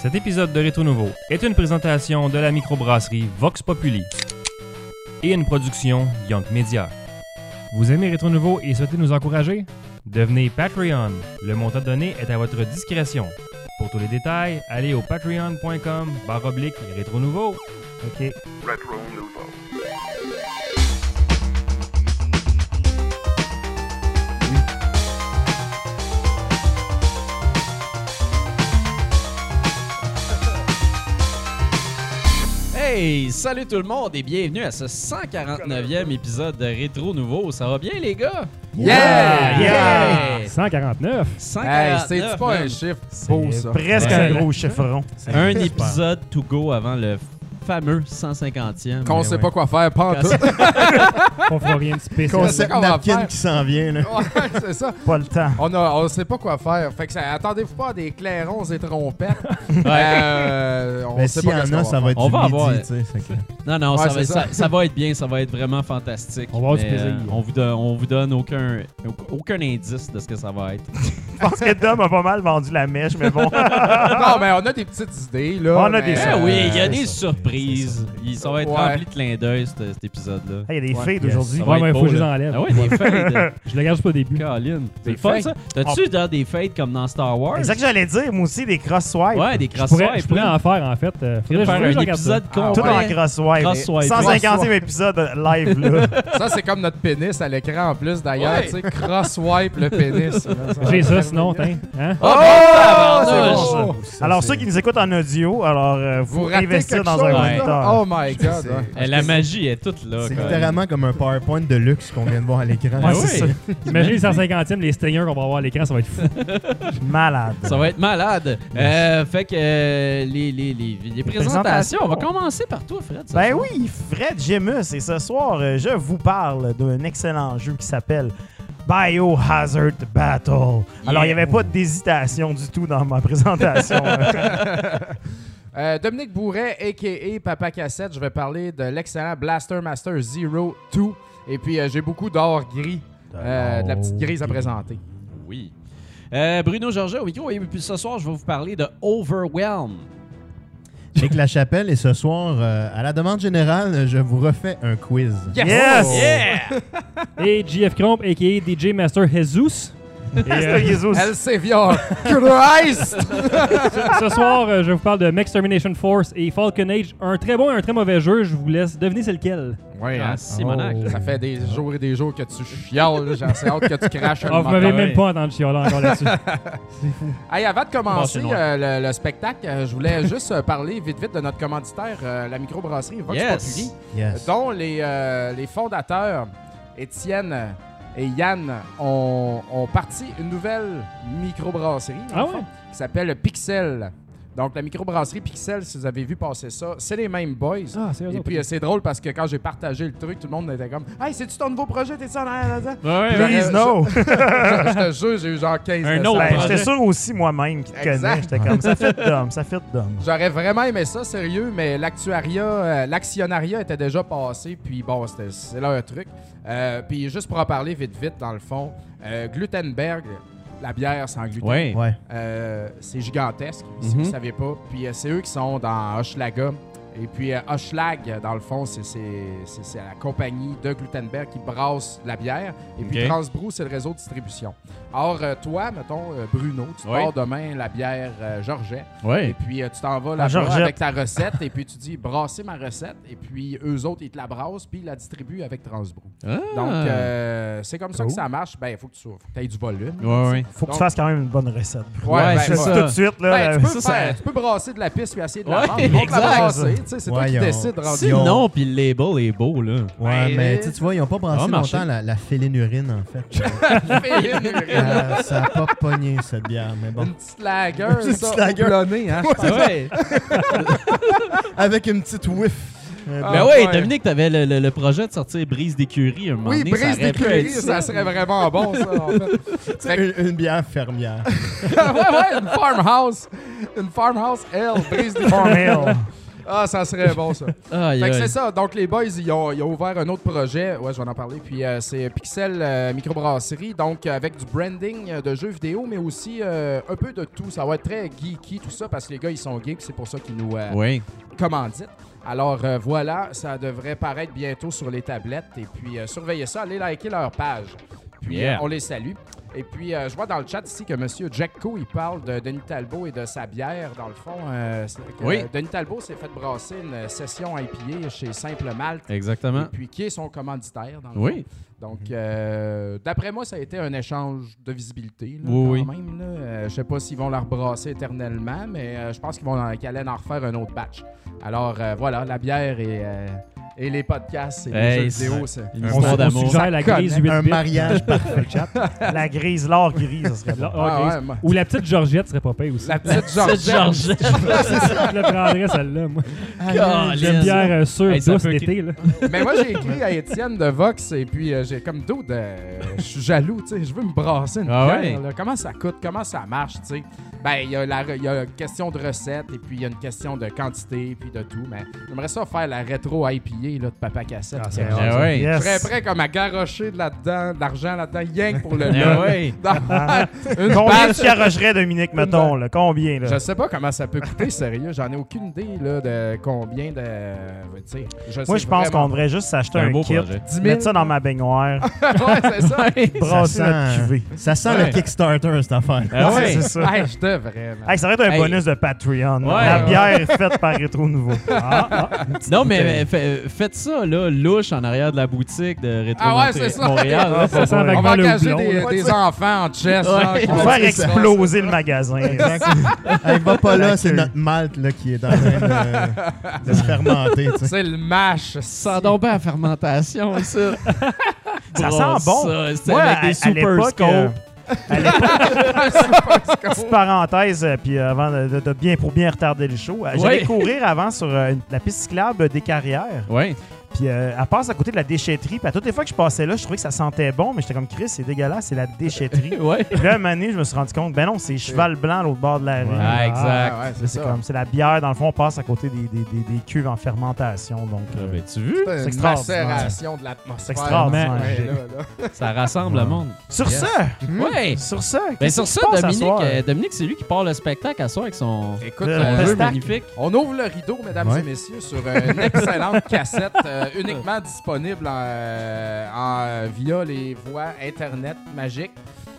Cet épisode de Rétro Nouveau est une présentation de la microbrasserie Vox Populi et une production Young Media. Vous aimez Rétro Nouveau et souhaitez nous encourager? Devenez Patreon. Le montant donné est à votre discrétion. Pour tous les détails, allez au patreon.com barre oblique Rétro Nouveau. OK. Retro Nouveau. Hey, salut tout le monde et bienvenue à ce 149e épisode de Rétro Nouveau. Ça va bien les gars? Ah, Yeah! Yeah! 149! 149, Hey, c'est pas un man. chiffre beau, ça. Presque Ouais. un gros chiffron. un épisode to go avant le fameux 150e. Qu'on sait pas quoi faire, pas en tout. On fera rien de spécial. Concept Napkin napkin qui s'en vient, là. Ouais, c'est ça. Pas le temps. On, a, on sait pas quoi faire. Fait que ça- attendez-vous pas à des clairons et trompettes. Ouais. Euh, on Mais sait s'il y pas en qu'est-ce qu'on a, ça va être On du va midi, avoir- tu sais. fait que- Non, non, Ouais, ça, va, c'est ça. ça- ça va être bien, ça va être vraiment fantastique. On va avoir du Mais, euh, plaisir. on, vous donne, on vous donne aucun, aucun indice de ce que ça va être. Je pense que Dom a pas mal vendu la mèche, mais bon. Non, mais on a des petites idées, là. On a mais, euh, des Ah Ah, oui, il y a c'est des ça. surprises. Il- Ça va être Ouais. rempli de clin d'œil, cet, cet épisode-là. Ah, Il y a des Ouais. fades aujourd'hui. Ça Ouais, va mais être faut beau, que je les là. enlève. Ah oui, des fades. Je le garde juste au début. Caroline, c'est Des le fun fêtes. ça. T'as-tu dans des fêtes comme dans Star Wars? C'est ça que j'allais dire, moi aussi, des cross-swipes. Ouais, des Je pourrais, crosswipes. je pourrais là. en faire en fait. Euh, faudrait- faire faudrait que je un regarde ça. épisode Ah, Tout en complet. cross-swipe. Cross-swipe. 150e épisode live, là. Ça, c'est comme notre pénis à l'écran en plus, d'ailleurs. Ouais. Tu sais, cross-wipe le pénis. Ah, J'ai ça sinon, t'in. Hein? Oh, ben, c'est tabarnouche! bon. Alors, ceux qui nous écoutent en audio, alors euh, Vous vous, ratez investissez quelque dans chose, un là. moniteur. Oh my God. ouais. Eh, La magie est toute là. C'est quoi. littéralement comme un PowerPoint de luxe qu'on vient de voir à l'écran. Ah Ouais, c'est oui. Imagine les 150e, les stingers qu'on va avoir à l'écran, ça va être fou. Malade. Ça va être malade. Euh, fait que euh, les, les, les, les présentations, présentations. on va commencer par toi, Fred. ça. Ben oui, Fred Gemus, et ce soir, euh, je vous parle d'un excellent jeu qui s'appelle Biohazard Battle. Alors, il n'y avait pas d'hésitation du tout dans ma présentation. Euh, Dominique Bourret, a.k.a. Papa Cassette, je vais parler de l'excellent Blaster Master Zero 2. Et puis, euh, j'ai beaucoup d'or gris, euh, de la petite grise à présenter. Oui. Euh, Bruno Georges au micro. Et puis ce soir, je vais vous parler de Overwhelm. Nick La Chapelle et ce soir, euh, à la demande générale, je vous refais un quiz. Oh. Yes! Et JF Cromp, a.k.a. DJ Master Jesus. Et, euh, Jésus. Oh, El Savior Christ! ce soir, euh, je vous parle de Max Termination Force et Falcon Age. Un très bon et un très mauvais jeu. Je vous laisse deviner c'est lequel. Ouais, hein? Ah, Simonac. Ça fait des jours et des jours que tu chiales. J'ai assez hâte que tu craches un Ah, vous moteur. m'avez même pas entendu chialer encore là-dessus. Hey, avant de commencer Bon, c'est euh, le, le spectacle, euh, je voulais juste euh, parler vite vite de notre commanditaire, euh, la microbrasserie Vox Yes. Populi, Yes. dont les, euh, les fondateurs Étienne et Yann ont, ont parti une nouvelle microbrasserie dans Ah le ouais? fond, qui s'appelle Pixel. Donc la microbrasserie Pixel, si vous avez vu passer ça, c'est les mêmes boys. Ah, c'est eux Et autres. puis euh, c'est drôle parce que quand j'ai partagé le truc, tout le monde était comme Hey, c'est-tu ton nouveau projet? T'es ça en arrière là-dedans? Ouais, ouais. Please, no! Je te jure, j'ai eu genre 15 Un messages. autre Ben, projet. J'étais sûr aussi moi-même qui te Exact. connais. J'étais comme, ça fait d'homme, ça fait d'homme. J'aurais vraiment aimé ça, sérieux, mais l'actuariat, euh, l'actionnariat était déjà passé, puis bon, c'était- c'est là un truc. Euh, puis juste pour en parler vite, vite, dans le fond, euh, Glutenberg, la bière sans gluten, Ouais. Mhm. Ouais. euh, c'est gigantesque, si vous ne saviez pas. Puis euh, c'est eux qui sont dans Hochelaga. Et puis euh, Hochelag, dans le fond, c'est- c'est c'est- c'est la compagnie de Glutenberg qui brasse la bière. Et puis Ok. Transbrou, c'est le réseau de distribution. Or, euh, toi, mettons, euh, Bruno, tu Ouais. pars demain la bière euh, Georgette. Et Ouais. puis euh, tu t'en vas là-bas Georgette. avec ta recette et puis tu dis brasser ma recette et puis eux autres ils te la brassent puis ils la distribuent avec Transbrou. Ah. Donc euh, c'est comme ça que ça marche. Ben il faut que tu aies du volume. Ouais, ouais. Faut que tu Donc- fasses quand même une bonne recette. Ouais, ben, c'est moi- ça. Tout de suite, là. Ben, tu, peux euh, ça, faire- ça- tu peux brasser de la piste puis essayer de la Ouais, vendre. Ils vont te la exact. brasser, tu sais, C'est toi qui Voyons. décides. rendu Si Ils le ont- nom puis le label est beau, là. Ouais, Ben, mais tu sais, tu vois, ils n'ont pas ça va brassé marcher. longtemps la, la félinurine, en fait. là. Fais Ah, Euh, ça n'a pas pogné, cette bière, mais une- bon. Une petite lager, Une petite ça, lager. houblonnée, hein, je pense. Ouais. Avec une petite whiff. Euh, Ben Ah, ouais, ouais. Dominique, t'avais le, le- le projet de sortir Brise d'écurie un moment Oui, donné. ça brise aurait pu d'écurie, être ça serait vraiment bon, ça, en fait. tu sais, une, une bière fermière. ouais, ouais, une farmhouse. Une farmhouse, elle, brise d'écurie. Cornell. Ah, ça serait bon, ça. Aïe, Fait que aïe. c'est ça. Donc, les boys, ils ont, ils ont ouvert un autre projet. Ouais, je vais en parler. Puis, euh, c'est Pixel euh, Microbrasserie. Donc, euh, avec du branding euh, de jeux vidéo, mais aussi euh, un peu de tout. Ça va être très geeky, tout ça, parce que les gars, ils sont geeks. C'est pour ça qu'ils nous euh, Oui. commanditent. Alors, euh, voilà. Ça devrait paraître bientôt sur les tablettes. Et puis, euh, surveillez ça. Allez liker leur page. Puis, Yeah. euh, on les salue. Et puis, euh, je vois dans le chat ici que M. Jacko, il parle de Denis Talbot et de sa bière, dans le fond. Euh, c'est- que, Oui. euh, Denis Talbot s'est fait brasser une session IPA chez Simple Malte. Et Exactement. puis, qui est son commanditaire? Dans le Oui. fond. Donc, euh, d'après moi, ça a été un échange de visibilité. là, Oui, quand même, là. Euh, je sais pas s'ils vont la rebrasser éternellement, mais euh, je pense qu'ils vont en- qu'ils allaient en refaire un autre batch. Alors, euh, voilà, la bière et, euh, et les podcasts et Hey, les jeux vidéo. c'est- Une On, histoire on d'amour. suggère la Ça grise colle, 8 Un bits. mariage parfait. La grise, l'or grise, ça serait La- bon. ah, Ah, grise. ouais, moi- Ou la petite Georgette serait pas payée aussi. La petite Cette Georgette. Georgette. Je la prendrais celle-là, moi. Colin. J'aime bière euh, sûre, Hey, ça douce peut d'été. là. Mais moi, j'ai écrit à Étienne de Vox et puis euh, j'ai comme dos de. Je suis jaloux, tu sais. Je veux me brasser une Ah bière, ouais? là. Comment ça coûte? Comment ça marche, tu sais? Ben, il y, a la re- il y a une question de recette et puis il y a une question de quantité puis de tout. Mais j'aimerais ça faire la rétro IPA là, de Papa Cassette. Ah, Ben c'est Je serais hot. Ah ouais. Yes. prêt comme à garocher de là-dedans, de l'argent là-dedans, yank pour le Ah nom. ouais. Une Combien balle. tu garocherais Dominique, mettons, là? Combien, là? Je sais pas comment ça peut coûter, sérieux. J'en ai aucune idée là, de combien de. Tu sais, Moi, je sais pense vraiment qu'on devrait juste s'acheter C'est un un, beau kit, projet. 10 000. mettre ça dans ma baignoire, ouais, c'est ça. Ça brasser notre sent, cuvée. ça sent Ouais. le Kickstarter, cette affaire. Ah ouais. C'est ça. Hey, je devrais, man. Hey, ça va être un Hey. bonus de Patreon. Ouais, la ouais. bière faite par Rétro Nouveau. Ah, ah. Non, mais mais fa- faites ça, là, louche en arrière de la boutique de Rétro Ah ouais, Montréal- c'est ça. Ah, Montréal. là. Ça sent On vaguement va le engager houblon, des, là. des enfants en chess. là, Ouais. qui Pour vont- faire exploser le magasin. Elle va pas là, c'est Exact. notre malte là, qui est en train de, de se fermenter. tu sais. C'est le Ah mash. Ça sent donc bien la fermentation, ça. Ça Brosse sent bon. ça, c'est Moi, avec à- des à super l'époque, euh, scopes. à l'époque, petite parenthèse, euh, puis euh, avant de, de- de bien pour bien retarder le show, euh, j'allais Ouais. courir avant sur euh, une- la piste cyclable des carrières. Ouais. Puis euh, elle passe à côté de la déchetterie. Puis à toutes les fois que je passais là, je trouvais que ça sentait bon, mais j'étais comme Chris, c'est dégueulasse, c'est la déchetterie. Ouais. Puis là, un moment donné, je me suis rendu compte, ben non, c'est cheval blanc à l'autre bord de la rue. Ouais. Ah, exact. Ah, ouais, c'est Là, C'est ça. comme, c'est la bière, dans le fond, on passe à côté des, des, des- des cuves en fermentation. Donc, Ah, euh, ben, tu vu? C'est une extraordinaire. macération de l'atmosphère. Extraordinaire. Ouais, là, là. Ça rassemble Ouais. le monde. Sur ben, Yes. ce, Hmm. Ouais. sur ce, Ben, qu'est-ce sur qui ça, se passe à Dominique, soir? euh, Dominique, c'est lui qui part le spectacle à soir avec son Écoute, Le on, jeu pestac. magnifique. on ouvre le rideau, mesdames Ouais. et messieurs, sur euh, une excellente cassette euh, uniquement disponible en, euh, en, euh, via les voies Internet magiques.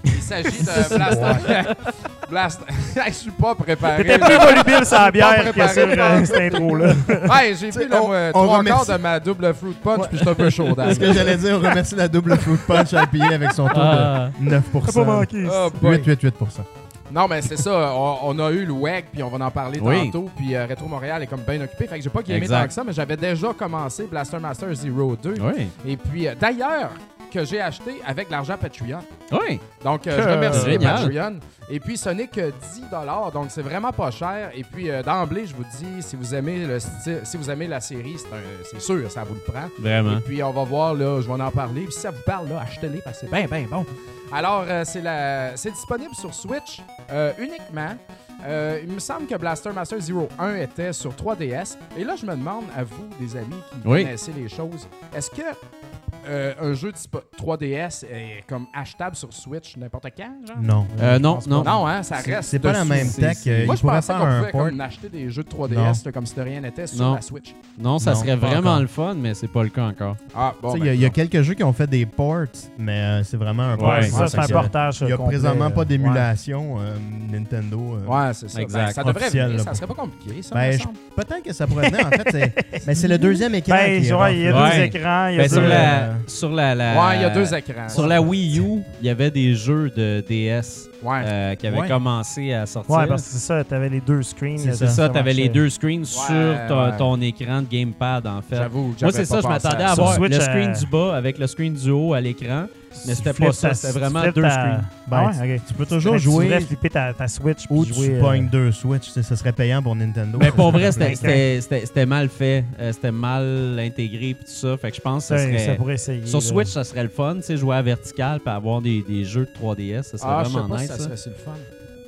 Il s'agit de Blaster. Blaster. Je suis pas préparé. T'étais plus volubile sur la bière que préparé sur euh, pas. cette intro-là. Hey, j'ai pris le on- euh, on trois quarts remercie- de ma double fruit punch, puis j'étais un peu chaud C'est ce que j'allais dire. On remercie la double food punch à payer avec son taux Ah. de 9 Ah, boy. 8,88 Non, mais c'est ça. On, on a eu le WEG, puis on va en parler Oui. tantôt. Puis euh, Retro Montréal est comme bien occupé. Fait que j'ai pas aimé Exact. tant que ça, mais j'avais déjà commencé Blaster Master Zero 2. Oui. Et puis, euh, d'ailleurs, que j'ai acheté avec l'argent Patreon. Oui. Donc, euh, je Que- remercie les Génial. Patreon. Et puis, ce n'est que 10 donc c'est vraiment pas cher. Et puis, euh, d'emblée, je vous dis, si vous aimez le style- si vous aimez la série, c'est un- c'est sûr, ça vous le prend. Vraiment. Et puis on va voir, là, je vais en parler. Puis si ça vous parle, là, achetez-les parce que c'est bien, bien bon. Alors, euh, c'est la... c'est disponible sur Switch euh, uniquement. Euh, il me semble que Blaster Master Zero 1 était sur 3DS. Et là, je me demande à vous, des amis qui Oui. connaissez les choses, est-ce que euh, un jeu dispo- 3DS est comme achetable sur Switch n'importe quand, genre? Non. Euh, non, non. Non, hein, ça C'est- reste. c'est pas la dessus. même C'est- tech, c'est- euh, Moi, il je pensais qu'on pourrait faire un pouvait port. comme, acheter des jeux de 3DS Non. là, comme si de rien n'était sur Non. la Switch. Non, ça Non, serait pas vraiment encore. le fun, mais c'est pas le cas encore. Ah, Tu bon. sais, Il ben, y, a- il y a bon. quelques jeux qui ont fait des ports, mais euh, c'est vraiment un port. Ouais, sans ça, c'est un section. portage. Il n'y a complet, présentement euh, pas ouais. d'émulation euh, Nintendo. euh. Ouais, c'est ça. Exact. Ben, ça devrait Officiel, venir, là. ça serait pas compliqué, ça, Ben, me je- semble. Peut-être que ça pourrait venir. En fait, c'est ben, c'est le deuxième écran. Ben, qui est tu vois, il y a Ouais. deux écrans. Il y a Ben, deux- sur, euh, la, sur la, la- Ouais, il y a deux écrans. Euh, Sur la Wii U, il y avait des jeux de DS Ouais. euh, qui avaient Ouais. commencé à sortir. Ouais, parce que c'est ça, t'avais les deux screens. C'est là, ça, C'est ça, t'avais marchait. les deux screens sur ton, ouais. ton écran de gamepad, en fait. J'avoue, Moi, j'avais c'est pas ça, je pensé m'attendais à ça. Ah, Sur avoir Switch, le euh, screen du bas avec le screen du haut à l'écran. Mais Tu c'était flippes pas ça, ta- c'était tu vraiment flippes deux ta- screens. Ben Ben, ouais, ok. Tu peux toujours Tu voulais jouer flipper ta, ta Switch ou puis tu jouer. euh, pognes deux Switch. Ça serait payant pour Nintendo. Mais pour vrai, Ouais. c'était- c'était c'était- c'était mal fait. Euh, c'était mal intégré puis tout ça. Fait que je pense ça, que ça serait... ça pourrait essayer. Sur là. Switch, ça serait le fun, tu sais, jouer à vertical puis avoir des, des jeux de 3DS, ça serait Ah, je sais vraiment pas si nice. ça ça. serait si le fun.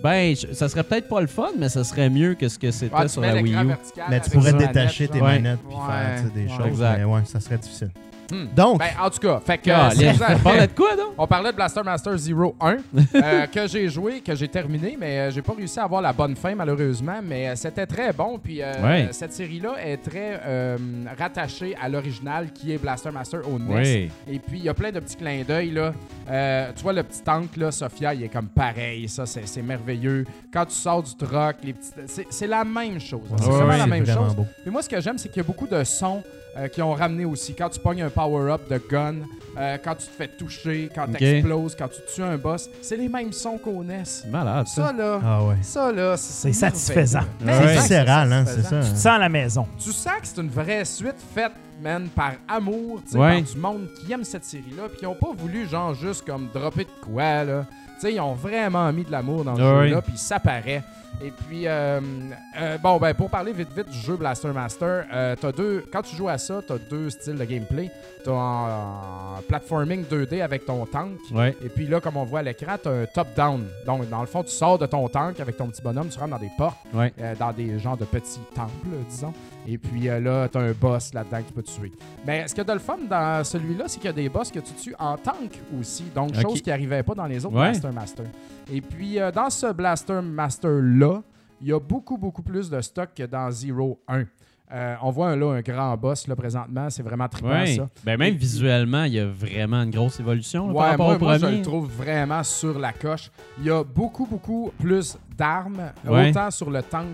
Ben, je- ça serait peut-être pas le fun, mais ça serait mieux que ce que c'était Ah, tu sur mets la Wii l'écran U. vertical Mais tu avec pourrais une détacher manette, tes genre. manettes puis Ouais, faire tu sais, des ouais. choses. Exact. Mais ouais, ça serait difficile. Hmm. Donc, Ben, en tout cas, fait que, Ah, c'est Lynn, ça. on parlait de quoi, donc? on parlait de Blaster Master Zero 1 euh, que j'ai joué, que j'ai terminé, mais euh, j'ai pas réussi à avoir la bonne fin malheureusement. Mais euh, c'était très bon. Puis euh, Ouais. cette série-là est très euh, rattachée à l'original qui est Blaster Master au E NES. Oui. Et puis, il y a plein de petits clins d'œil. là. Euh, tu vois, le petit tank, là, Sophia, il est comme pareil. Ça, c'est c'est merveilleux. Quand tu sors du truck, les petits... c'est c'est la même chose. ouais, c'est vraiment ouais, la c'est même vraiment chose. beau. Puis moi, ce que j'aime, c'est qu'il y a beaucoup de sons euh, qui ont ramené aussi. Quand tu pognes un power-up de gun, euh, quand tu te fais toucher, quand Ok. tu exploses, quand tu tues un boss, c'est les mêmes sons qu'on est. Malade, Ça, là, Ah ouais. ça, là, c'est C'est satisfaisant. merveilleux. Ouais. C'est Exact, viscéral, hein, c'est satisfaisant. ça. Tu te sens à la maison. Tu sens que c'est une vraie suite faite, man, par amour, tu sais, Ouais. par du monde qui aime cette série-là, puis qui n'ont pas voulu, genre, juste comme dropper de quoi, là. Tu sais, ils ont vraiment mis de l'amour dans ce Ouais. jeu-là, puis ça paraît. Et puis, euh, euh, bon, ben, pour parler vite, vite du jeu Blaster Master, euh, t'as deux, quand tu joues à ça, t'as deux styles de gameplay. T'as en, en platforming 2D avec ton tank, Ouais. et puis là, comme on voit à l'écran, t'as un top-down. Donc, dans le fond, tu sors de ton tank avec ton petit bonhomme, tu rentres dans des portes, Ouais. euh, dans des genres de petits temples, euh, disons. Et puis euh, là, t'as un boss là-dedans qui peut te tuer. Mais ce qu'il y a de le fun dans celui-là, c'est qu'il y a des boss que tu tues en tank aussi. Donc, Ok. chose qui n'arrivait pas dans les autres Ouais. Blaster Master. Et puis, euh, dans ce Blaster Master-là, il y a beaucoup, beaucoup plus de stock que dans Zero 1. Euh, on voit là un grand boss là présentement, c'est vraiment trippant Ouais. ça. Ben, même visuellement, il y a vraiment une grosse évolution là, Ouais, par rapport moi, au moi, premier. je le trouve vraiment sur la coche. Il y a beaucoup, beaucoup plus d'armes, Ouais. autant sur le tank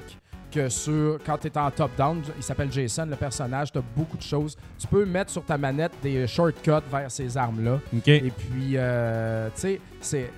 que sur quand tu es en top-down. Il s'appelle Jason, le personnage. Tu as beaucoup de choses. Tu peux mettre sur ta manette des shortcuts vers ces armes-là. OK. Et puis, euh, tu sais, c'est-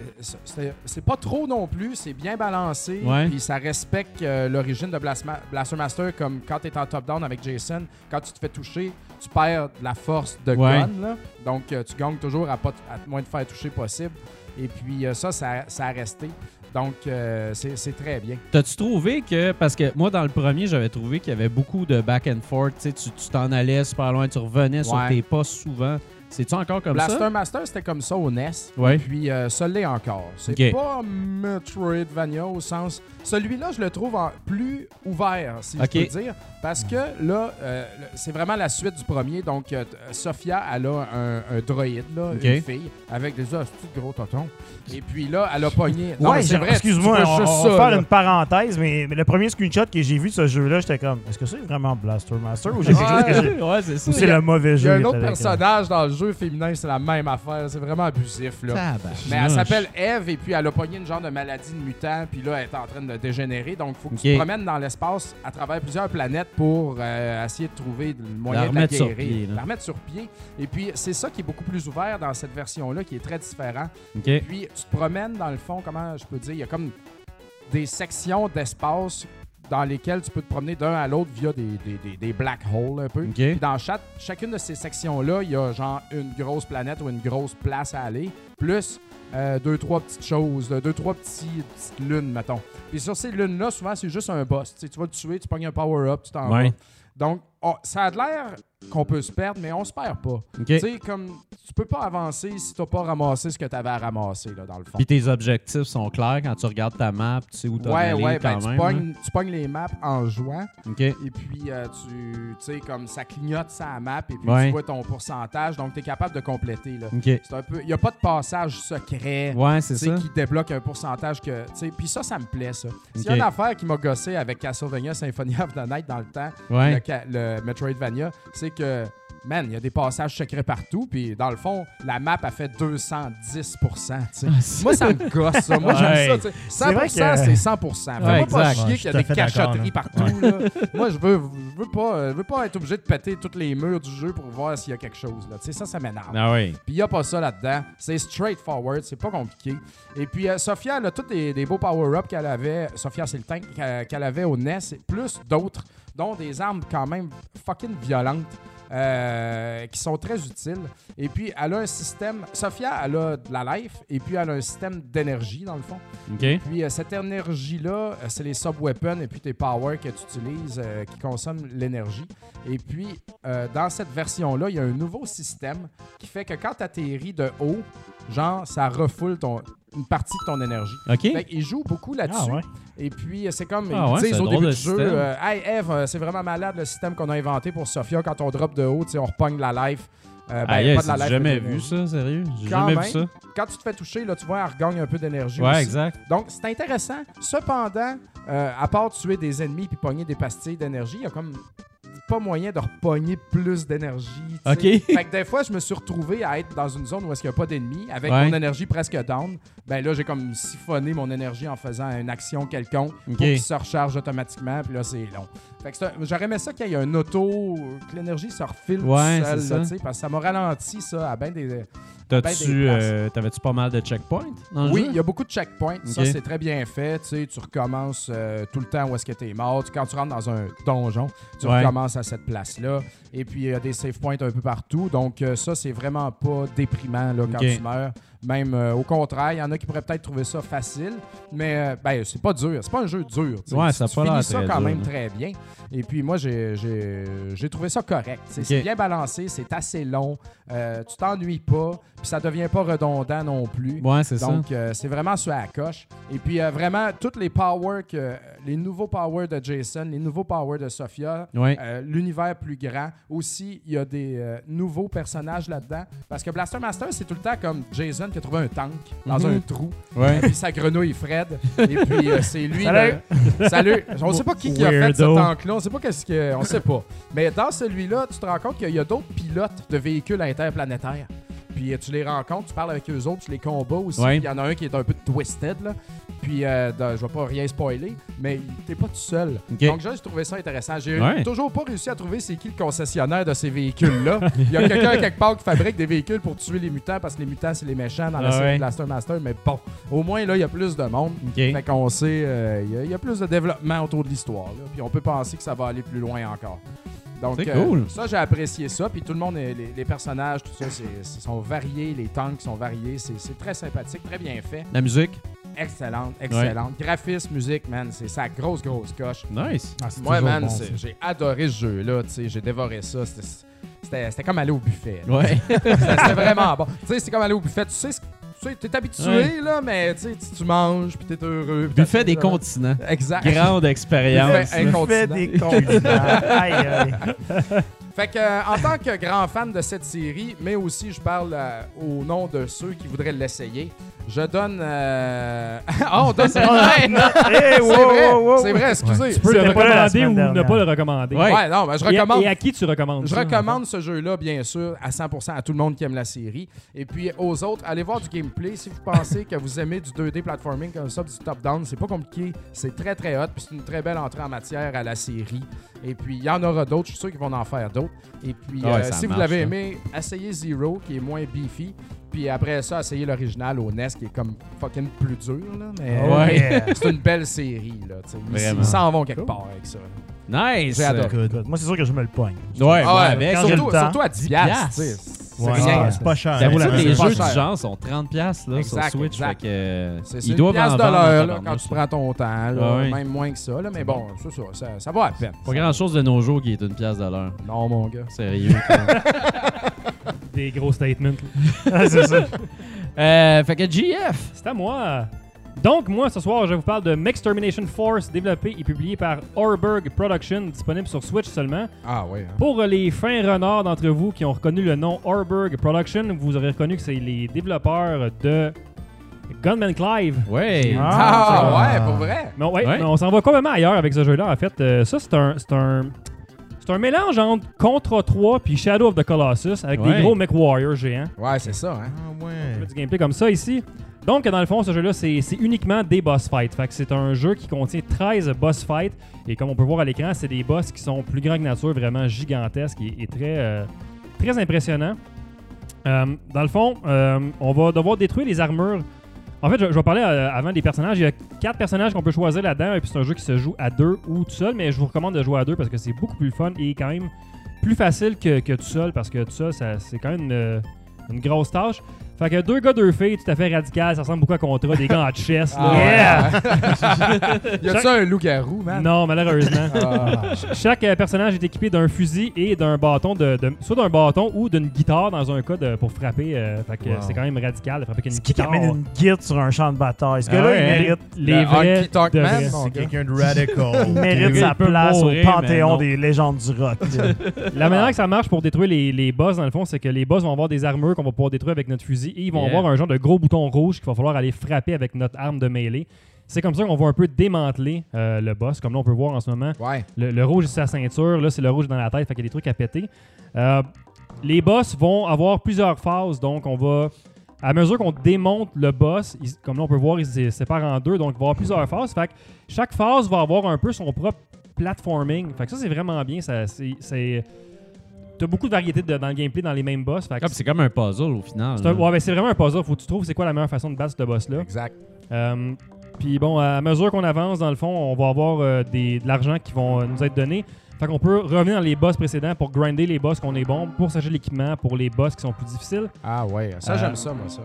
c'est c'est pas trop non plus, c'est bien balancé. Ouais. Puis ça respecte euh, l'origine de Blasma- Blaster Master, comme quand tu es en top-down avec Jason, quand tu te fais toucher, tu perds de la force de Ouais. gun. là. Donc, euh, tu gagnes toujours à, pas t- à moins de faire toucher possible. Et puis, euh, ça, ça, ça a resté. Donc, euh, c'est c'est très bien. T'as-tu trouvé que, parce que moi, dans le premier, j'avais trouvé qu'il y avait beaucoup de back and forth. tu sais, Tu tu t'en allais super loin, tu revenais sur Ouais. tes pas souvent. C'est-tu encore comme Blaster ça? Master, c'était comme ça au NES. Ouais. Puis euh, ça l'est encore. C'est Ok. pas Metroidvania au sens. Celui-là, je le trouve en- plus ouvert, si Ok. je peux dire. Parce que là, euh, le- c'est vraiment la suite du premier. Donc, euh, t- euh, Sophia, elle a un, un droïde, là, Ok. une fille, avec des os de gros tontons. Et puis là, elle a pogné. Non, mais Ouais, c'est genre, vrai, excuse-moi, tu peux on, juste on ça, va faire là. une parenthèse, mais, mais le premier screenshot que j'ai vu de ce jeu-là, j'étais comme, est-ce que c'est vraiment Blaster Master ou j'ai quelque chose que j'ai- ouais, c'est ça. ou c'est le mauvais Il y a jeu? euh, un qui autre était là, personnage dans le jeu féminin, c'est la même affaire. C'est vraiment abusif, là. Mais elle s'appelle Eve et puis elle a pogné une genre de maladie de mutant puis là elle est en train de dégénérer donc faut que tu Ok. te promènes dans l'espace à travers plusieurs planètes pour euh, essayer de trouver le moyen La de remettre sur guérir, pied, là. la remettre sur pied et puis c'est ça qui est beaucoup plus ouvert dans cette version là qui est très différent OK. puis tu te promènes dans le fond comment je peux dire il y a comme des sections d'espace dans lesquelles tu peux te promener d'un à l'autre via des, des, des- des black holes un peu OK. puis dans chaque, chacune de ces sections-là, il y a genre une grosse planète ou une grosse place à aller, plus euh, deux, trois petites choses, là, deux, trois petits, petites lunes, mettons. Puis sur ces lunes-là, souvent, c'est juste un boss. Tu sais, tu vas le tuer, tu pognes un power-up, tu t'en Ouais. vas. Donc, on- ça a de l'air qu'on peut se perdre, mais on se perd pas. OK. Tu sais, comme, tu peux pas avancer si t'as pas ramassé ce que t'avais à ramasser, là, dans le fond. Puis tes objectifs sont clairs quand tu regardes ta map, tu sais où t'en Ouais, aller ouais, ben, quand tu même. pognes, tu pognes les maps en jouant. hein. OK. Et puis, euh, tu tu sais, comme ça clignote sa map, et puis Ouais. tu vois ton pourcentage, donc tu es capable de compléter. Là. OK. C'est un peu. Il n'y a pas de passage secret. Ouais, c'est tu sais, ça. qui débloque un pourcentage que. tu sais, Puis ça, ça me plaît, ça. S'il y a Ok. une affaire qui m'a gossé avec Castlevania Symphony of the Night dans le temps, le, Ouais. Ah, ca- le Metroidvania, c'est que, man, il y a des passages secrets partout, puis dans le fond, la map a fait 210 tu sais. Moi, ça me gosse, ça. Moi, Ouais. j'aime ça. tu sais. 100 vrai que- c'est 100 Fais Ouais, moi pas exact. chier Ouais, qu'il y a des je suis tout à fait d'accord, cachoteries là. partout. là. Moi, je veux, je, veux pas, euh, je veux pas être obligé de péter tous les murs du jeu pour voir s'il y a quelque chose. Là. Tu sais, Ça, ça m'énerve. Ah ouais. Puis il n'y a pas ça là-dedans. C'est straightforward, c'est pas compliqué. Et puis euh, Sophia, elle a tous des, des beaux power-ups qu'elle avait. Sophia, c'est le tank qu'elle qu'elle avait au NES, et plus d'autres, dont des armes quand même fucking violentes. euh, qui sont très utiles. Et puis, elle a un système. Sophia, elle a de la life et puis elle a un système d'énergie, dans le fond. OK. Puis euh, cette énergie-là, euh, c'est les sub-weapons et puis tes powers que tu utilises euh, qui consomment l'énergie. Et puis, euh, dans cette version-là, il y a un nouveau système qui fait que quand tu atterris de haut, genre, ça refoule ton. une partie de ton énergie. OK? Fait qu'ils jouent beaucoup là-dessus. Ah ouais. Et puis, euh, c'est comme Ah ils ouais, c'est disent un au drôle début de du jeu système. euh, Hey, Eve, euh, c'est vraiment malade le système qu'on a inventé pour Sophia. Quand on drop de haut, tu sais, on repogne la life. Euh, ben, Aïe, pas de ça, la j'ai life, Ah, jamais mais- vu ça, sérieux? J'ai Quand jamais vu même. ça. Quand tu te fais toucher, là, tu vois, elle regagne un peu d'énergie Ouais, aussi. exact. Donc, c'est intéressant. Cependant, euh, à part tuer des ennemis puis pogner des pastilles d'énergie, il y a comme pas moyen de repogner plus d'énergie. tu sais. OK. Fait que des fois, je me suis retrouvé à être dans une zone où est-ce qu'il n'y a pas d'ennemis, avec Ouais. mon énergie presque down. Ben là, j'ai comme siphonné mon énergie en faisant une action quelconque OK. pour qu'il se recharge automatiquement, puis là, c'est long. Fait que c'est un- j'aurais aimé ça qu'il y ait un auto, que l'énergie se refile tout Ouais, seul, c'est là, ça. tu sais, parce que ça m'a ralenti, ça, à ben des... Ben, des T'as-tu, places. euh, T'avais-tu pas mal de checkpoints dans le Oui, jeu? il y a beaucoup de checkpoints. Ça, Ok. c'est très bien fait. Tu, sais, tu recommences euh, tout le temps où est-ce que tu es mort. Tu- quand tu rentres dans un donjon, tu Ouais. recommences à cette place-là. Et puis, il y a des save points un peu partout. Donc, euh, ça, c'est vraiment pas déprimant là, quand Ok. tu meurs. Même euh, au contraire, il y en a qui pourraient peut-être trouver ça facile, mais euh, ben, c'est pas dur. C'est pas un jeu dur. tu sais. Ouais, ça a tu pas l'air finis ça très quand dur, même là. très bien. Et puis, moi, j'ai- j'ai j'ai trouvé ça correct. tu sais. C'est Ok. bien balancé, c'est assez long. euh, tu t'ennuies pas, puis ça devient pas redondant non plus. Ouais, c'est ça. Donc, euh, c'est vraiment sur la coche. Et puis, euh, vraiment, toutes les powers, que, les nouveaux powers de Jason, les nouveaux powers de Sophia, Ouais. euh, l'univers plus grand. Aussi, il y a des euh, nouveaux personnages là-dedans. Parce que Blaster Master, c'est tout le temps comme Jason qui a trouvé un tank dans Mhm. un trou. Ouais. Et puis, sa grenouille Fred. Et puis, euh, c'est lui. Salut! le- Salut! On sait pas qui, qui a fait ce Weirdo. tank-là. On sait pas qu'est-ce que. On sait pas. Mais dans celui-là, tu te rends compte qu'il y a d'autres pilotes de véhicules interplanétaires. Puis euh, tu les rencontres, tu parles avec eux autres, tu les combats aussi. Ouais. Il y en a un qui est un peu twisted, là. Puis euh, dans- je vais pas rien spoiler, mais t'es pas tout seul. OK. Donc j'ai trouvé ça intéressant. J'ai Ouais. toujours pas réussi à trouver c'est qui le concessionnaire de ces véhicules-là. Il y a quelqu'un quelque part qui fabrique des véhicules pour tuer les mutants parce que les mutants c'est les méchants dans la Ah série ouais. Blaster Master, mais bon, au moins là il y a plus de monde. OK. Fait qu'on sait, euh, il y a- il y, a plus de développement autour de l'histoire. là. Puis on peut penser que ça va aller plus loin encore. Donc, euh, C'est cool. ça, j'ai apprécié ça. Puis tout le monde, est- les, les personnages, tout ça, c'est- c'est- sont variés, les tanks sont variés. C'est c'est très sympathique, très bien fait. La musique? Excellente, excellente. Graphisme, musique, man, c'est sa grosse, grosse coche. Nice. Ah, Moi, man, c'est- j'ai adoré ce jeu-là. tu sais, J'ai dévoré ça. C'était- C'était c'était comme aller au buffet. là. Ouais. C'était c'était vraiment bon. Tu sais, c'est comme aller au buffet. Tu sais, ce- tu sais, t'es habitué, Ouais. là, mais tu sais, tu tu manges, puis t'es heureux. puis Buffet t'as- des continents. Exact. Grande expérience. Buffet incontinent. fait des continents. aïe, aïe. Fait que, euh, en tant que grand fan de cette série, mais aussi je parle euh, au nom de ceux qui voudraient l'essayer, je donne. euh, ah, on donne. c'est vrai, Hey, wow, wow, wow. c'est vrai, excusez. peux Tu le peux recommander recommander la semaine ou ne dernière. pas le recommander. Ouais. Ouais, non, mais je Et à- recommande. Et à qui tu recommandes Je ça, recommande ce jeu-là, bien sûr, à 100% à tout le monde qui aime la série. Et puis aux autres, allez voir du gameplay. Si vous pensez que vous aimez du 2D platforming comme ça, du top-down, c'est pas compliqué. C'est très, très hot. Puis c'est une très belle entrée en matière à la série. Et puis il y en aura d'autres. Je suis sûr qu'ils vont en faire d'autres. Et puis Ah ouais, euh, ça si vous marche, l'avez là. aimé, essayez Zero, qui est moins beefy. Puis après ça, essayez l'original au NES, qui est comme fucking plus dur. Là, mais Oh, Ah Ouais. yeah. c'est une belle série. Là, tu sais. Ils- Vraiment. Ils s'en vont quelque Cool. part avec ça. Nice. J'ai adoré. Good. Écoute, Moi, c'est sûr que je me le pogne. Ouais, Ah ouais, ouais, avec. quand j'ai surtout, le temps. surtout à 10 piastres, tu sais. Ouais, Ah, C'est rien. c'est pas cher. D'avoue, ça, les c'est jeux pas du cher. genre sont 30$ piastres, là, sur Exact, Switch. exact. Fait que, euh, C'est ils une doivent en pièce de vendre. en l'heure là, quand tabarnouche, tu prends ton temps, là, Ah ouais. même moins que ça. Là, mais bon, c'est ça, ça, ça va à peine. Pas grand chose de nos jours qui est une pièce de l'heure. Non, mon gars. Sérieux. quoi. Des gros statements. Ah, c'est ça. euh, fait que GF. C'est à moi. Donc, moi, ce soir, je vous parle de Max Termination Force, développé et publié par Orberg Production, disponible sur Switch seulement. Ah oui. hein. Pour les fins renards d'entre vous qui ont reconnu le nom Orberg Production, vous aurez reconnu que c'est les développeurs de Gunman Clive. Ouais. Ah. Ah, ça. ouais, pour vrai. Mais ouais, Ouais. mais on s'en va complètement ailleurs avec ce jeu-là, en fait. Euh, ça, c'est un, c'est un, c'est un mélange entre Contra 3 puis Shadow of the Colossus avec Ouais. des gros mech warriors géants. Ouais, c'est ça. Hein. Ah Je ouais. fais du gameplay comme ça ici. Donc, dans le fond, ce jeu-là, c'est c'est uniquement des boss fights. Fait que c'est un jeu qui contient 13 boss fights. Et comme on peut voir à l'écran, c'est des boss qui sont plus grands que nature, vraiment gigantesques et, et très, euh, très impressionnants. Euh, dans le fond, euh, on va devoir détruire les armures. En fait, je, je vais parler euh, avant des personnages. Il y a quatre personnages qu'on peut choisir là-dedans. Et puis, c'est un jeu qui se joue à deux ou tout seul. Mais je vous recommande de jouer à deux parce que c'est beaucoup plus le fun et quand même plus facile que, que tout seul. Parce que tout seul, ça- c'est quand même euh, une, une grosse tâche. Fait que deux gars, deux filles, tout à fait radical, ça ressemble beaucoup à Contra, des gars en chess. là. Ah, Yeah! Y a-tu un loup-garou, Ah man? Non, malheureusement. Ah. Ch- Chaque euh, personnage est équipé d'un fusil et d'un bâton, de, de- soit d'un bâton ou d'une guitare dans un cas de- pour frapper. euh, fait que Wow. c'est quand même radical de frapper avec une C'est qui qui guitare. amène une guide sur un champ de bataille? Ce gars-là, Ah ouais, il hein? mérite, les Le vrais honky tonk de man, vrais. mon C'est gars. quelqu'un de radical. il Ok, mérite oui. sa il peut place mourir, au mais non. panthéon des légendes du rock. La manière que ça marche pour détruire les, les boss, dans le fond, c'est que les boss vont avoir des armures qu'on va pouvoir détruire avec notre fusil et ils vont Yeah. avoir un genre de gros bouton rouge qu'il va falloir aller frapper avec notre arme de mêlée. C'est comme ça qu'on va un peu démanteler euh, le boss, comme là on peut voir en ce moment. Ah, Ouais. Le, le rouge, c'est sa ceinture. Là, c'est le rouge dans la tête. Fait qu'il y a des trucs à péter. Euh, les boss vont avoir plusieurs phases. Donc, on va. À mesure qu'on démonte le boss, il- comme là, on peut voir, il se sépare en deux. Donc, il va y avoir plusieurs phases. Fait que chaque phase va avoir un peu son propre platforming. Fait que ça, c'est vraiment bien. Ça, c'est. c'est- T'as beaucoup de variétés de- dans le gameplay, dans les mêmes boss. Fait que Comme- C'est comme un puzzle au final. c'est un- là. ouais, ben, c'est vraiment un puzzle. Faut que tu trouves c'est quoi la meilleure façon de battre ce boss-là. Exact. Euh, Puis bon, à mesure qu'on avance, dans le fond, on va avoir euh, des, de l'argent qui vont euh, nous être donné. Fait qu'on peut revenir dans les boss précédents pour grinder les boss qu'on est bon, pour s'acheter l'équipement pour les boss qui sont plus difficiles. Ah ouais, ça Euh, j'aime ça, moi, ça.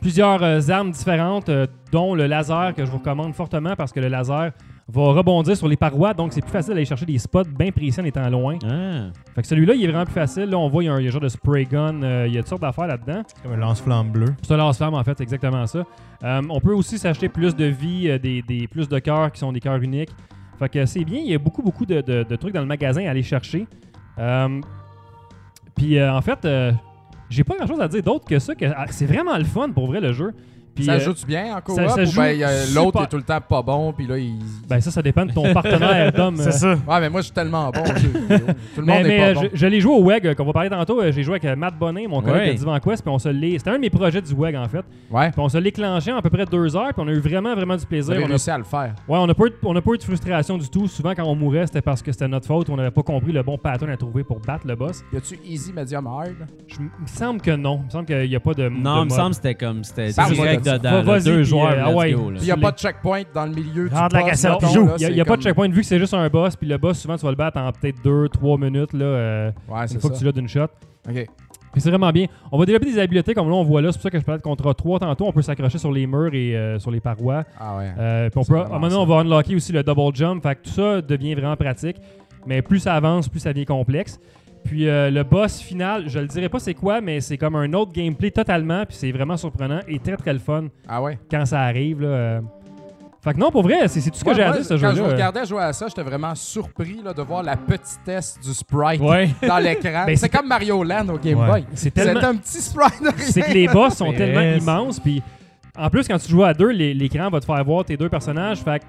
Plusieurs euh, armes différentes, euh, dont le laser que je vous recommande fortement parce que le laser va rebondir sur les parois, donc c'est plus facile d'aller chercher des spots bien précis en étant loin. Ah. Fait que celui-là, il est vraiment plus facile. Là, on voit, il y a un, il y a un genre de spray gun, euh, il y a toutes sortes d'affaires là-dedans. C'est comme un lance-flamme bleu. C'est un lance-flamme, en fait, c'est exactement ça. Euh, on peut aussi s'acheter plus de vie, euh, des, des- plus de cœurs qui sont des cœurs uniques. Fait que c'est bien, il y a beaucoup, beaucoup de, de- de trucs dans le magasin à aller chercher. Euh, Puis euh, en fait, euh, j'ai pas grand-chose à dire d'autre que ça. que ah, c'est vraiment le fun pour vrai le jeu. Puis, ça euh, joue-tu bien en coop ça- ça ou joue ben, y a- l'autre super- est tout le temps pas bon, puis là, il... ben ça, ça dépend de ton partenaire, Tom. Euh, C'est ça. Ouais, mais moi, je suis tellement bon au jeu vidéo. Tout le Mais, monde mais, est euh, pas bon. je, je l'ai joué au WEG, euh, qu'on va parler tantôt. Euh, J'ai joué avec euh, Matt Bonnet, mon collègue Ouais. de Divan Quest, puis on se l'est. C'était un de mes projets du WEG, en fait. Ouais. Puis on se l'éclenchait en à peu près deux heures, puis on a eu vraiment, vraiment du Vous plaisir. avez On a réussi à le faire. Ouais, on n'a pas, eu de- on n'a pas eu de frustration du tout. Souvent, quand on mourait, c'était parce que c'était notre faute. On n'avait pas compris le bon pattern à trouver pour battre le boss. Y a-tu easy, medium, hard? Je- il me semble que non. Il me semble qu'il n'y a pas de. de Non, il me mode. semble que c'était comme. C'était Ça, direct moi, va- dedans. là, vas-y, Deux puis, joueurs. euh, ah let's ouais. go, là. Puis y a Tu pas l'es- de checkpoint dans le milieu du Rentre la boss, cassette, mettons, puis Il joue. là, n'y a, c'est il y a pas de comme- checkpoint. Vu que c'est juste un boss, puis le boss, souvent, tu vas le battre en peut-être 2-3 minutes, là, euh, Ouais, une c'est fois ça. que tu l'as d'une shot. OK. Puis c'est vraiment bien. On va développer des habiletés comme là, on voit là. C'est pour ça que je parlais de Contra 3 tantôt. On peut s'accrocher sur les murs et euh, sur les parois. Ah ouais. Euh, puis on C'est peut, à un vraiment moment donné, on va unlocker aussi le double jump. Fait que tout ça devient vraiment pratique. Mais plus ça avance, plus ça devient complexe. Puis euh, le boss final, je le dirais pas c'est quoi, mais c'est comme un autre gameplay totalement. Puis c'est vraiment surprenant et très très le fun Ah ouais. quand ça arrive. Là. euh. Fait que non, pour vrai, c'est c'est tout ce que Ouais, j'ai à moi, dire ce quand jeu-là. euh. je regardais jouer à ça, j'étais vraiment surpris là, de voir la petitesse du sprite Ouais. dans l'écran. Ben, c'est c'est- comme Mario Land au Game Ouais. Boy. C'est C'est tellement. un petit sprite de rien. c'est que les boss sont Yes. tellement immenses. Puis en plus, quand tu joues à deux, les- l'écran va te faire voir tes deux personnages. Fait que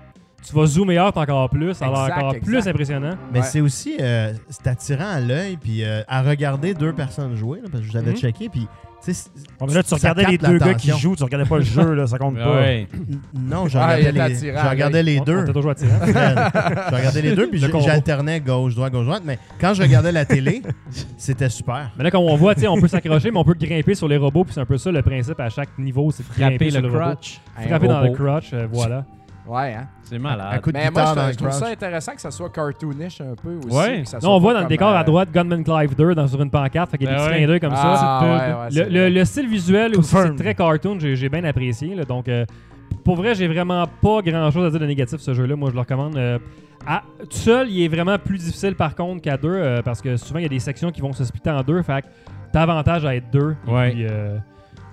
tu vas zoomer out encore plus. Ça a l'air Exact, encore exact. plus impressionnant. Mais Ouais. c'est aussi, euh, c'est attirant à l'œil, puis euh, à regarder deux personnes jouer, là, parce que je l'avais Mhm. checké, puis tu sais, c- Bon, mais là, tu ça regardais les capte deux gars qui l'attention. jouent, tu regardais pas le jeu, là, ça compte Ah pas. ouais. Non, je Ouais, Ah, il regardais était les, attirant je regardais les On- on deux. était toujours attirant. Fred. je regardais les deux, puis Le j'ai- combo. j'alternais gauche, droite, gauche, droite. Mais quand je regardais la télé, c'était super. Mais là, comme on voit, tu sais, on peut s'accrocher, mais on peut grimper sur les robots. Puis c'est un peu ça le principe à chaque niveau, c'est de grimper Frapper sur le robot. crotch. Un Frapper dans le robot. crotch, euh, voilà. Ouais, hein. C'est À malade. coup de Mais moi, guitare je, dans trouve- le je trouve ça crotch. intéressant que ça soit cartoonish un peu aussi. Ouais. que ça Là, soit on voit pas dans le comme, décor à euh, droite Gunman Clive 2 dans, sur une pancarte, fait qu'il y a des Ben petits ouais. clins d'œil comme ça. Ah, ouais, ouais, Le, le- c'est vrai. le style visuel aussi, Confirm. c'est très cartoon, j'ai j'ai bien apprécié. là. donc, euh, pour vrai, j'ai vraiment pas grand chose à dire de négatif sur ce jeu-là. Moi, je le recommande. euh, à- tout seul, il est vraiment plus difficile par contre qu'à deux, euh, parce que souvent, il y a des sections qui vont se splitter en deux, fait que t'as avantage à être deux. Et Ouais. puis, euh,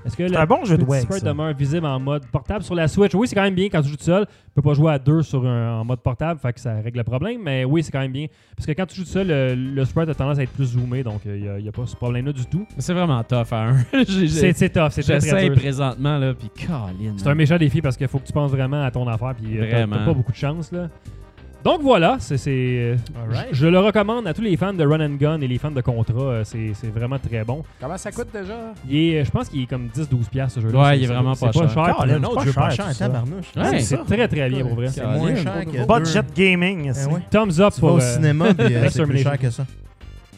Est-ce que C'est la- un bon jeu de Petit WEG, Sprite ça. demeure visible en mode portable sur la Switch. Oui, c'est quand même bien quand tu joues tout seul. Tu peux pas jouer à deux sur un, en mode portable, fait que ça règle le problème. Mais oui, c'est quand même bien. Parce que quand tu joues tout seul, le, le sprite a tendance à être plus zoomé, donc il n'y a, pas ce problème-là du tout. C'est vraiment tough à un. J'ai- C'est j'ai- c'est tough, c'est très, très J'essaie dur. présentement, là, puis Colin. C'est un méchant défi parce qu'il faut que tu penses vraiment à ton affaire, puis euh, t'as- t'as Vraiment. pas beaucoup de chance. là. Donc voilà, c'est. c'est, euh, Alright. Je je le recommande à tous les fans de Run and Gun et les fans de Contra. euh, C'est c'est vraiment très bon. Comment ça coûte déjà? Il est- euh, je pense qu'il est comme 10-12$ piastre, ce jeu-là. Ouais, C'est- il est c'est- vraiment c'est pas cher. cher. Colin, un autre pas jeu pas cher, cher, tout ça. tabarnouche. Ouais. C'est C'est très très bien pour vrai. C'est moins Colin, cher que Budget deux. gaming. c'est- Eh ouais. Thumbs up Tu vas pour au euh, cinéma, puis euh, c'est plus Extermination. cher que ça.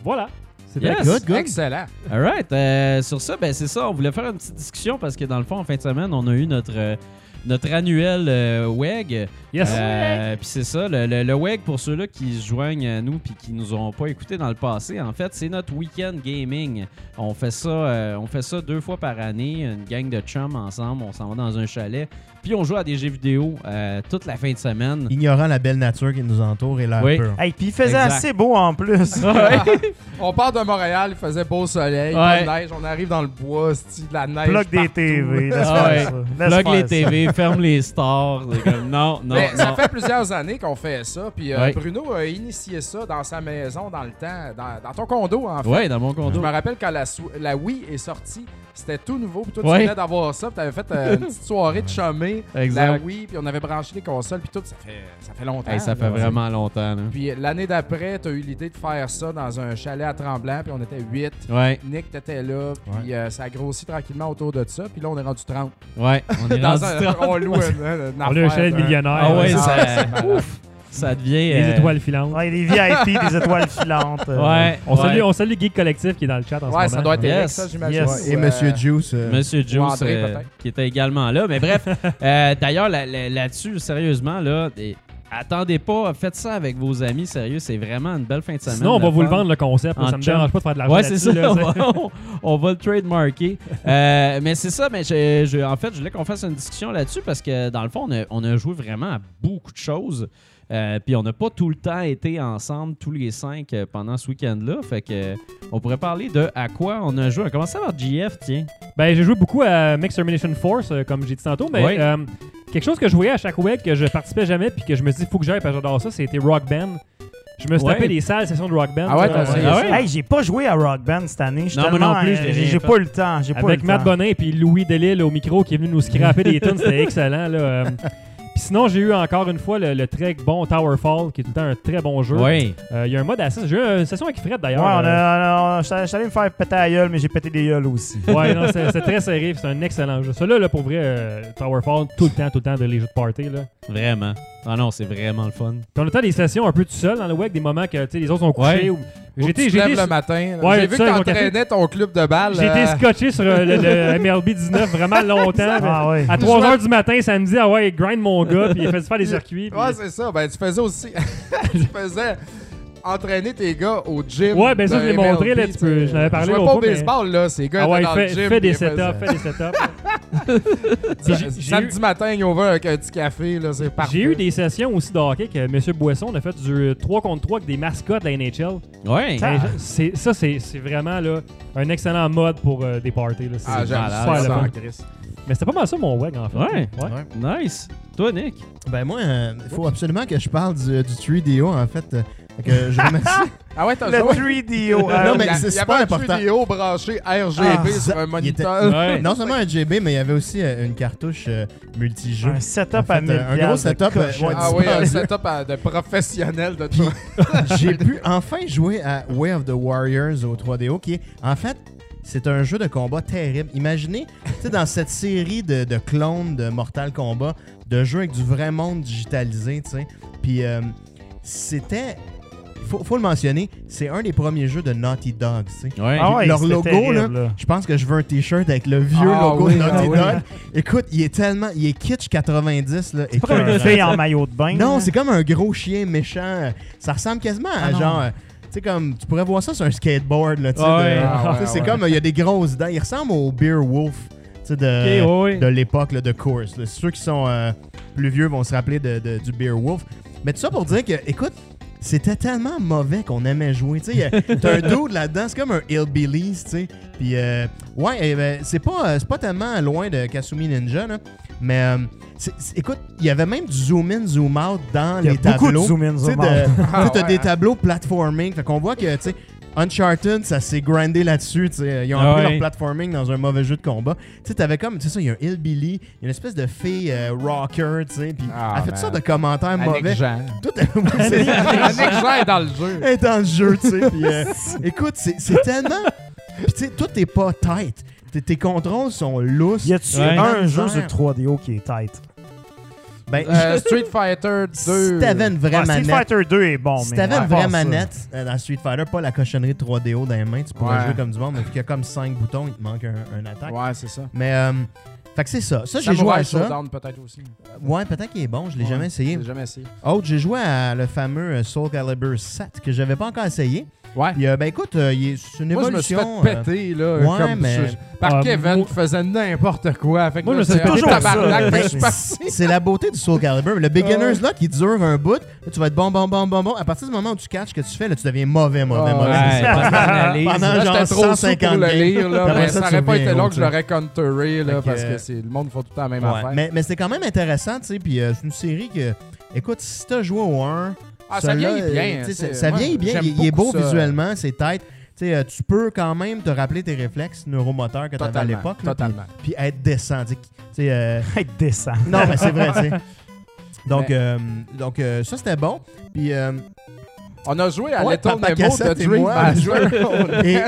Voilà. C'est Yes. très- Good, good. Excellent. Alright, euh, sur ça, ben c'est ça. On voulait faire une petite discussion parce que dans le fond, en fin de semaine, on a eu notre euh, notre annuel euh, WEG. Yes. Euh, puis c'est ça, le, le- le WEG, pour ceux-là qui se joignent à nous puis qui nous auront pas écouté dans le passé, en fait, c'est notre week-end gaming. On fait ça euh, on fait ça deux fois par année, une gang de chums ensemble, on s'en va dans un chalet, puis on joue à des jeux vidéo euh, toute la fin de semaine. Ignorant la belle nature qui nous entoure et l'air Oui. pur. Hey, puis il faisait Exact. assez beau en plus. On part de Montréal, il faisait beau Ouais. soleil, pas de neige. On arrive dans le bois, c'ti, de la neige. Bloc des partout. TV. Laisse Ah faire ouais. ça. Laisse Plug les faire ça. TV, ferme les stores. C'est comme, non, non, Mais ça non. fait plusieurs années qu'on fait ça. Puis euh, Ouais. Bruno a initié ça dans sa maison, dans le temps, dans, dans ton condo, en fait. Ouais, dans mon Je condo. me rappelle quand la, sou- la Wii est sortie, c'était tout nouveau. Puis toi, tu Ouais. venais d'avoir ça. Puis t'avais fait euh, une petite soirée de chômée. La Exact. Wii, puis on avait branché les consoles. Puis tout, ça fait, ça fait longtemps. Hey, ça fait là. vraiment longtemps. Là. Puis euh, l'année d'après, t'as eu l'idée de faire ça dans un chalet à Tremblant. Puis on était 8. Ouais, Nick, t'étais là. Puis euh, ça a grossi tranquillement autour de ça. Puis là, on est rendu 30. ouais, on est Dans rendu un, trop- on loue une, une On a eu un affaire chalet de d'un- millionnaire. Ah ouais, Ah, ça, c'est malade. ça devient. Les euh, étoiles filantes. Ouais, des VIP, des étoiles filantes. euh, Ouais, On, salue, ouais. on salue Geek Collectif qui est dans le chat en ce Ouais, moment. ça doit être Yes. Eric, ça, j'imagine. Yes. Et Ou, Monsieur euh, Juice. euh, Monsieur Juice, André, euh, peut-être. qui était également là. Mais bref, euh, d'ailleurs, là- là- là-dessus, sérieusement, là, des- attendez pas, faites ça avec vos amis, sérieux, c'est vraiment une belle fin de semaine. Sinon, on va le vous le fun. vendre le concept. En ça me chum. dérange pas de faire de l'argent. Ouais, c'est ça. là-dessus, là, on, va, on- on va le trademarker. Euh, mais c'est ça, mais je, je- en fait, je voulais qu'on fasse une discussion là-dessus parce que dans le fond, on a, on a joué vraiment à beaucoup de choses. Euh, Puis on n'a pas tout le temps été ensemble, tous les cinq, euh, pendant ce week-end-là. Fait que euh, on pourrait parler de à quoi on a joué. On va commencer par GF, tiens. Ben, j'ai joué beaucoup à Max Termination Force, euh, comme j'ai dit tantôt, mais Ouais. euh, quelque chose que je voyais à chaque web que je participais jamais puis que je me dis faut que j'aille parce que j'adore ça, c'était Rock Band. Je me suis Ouais. tapé des salles sessions de Rock Band. Ah ouais, ça, t'as essayé euh, ça? Hey, j'ai pas joué à Rock Band cette année. Je euh, Non, moi non plus, je l'ai j'ai, rien j'ai fait. pas eu le temps. J'ai pas eu Avec le Matt temps. Bonin et puis Louis Delisle au micro qui est venu nous scraper des tunes, c'était excellent. Là. euh. Puis sinon, j'ai eu encore une fois le, le très bon Towerfall, qui est tout le temps un très bon jeu. Euh, Il Oui. y a un mode à ça. J'ai eu une session avec Fred Ouais, d'ailleurs. on a, euh, on a- j'étais- j'étais allé me faire péter la gueule, mais j'ai pété des gueules aussi. Euh, ouais, non, c'est c'est très serré, puis c'est un excellent jeu. Celui-là, là, pour vrai, euh, Towerfall, tout le temps, tout le temps, de les jeux de party. Là. Vraiment. Ah non, c'est vraiment le fun. Puis on a le temps des sessions un peu tout seul dans le WEC, des moments que tu sais, les autres sont couchés. Ouais. ou- Ou J'ai été- tu te j'ai été lèves le sur- matin. Ouais, J'ai vu ça, que ils ont t'entraînais ton club de balle. j'ai été euh, scotché sur euh, le, le MLB 19 vraiment longtemps. Ah ouais. À 3h du matin, samedi, ah ouais, il grind mon gars, puis il fait faire des circuits. puis- Ouais, c'est ça. Ben, tu faisais aussi. tu faisais entraîner tes gars au gym. Ouais, ben ça, je de l'ai MLB, montré, là, tu peux- sais. je l'avais parlé Ils jouaient l'autre pas au fois, mais- baseball, là. Ces gars ah ouais, étaient dans le fais, fais gym. des puis ils setups, faisaient- fais des setups. Puis j'ai- j'ai eu- Samedi matin, ils ont ouvert avec un petit café, là. C'est parfait. J'ai eu des sessions aussi de hockey que M. Boisson on a fait du 3 contre 3 avec des mascottes de la NHL. Ouais. Ben, je- c'est- ça, c'est c'est vraiment là, un excellent mode pour euh, des parties. Là. Ah, C'est j'aime malade, ça, le ça, fun. en Christ. Mais c'était pas mal ça, mon WEG, en fait. Ouais. ouais. ouais. Nice. Toi, Nick. Ben moi, il faut absolument que je parle du, du 3DO en fait. euh, que je remercie. Ah ouais, t'as Le joué. 3DO. euh, Non, mais Il y a- il c'est y super avait important. un vidéo branché RGB Ah, sur ça- un il était- moniteur. non seulement un GB, mais il y avait aussi euh, une cartouche euh, multijou. un setup En fait, à 1000 un gros piastres de setup, euh, cochon. ouais, Ah oui, un setup à- de professionnel de toi. J'ai pu enfin jouer à Way of the Warriors au 3DO, qui est en fait. C'est un jeu de combat terrible. Imaginez, tu sais, dans cette série de, de clones de Mortal Kombat, de jeux avec du vrai monde digitalisé, tu sais. Puis euh, c'était, faut, faut le mentionner, c'est un des premiers jeux de Naughty Dog, tu sais. Ouais. Ah ouais, Leur c'était logo, terrible, là. Je pense que je veux un t-shirt avec le vieux Ah logo oui, de Naughty ah oui. Dog. Écoute, il est tellement. Il est kitsch 90, là. C'est pas comme une écœurant. fille en maillot de bain. Non, là. c'est comme un gros chien méchant. Ça ressemble quasiment à hein? Ah non. genre. euh, Tu sais, comme. Tu pourrais voir ça sur un skateboard, là. tu sais, Ouais. de- Ah ouais, tu sais, c'est ouais. comme. euh, Il y a des grosses dents. Il ressemble au Beer Wolf. Tu sais, de. Ok, ouais, ouais. De l'époque, là, de course. là. Ceux qui sont euh, plus vieux vont se rappeler de, de- du Beer Wolf. Mais tout ça pour dire que, écoute, c'était tellement mauvais qu'on aimait jouer. Tu sais, il y a- t'as un dude là-dedans, c'est comme un Hillbillies, tu sais. Puis, euh, ouais, eh ben, c'est pas, euh, c'est pas tellement loin de Kasumi Ninja, là. Mais, euh, c'est- c'est- écoute, il y avait même du zoom-in, zoom-out dans Il y a les beaucoup de tableaux. zoom in, Tu sais, zoom de- out. tu sais, t'as ouais, des hein. tableaux platforming. Fait qu'on voit que, tu sais, Uncharted, ça s'est grindé là-dessus. tu sais. Ils ont Ah appris ouais. leur platforming dans un mauvais jeu de combat. Tu sais, t'avais comme, tu sais, ça, il y a un Hillbilly, il y a une espèce de fille euh, rocker, tu sais, puis Ah, elle fait man. toutes sortes de commentaires mauvais. Annick Jean. Tout est- oui, c'est- Annick Jean est dans le jeu. elle est dans le jeu, tu sais. puis, euh, écoute, c'est c'est tellement. Puis, tu sais, tout est pas tight. Tes- Tes contrôles sont lousses. Y a-tu Ouais. un jeu Ouais. sur 3DO qui est tight? Ben, Euh, Street Fighter 2. si t'avais une vraie Ah, Street manette. Fighter 2 est Oh, bon, Si mais. t'avais à une part vraie ça. manette euh, dans Street Fighter, pas la cochonnerie 3DO dans les mains, tu pourrais Ouais. jouer comme du monde, mais vu qu'il y a comme 5 boutons, il te manque un, un attaque. Ouais, c'est ça. Mais euh, Fait que c'est ça. Ça, j'ai joué Samurai à ça. Showdown peut-être aussi. Ouais, peut-être qu'il est bon, je l'ai Ouais, jamais essayé. J'ai jamais essayé. Autre, j'ai joué à le fameux euh, Soul Calibur 7 que j'avais pas encore essayé. Ouais. Puis, euh, ben écoute, euh, il est- c'est une Moi, je me suis évolution. fait péter, là, euh, ouais, comme mais- ça, par Ah, Kevin moi- qui faisait n'importe quoi. Fait que Moi, là, je me j'ai suis fait toujours tabarnak, ça. mais je suis Mais parti. euh, c'est la beauté du Soul Calibur. Le Beginner's Luck, il dure un bout. Là, tu vas être bon, bon, bon, bon, bon. À partir du moment où tu catches que tu fais, là, tu deviens mauvais, mauvais, Ah, mauvais. Ouais, pendant l'analyse. Pendant Là, J'étais genre trop sous 150 pour le games. lire, là, Après mais ça, ça tu aurait pas reviens été long au que jeu. je l'aurais counteré, là, Fait que, parce que euh, c'est- le monde fait tout le temps la même Ouais. affaire. Mais, mais c'est quand même intéressant, tu sais. Puis euh, c'est une série que, écoute, si t'as joué au 1, Ah, ça celui-là, vieillit euh, bien. tu sais, c'est- Ça, ça moi, vieillit bien. j'aime Il, il est beau beaucoup ça. visuellement, c'est tête. Tu sais, euh, tu peux quand même te rappeler tes réflexes neuromoteurs que tu avais à Totalement, l'époque. là, Totalement. Puis puis être décent. Tu sais, qui- tu sais, euh, Être décent. non, mais c'est vrai, tu sais. Donc, Mais- euh, donc euh, ça, c'était bon. Puis, euh, On a joué à Ouais, Little Papa Nemo Cassette de et Dream moi. Badger.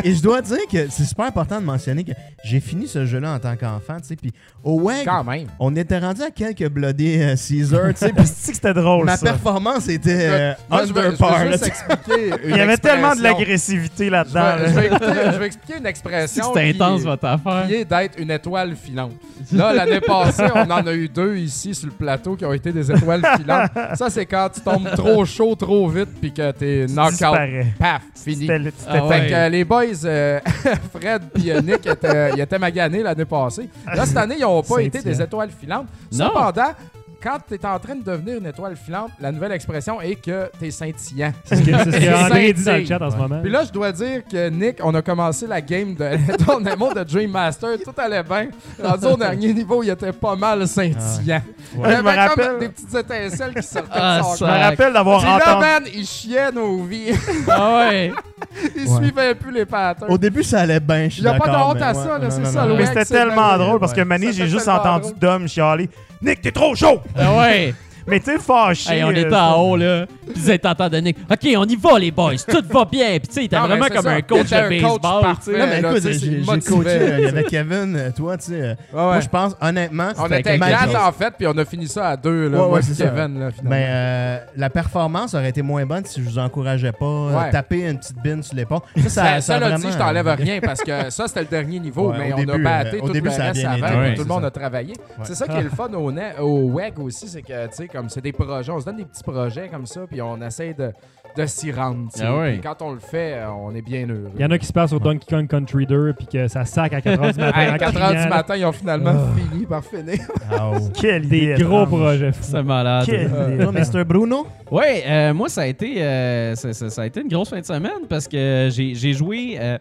et, et je dois dire que c'est super important de mentionner que j'ai fini ce jeu-là en tant qu'enfant. tu sais, Puis au WEG, Quand même. on était rendu à quelques bloody euh, Caesar. tu sais, puis C'est que c'était drôle, Ma ça. performance était euh, Moi, je veux- je under veux par. juste là, tu sais. expliquer une Il y avait tellement de expression. l'agressivité Je là-dedans. vais, là. je vais expliquer- je vais expliquer une expression. C'est qui- intense, votre affaire. qui est d'être une étoile filante. Là, l'année passée, on en a eu deux ici sur le plateau qui ont été des étoiles filantes. Ça, c'est quand tu tombes trop chaud, trop vite, puis que t'es Tu knockout. disparais. Paf, fini. C'était le- c'était- Ah Fait ouais. que euh, les boys, euh, Fred et Nick, étaient, euh, ils étaient maganés l'année passée. Là, cette année, ils n'ont pas C'est été bien. des étoiles filantes. Non. Cependant, quand tu es en train de devenir une étoile filante, la nouvelle expression est que tu es scintillant. C'est ce que, c'est ce que André dit dans le Scintille. chat en ce moment. Puis là, je dois dire que Nick, on a commencé la game de Don Nemo de Dream Master, tout allait bien. Rendu au dernier niveau, il était pas mal scintillant. Il y Ouais, je me avait comme rappelle. des petites étincelles qui sortaient Ah, de Je son ça- corps. me rappelle Puis d'avoir là, entendu. man, il chiait nos vies. Ah ouais. il Ouais. suivait plus les patterns. Au début, ça allait bien. je suis Y a pas de d'accord, honte mais à ouais, ça, là, non, c'est non, ça, non, le non. Mais ouais, c'était c'est tellement vrai, drôle parce que ouais. Mané, Ça j'ai fait juste tellement entendu drôle. Dom chialer Nick, t'es trop chaud! Ah ouais. Mais t'es fâché. Hey, on euh, était en haut, là. Puis vous êtes en train de Nick. OK, on y va, les boys. Tout va bien. Puis tu sais, il était Non, mais vraiment c'est comme ça. un coach Il de était un coach baseball. parfait, Non, mais là, écoute, tu sais, j'ai c'est j'ai coaché motivé. euh, avec Kevin, euh, toi, tu sais. euh, Ouais, ouais. Moi, je pense, honnêtement, On C'était était comme quatre Magic. en fait, puis on a fini ça à deux, là, Ouais, moi ouais, et c'est ça. Kevin, là, finalement. mais euh, la performance aurait été moins bonne si je vous encourageais pas euh, Ouais. taper une petite bine sur l'épaule. Ça, ça, Ça, ça ça l'a vraiment- euh, dit, je t'enlève rien parce que ça, c'était le dernier niveau, Ouais, mais au on début, a batté euh, au tout début, le ça a reste bien avant, été, puis ouais, tout le c'est monde ça. a travaillé. Ouais. C'est ça qui est le fun au, ne- au WEG aussi, c'est que, tu sais, comme c'est des projets, on se donne des petits projets comme ça, puis on essaie de, de s'y rendre. tu sais. Ah ouais. Puis Quand on le fait, euh, on est bien heureux. Il y en a qui se passent au Donkey Kong Country 2 puis que ça sac à 4h du matin. À en 4 h criant. du matin, ils ont finalement fini par finir. Ah, oh. Quelle idée. Des gros étrange. projets. C'est malade. Quelle idée. Euh, Toi, Mr. Bruno? Ouais, euh, moi, ça a, été, euh, ça, ça- ça a été une grosse fin de semaine parce que j'ai j'ai joué. euh,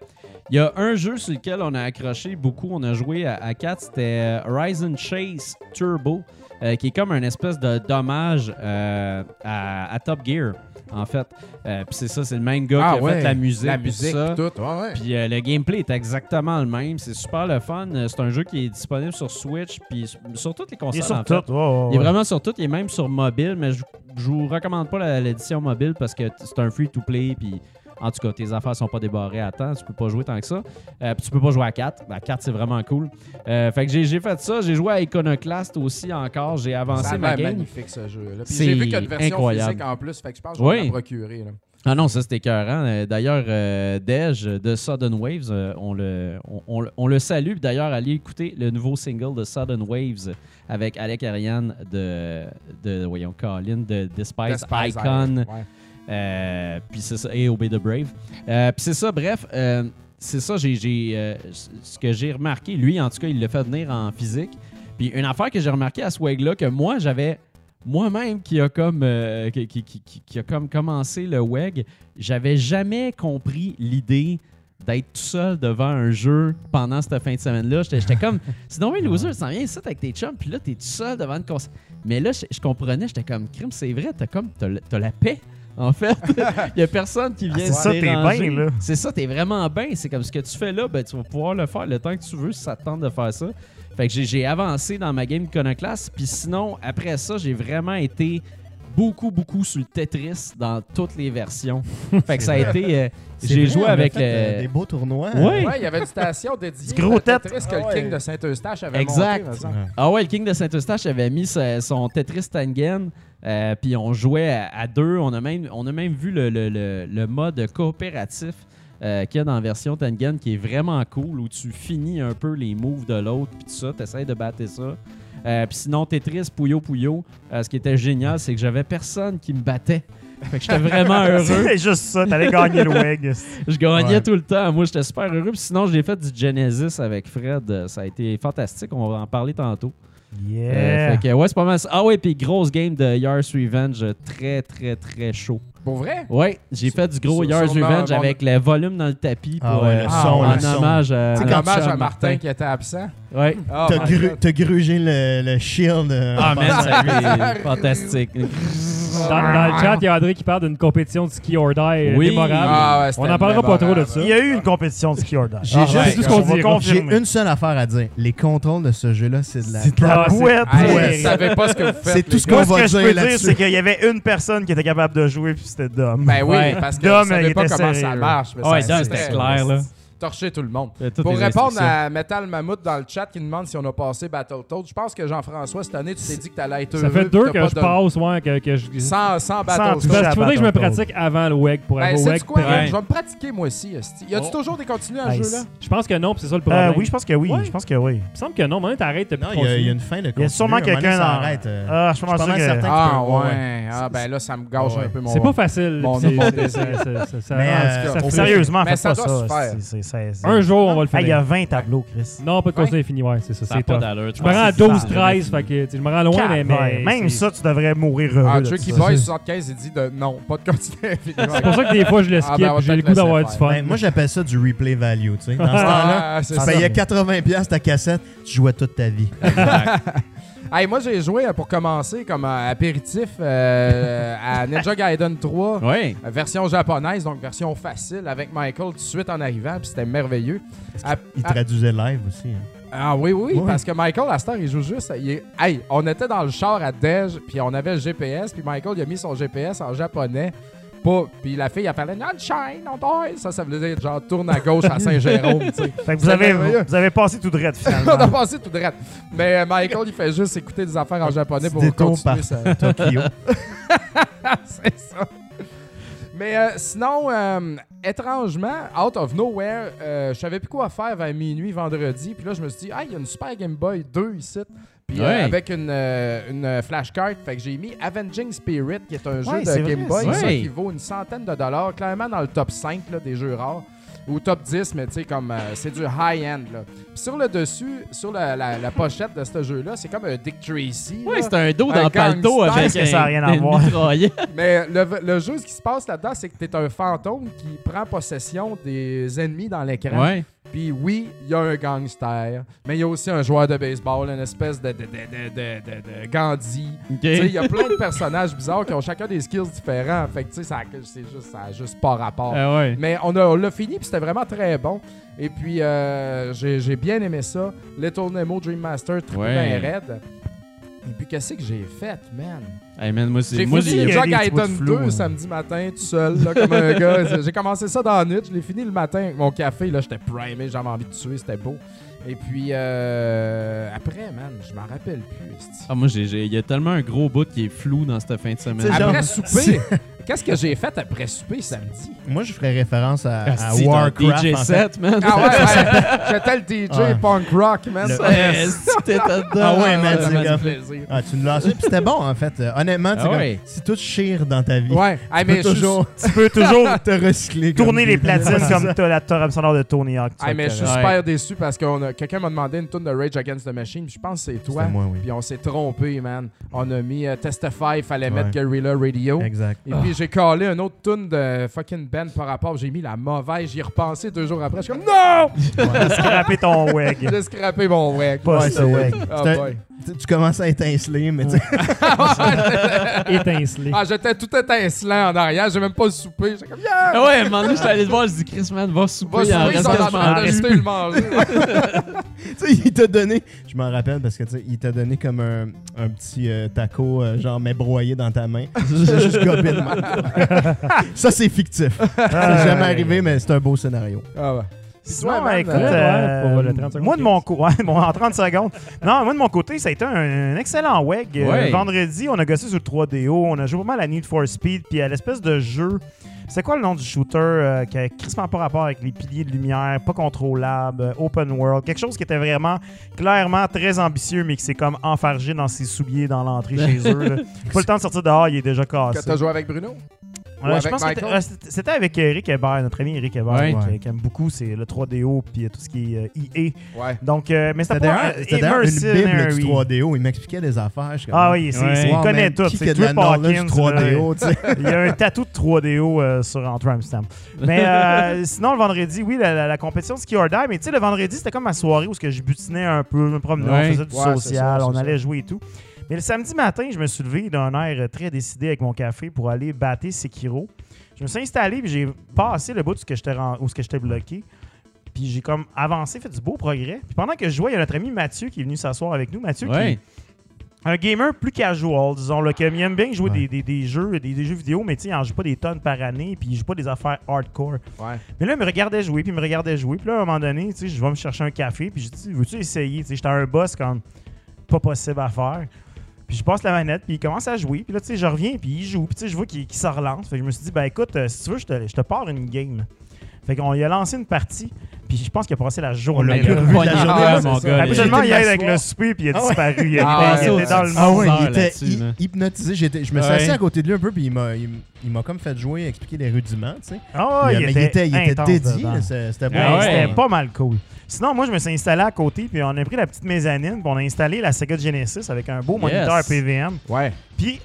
Il y a un jeu sur lequel on a accroché beaucoup, on a joué à, à 4, c'était euh, Horizon Chase Turbo, euh, qui est comme un espèce de dommage euh, à, à Top Gear, en fait. Euh, Puis c'est ça, c'est le même gars qui a fait la musique. Ah la puis tout musique, ça. puis tout. Ah ouais, ouais. Puis euh, le gameplay est exactement le même, c'est super le fun. Euh, C'est un jeu qui est disponible sur Switch, puis sur, sur toutes les Il consoles. est sur en fait. tout. ouais, ouais, Il est ouais. vraiment sur tout, il est même sur mobile, mais je, je vous recommande pas la- l'édition mobile parce que t- c'est un free-to-play, puis en tout cas, tes affaires sont pas débarrées à temps, tu peux pas jouer tant que ça. Euh, puis tu peux pas jouer à 4, à 4 c'est vraiment cool. Euh, fait que j'ai j'ai fait ça, j'ai joué à Iconoclast aussi encore, j'ai Ça avancé a ma l'air game. magnifique ce jeu-là. Puis C'est j'ai vu qu'il y a une version incroyable. physique en plus, fait que je pense que je Oui. vais me la procurer. là. Ah non, ça c'était écœurant. Euh, D'ailleurs, euh, Dej de Sudden Waves, euh, on, le, on, on le- on le salue. Puis D'ailleurs, allez écouter le nouveau single de Sudden Waves avec Alec Ariane de, de voyons, Colin de Despise, Despise Icon. Island, ouais. Euh, puis c'est ça, et Obey the Brave. Euh, puis c'est ça, bref, euh, c'est ça, j'ai, j'ai, euh, c- ce que j'ai remarqué, lui en tout cas, il le fait venir en physique. Puis une affaire que j'ai remarqué à ce WEG-là, que moi j'avais moi-même qui a comme euh, qui, qui- qui- qui- qui a comme commencé le WEG, j'avais jamais compris l'idée d'être tout seul devant un jeu pendant cette fin de semaine-là. J'étais, j'étais comme, c'est normal, loser, tu s'en viens ici avec tes chums, puis là, t'es tout seul devant une console. Mais là, je, je comprenais, j'étais comme, crime, c'est vrai, t'as comme, t'as le- t'as la paix, en fait. Il y a personne qui vient Ah, c'est te ça, t'es déranger. bien, là. C'est ça, t'es vraiment bien. C'est comme ce que tu fais là, ben, tu vas pouvoir le faire le temps que tu veux si ça te tente de faire ça. Fait que j'ai- j'ai avancé dans ma game Iconoclast. Puis sinon, après ça, j'ai vraiment été beaucoup, beaucoup sur le Tetris dans toutes les versions. fait que ça a été. euh, C'est j'ai vrai, on joué a avec. fait, euh, euh, des beaux tournois. Ouais. Ouais, il y avait une station dédiée. Du gros à Tetris tête. que Ah ouais. le King de Saint-Eustache avait Exact. monté, me semble. Ouais. Ah ouais, le King de Saint-Eustache avait mis sa- son Tetris Tangen. euh, puis on jouait à, à deux. On a même, on a même vu le, le- le- le mode coopératif euh, qu'il y a dans la version Tengen qui est vraiment cool, où tu finis un peu les moves de l'autre, puis tout ça, t'essayes de battre ça. Euh, puis sinon, Tetris, Puyo Puyo, euh, ce qui était génial, c'est que j'avais personne qui me battait. Fait que j'étais vraiment heureux. C'était juste ça, t'allais gagner le WEG. Je gagnais Ouais. tout le temps. Moi, j'étais super heureux. Puis sinon, j'ai fait du Genesis avec Fred. Euh, Ça a été fantastique. On va en parler tantôt. Euh, Yeah. fait que, ouais, c'est pas mal. ça. Ah ouais, puis grosse game de Yars Revenge. euh, Très, très, très chaud. Pour vrai? Ouais, j'ai Sur- fait du gros sur- Yars sûrement, Revenge mon- avec le volume dans le tapis. Ah pour, ouais, euh, le ah, son, ouais. en le son. hommage à, C'est notre hommage cher à Martin, qui était absent. Ouais. Ah, Oh T'as my gru- God. t'as grugé le, le shield. euh, Ah, en man, passant. ça a été fantastique. Dans, dans le chat, il y a André qui parle d'une compétition de ski or die euh, Oui. démemorable. Ah ouais, c'était On n'en parlera pas trop de mémorable. ça. Il y a eu une compétition de ski or die. J'ai Ah, juste- ouais, c'est tout ce on qu'on va dira. J'ai confirmer. une seule affaire à dire. Les contrôles de ce jeu-là, c'est de la. C'est de la Ah, c'est- bouette. Hey, Ouais. Je savais pas ce que vous faites. C'est tout les ce gars. Moi, qu'on ce que va je dire peux dire, là-dessus. c'est qu'il y avait une personne qui était capable de jouer, puis c'était Dom. Euh, Ben oui, Ouais. parce que Dom, je savais il pas était comment ça sérieux. marche. mais Ouais, ça- Dan, c'était clair, là. Torcher tout le monde. Euh, toutes Pour les répondre instructions. à Metal Mammouth dans le chat qui demande si on a passé Battletoads, je pense que Jean-François, cette année, tu t'es dit que t'allais être heureux. Ça fait puis deux t'as pas que je de- passe, ouais, que, que je... Sans, Parce qu'il sans Battletoads. toucher. faudrait que je me Battletoads. pratique avant le WEG pour Ben, avoir sais WEG. quoi? prêt. Je vais me pratiquer, moi aussi. esti. Y a-tu Oh. toujours des continues à ce Nice. jeu-là? Je pense que non, puis c'est ça le Euh, problème. oui, je pense que oui. Ouais. Je pense que oui. Il me semble que non, mais t'arrêtes, t'as plus Non, de il y, a- il y a contenu. une fin de Il y a sûrement quelqu'un dans. dans. Arrête. euh. Ah, je suis Je suis pas sûr mal que. certain. Ah Ouais. ouais. Ah ben là, ça me gâche Ouais. un peu mon... C'est pas facile. Mon- puis mon c'est- désir. ça- ça- ça- Mais, ça- euh, ça- ça- au sérieux. Sérieusement, Mais fais ça pas doit se ça. faire. C'est- c'est- c'est- c'est- Un jour, on va le Hey, faire. Il y a 20 tableaux, Chris. Non, pas de Ouais. course infinie, ouais, c'est ça. Ça a C'est pas top. d'allure. Je me rends à pense que c'est 12, ça. 13, fait que tu sais, je me rends loin, mais. mais Calvaire. Même c'est- ça, tu devrais mourir heureux. Ah, de Tricky ça. Boy 75, il dit de non, pas de continuer à finir. C'est pour ça que des fois, je le Ah, skip, ben, on va j'ai le peut-être goût d'avoir du laisser fun. Ben, moi, j'appelle ça du replay value. tu sais. Dans ce temps-là, Ah, c'est tu ça. payais 80$ ta cassette, tu jouais toute ta vie. Hey, moi, j'ai joué euh, pour commencer comme euh, apéritif euh, à Ninja Gaiden 3. Ouais. euh, Version japonaise, donc version facile, avec Michael tout de suite en arrivant, puis c'était merveilleux. À- Il à- Ah. traduisait live aussi. hein. ah oui, oui, oui, Ouais. parce que Michael, à cette heure, il joue juste. il est- Hey, on était dans le char à Dej, puis on avait le GPS, puis Michael, il a mis son GPS en japonais. Pas, puis la fille, elle parlait Shine, on dort. Ça, ça voulait dire genre tourne à gauche à Saint-Jérôme, tu sais. Fait que vous C'est avez, merveilleux. vous avez passé tout droit, On a finalement. passé tout de rate. Mais euh, Michael, il fait juste écouter des affaires en japonais Petit pour détour continuer par- sa- Tokyo. C'est ça. Mais euh, sinon, euh, étrangement, out of nowhere, euh, je savais plus quoi faire vers minuit vendredi. Puis là, je me suis dit, ah, il y a une Super Game Boy 2 ici. Puis euh, Ouais. avec une, euh, une flashcard, fait que j'ai mis Avenging Spirit, qui est un jeu Ouais, de c'est vrai, Game Boy, c'est ça, vrai. qui vaut une centaine de dollars, clairement dans le top 5 là, des jeux rares. Ou top 10, mais tu sais, comme euh, c'est du high-end. là. Puis sur le dessus, sur la, la- la pochette de ce jeu-là, c'est comme un Dick Tracy. Ouais, là. c'est un dos Un dans le palto gangster, avec est-ce que ça a un- rien à une voir? mitraillette. Mais le, le jeu, ce qui se passe là-dedans, c'est que t'es un fantôme qui prend possession des ennemis dans l'écran. Ouais. Puis oui, il y a un gangster, mais il y a aussi un joueur de baseball, une espèce de, de, de, de, de- de- de Gandhi. Ok. Tu sais, Il y a plein de personnages bizarres qui ont chacun des skills différents. Fait que tu sais, ça, c'est juste, ça a juste pas rapport. Ah ouais. Mais on a- on l'a fini, puis c'était vraiment très bon. Et puis, euh, j'ai j'ai bien aimé ça. Little Nemo Dream Master, triple Ouais. bien raide. Et puis, qu'est-ce que j'ai fait, man? Hey man, moi, c'est. J'ai moi, fini j'ai- Ninja il y a des petits bouts de Gaiden flou, 2 hein. samedi matin, tout seul, là, comme un gars. J'ai commencé ça dans la nuit, je l'ai fini le matin avec mon café. Là, j'étais primé, j'avais envie de tuer, c'était beau. Et puis, euh, après, man, je m'en rappelle plus. esti. Ah, moi, j'ai- j'ai- il y a tellement un gros bout qui est flou dans cette fin de semaine. C'est Après Ah, genre- souper, qu'est-ce que j'ai fait après souper samedi? Moi, je ferais référence à, Ah, à Asti, t'es un Warcraft. en fait. DJ7, man. Ah ouais, ouais, j'étais le DJ Ouais. punk rock, man. Le- Ah Ça, Asti, t'es dedans. Ah ouais, man, ça c'est m'a comme- du plaisir. Ah, tu me lançais, puis c'était bon en fait. Euh, honnêtement, tu sais, Ah comme, ouais. si tout chire dans ta vie, Ouais, hey, mais tu peux je suis- toujours tu peux toujours te recycler. comme tourner des- les platines comme t'as la torre sonore de Tony Hawk. tu Hey, mais je suis vois, super déçu parce que quelqu'un m'a demandé une tune de Rage Against the Machine. puis Je pense que c'est toi. C'était moi, oui. Puis on s'est trompé, man. On a mis euh, Testify, fallait mettre Ouais. Guerrilla Radio. Exact. Et puis j'ai collé un autre tune de fucking band par rapport. J'ai mis la mauvaise. J'y ai repensé deux jours après. Je suis comme NON! Scraper ton WEG. J'ai scrappé mon wreck. Pas ce WEG. Ah, C'est un- boy. Tu- Tu commences à étinceler, mais tu sais, Étincelé. Ah, j'étais tout étincelant en arrière. J'ai même pas soupé. J'étais comme Yeah! Ah ouais, hein, à un moment donné, j'étais allé le voir, je dis, Chris, man, va souper. Va il en souper, ils reste sont en quasiment train de plus. jeter le manger. tu sais, il t'a donné. Je m'en rappelle parce que tu sais, il t'a donné comme un, un petit euh, taco, euh, genre, mais broyé dans ta main. J'ai juste gobé de mal. Ça, c'est fictif. C'est jamais arrivé, mais c'est un beau scénario. Ah, ouais. Sinon, Toi, man, écoute, ouais, ouais, euh, pour le 30 secondes moi de qui mon côté, en 30 secondes. Non, moi de mon côté, ça a été un, un excellent WEG. Euh, Ouais. vendredi, on a gossé sur le 3DO, on a joué vraiment à la Need for Speed, puis à l'espèce de jeu C'est quoi le nom du shooter euh, qui a crissement pas rapport avec les piliers de lumière, pas contrôlable, euh, open world, quelque chose qui était vraiment clairement très ambitieux, mais qui s'est comme enfargé dans ses souliers dans l'entrée chez eux. là. Pas le temps de sortir dehors, il est déjà Quand cassé. t'as joué avec Bruno? Ouais, Ou je avec pense que c'était- Michael? euh, c'était c'était avec Eric Hébert, notre ami Eric Hébert, Ouais. qui, qui aime beaucoup c'est le 3DO puis euh, tout ce qui est IA. Ouais. Donc, euh, mais c'était C'était pas d'ailleurs euh, c'était d'ailleurs une bible immersionary. du 3DO. Il m'expliquait des affaires. je suis comme, Ah oui, c'est- Ouais. c'est- il Wow, connaît man, tout. Qui C'est a de la Trip knowledge Hawkins. là. 3DO, tu sais. Il y a un tatou de 3DO euh, sur entre Amsterdam. Mais euh, sinon, le vendredi, oui, la, la- la compétition de ski or die. Mais tu sais, le vendredi, c'était comme ma soirée où ce que je butinais un peu, je me promenais, Ouais. on faisait du Ouais, c'est social, ça, c'est on ça. allait jouer et tout. Mais le samedi matin, je me suis levé d'un air euh, très décidé avec mon café pour aller battre Sekiro. Je me suis installé puis j'ai passé le bout de ce que j'étais ren- où ce que j'étais bloqué. Puis j'ai comme avancé, fait du beau progrès. Puis pendant que je jouais, il y a notre ami Mathieu qui est venu s'asseoir avec nous. Mathieu qui Ouais. un gamer plus casual, disons, là, qui aime bien jouer Ouais. des, des- des jeux, des, des jeux vidéo, mais tu sais, il en joue pas des tonnes par année, puis il joue pas des affaires hardcore. Ouais. Mais là, il me regardait jouer, puis il me regardait jouer. Puis là, à un moment donné, tu sais, je vais me chercher un café, puis je dis, veux-tu essayer? Tu sais, j'étais à un boss comme pas possible à faire. Puis je passe la manette, puis il commence à jouer. Puis là, tu sais, je reviens, puis il joue. Puis tu sais, je vois qu'il qu'il se relance. Fait que je me suis dit, ben écoute, euh, si tu veux, je te, je te pars une game. Fait qu'on lui a lancé une partie, puis je pense qu'il a passé la journée. l'a là. plus revu de la Ah, journée. mon c'est gars, ça. les- Habituellement, il aide J'étais avec m'asseoir. le souper puis il a Ah ouais. disparu. Il, était- Ah il ouais, était dans le ouais. monde. Ah ouais, Six il heures était là-dessus, hy- là. hypnotisé. J'étais- Je me suis Ouais. assis à côté de lui un peu, puis il m'a- il m- il m'a comme fait jouer, expliquer les rudiments, tu sais. Ah, Mais- mais il était, il était intense dédié, dedans. là, c'est- c'était Ouais, Ah pas... ouais. C'était pas mal cool. Sinon, moi, je me suis installé à côté, puis on a pris la petite mezzanine, puis on a installé la Sega Genesis avec un beau Yes. moniteur PVM. Ouais. Puis,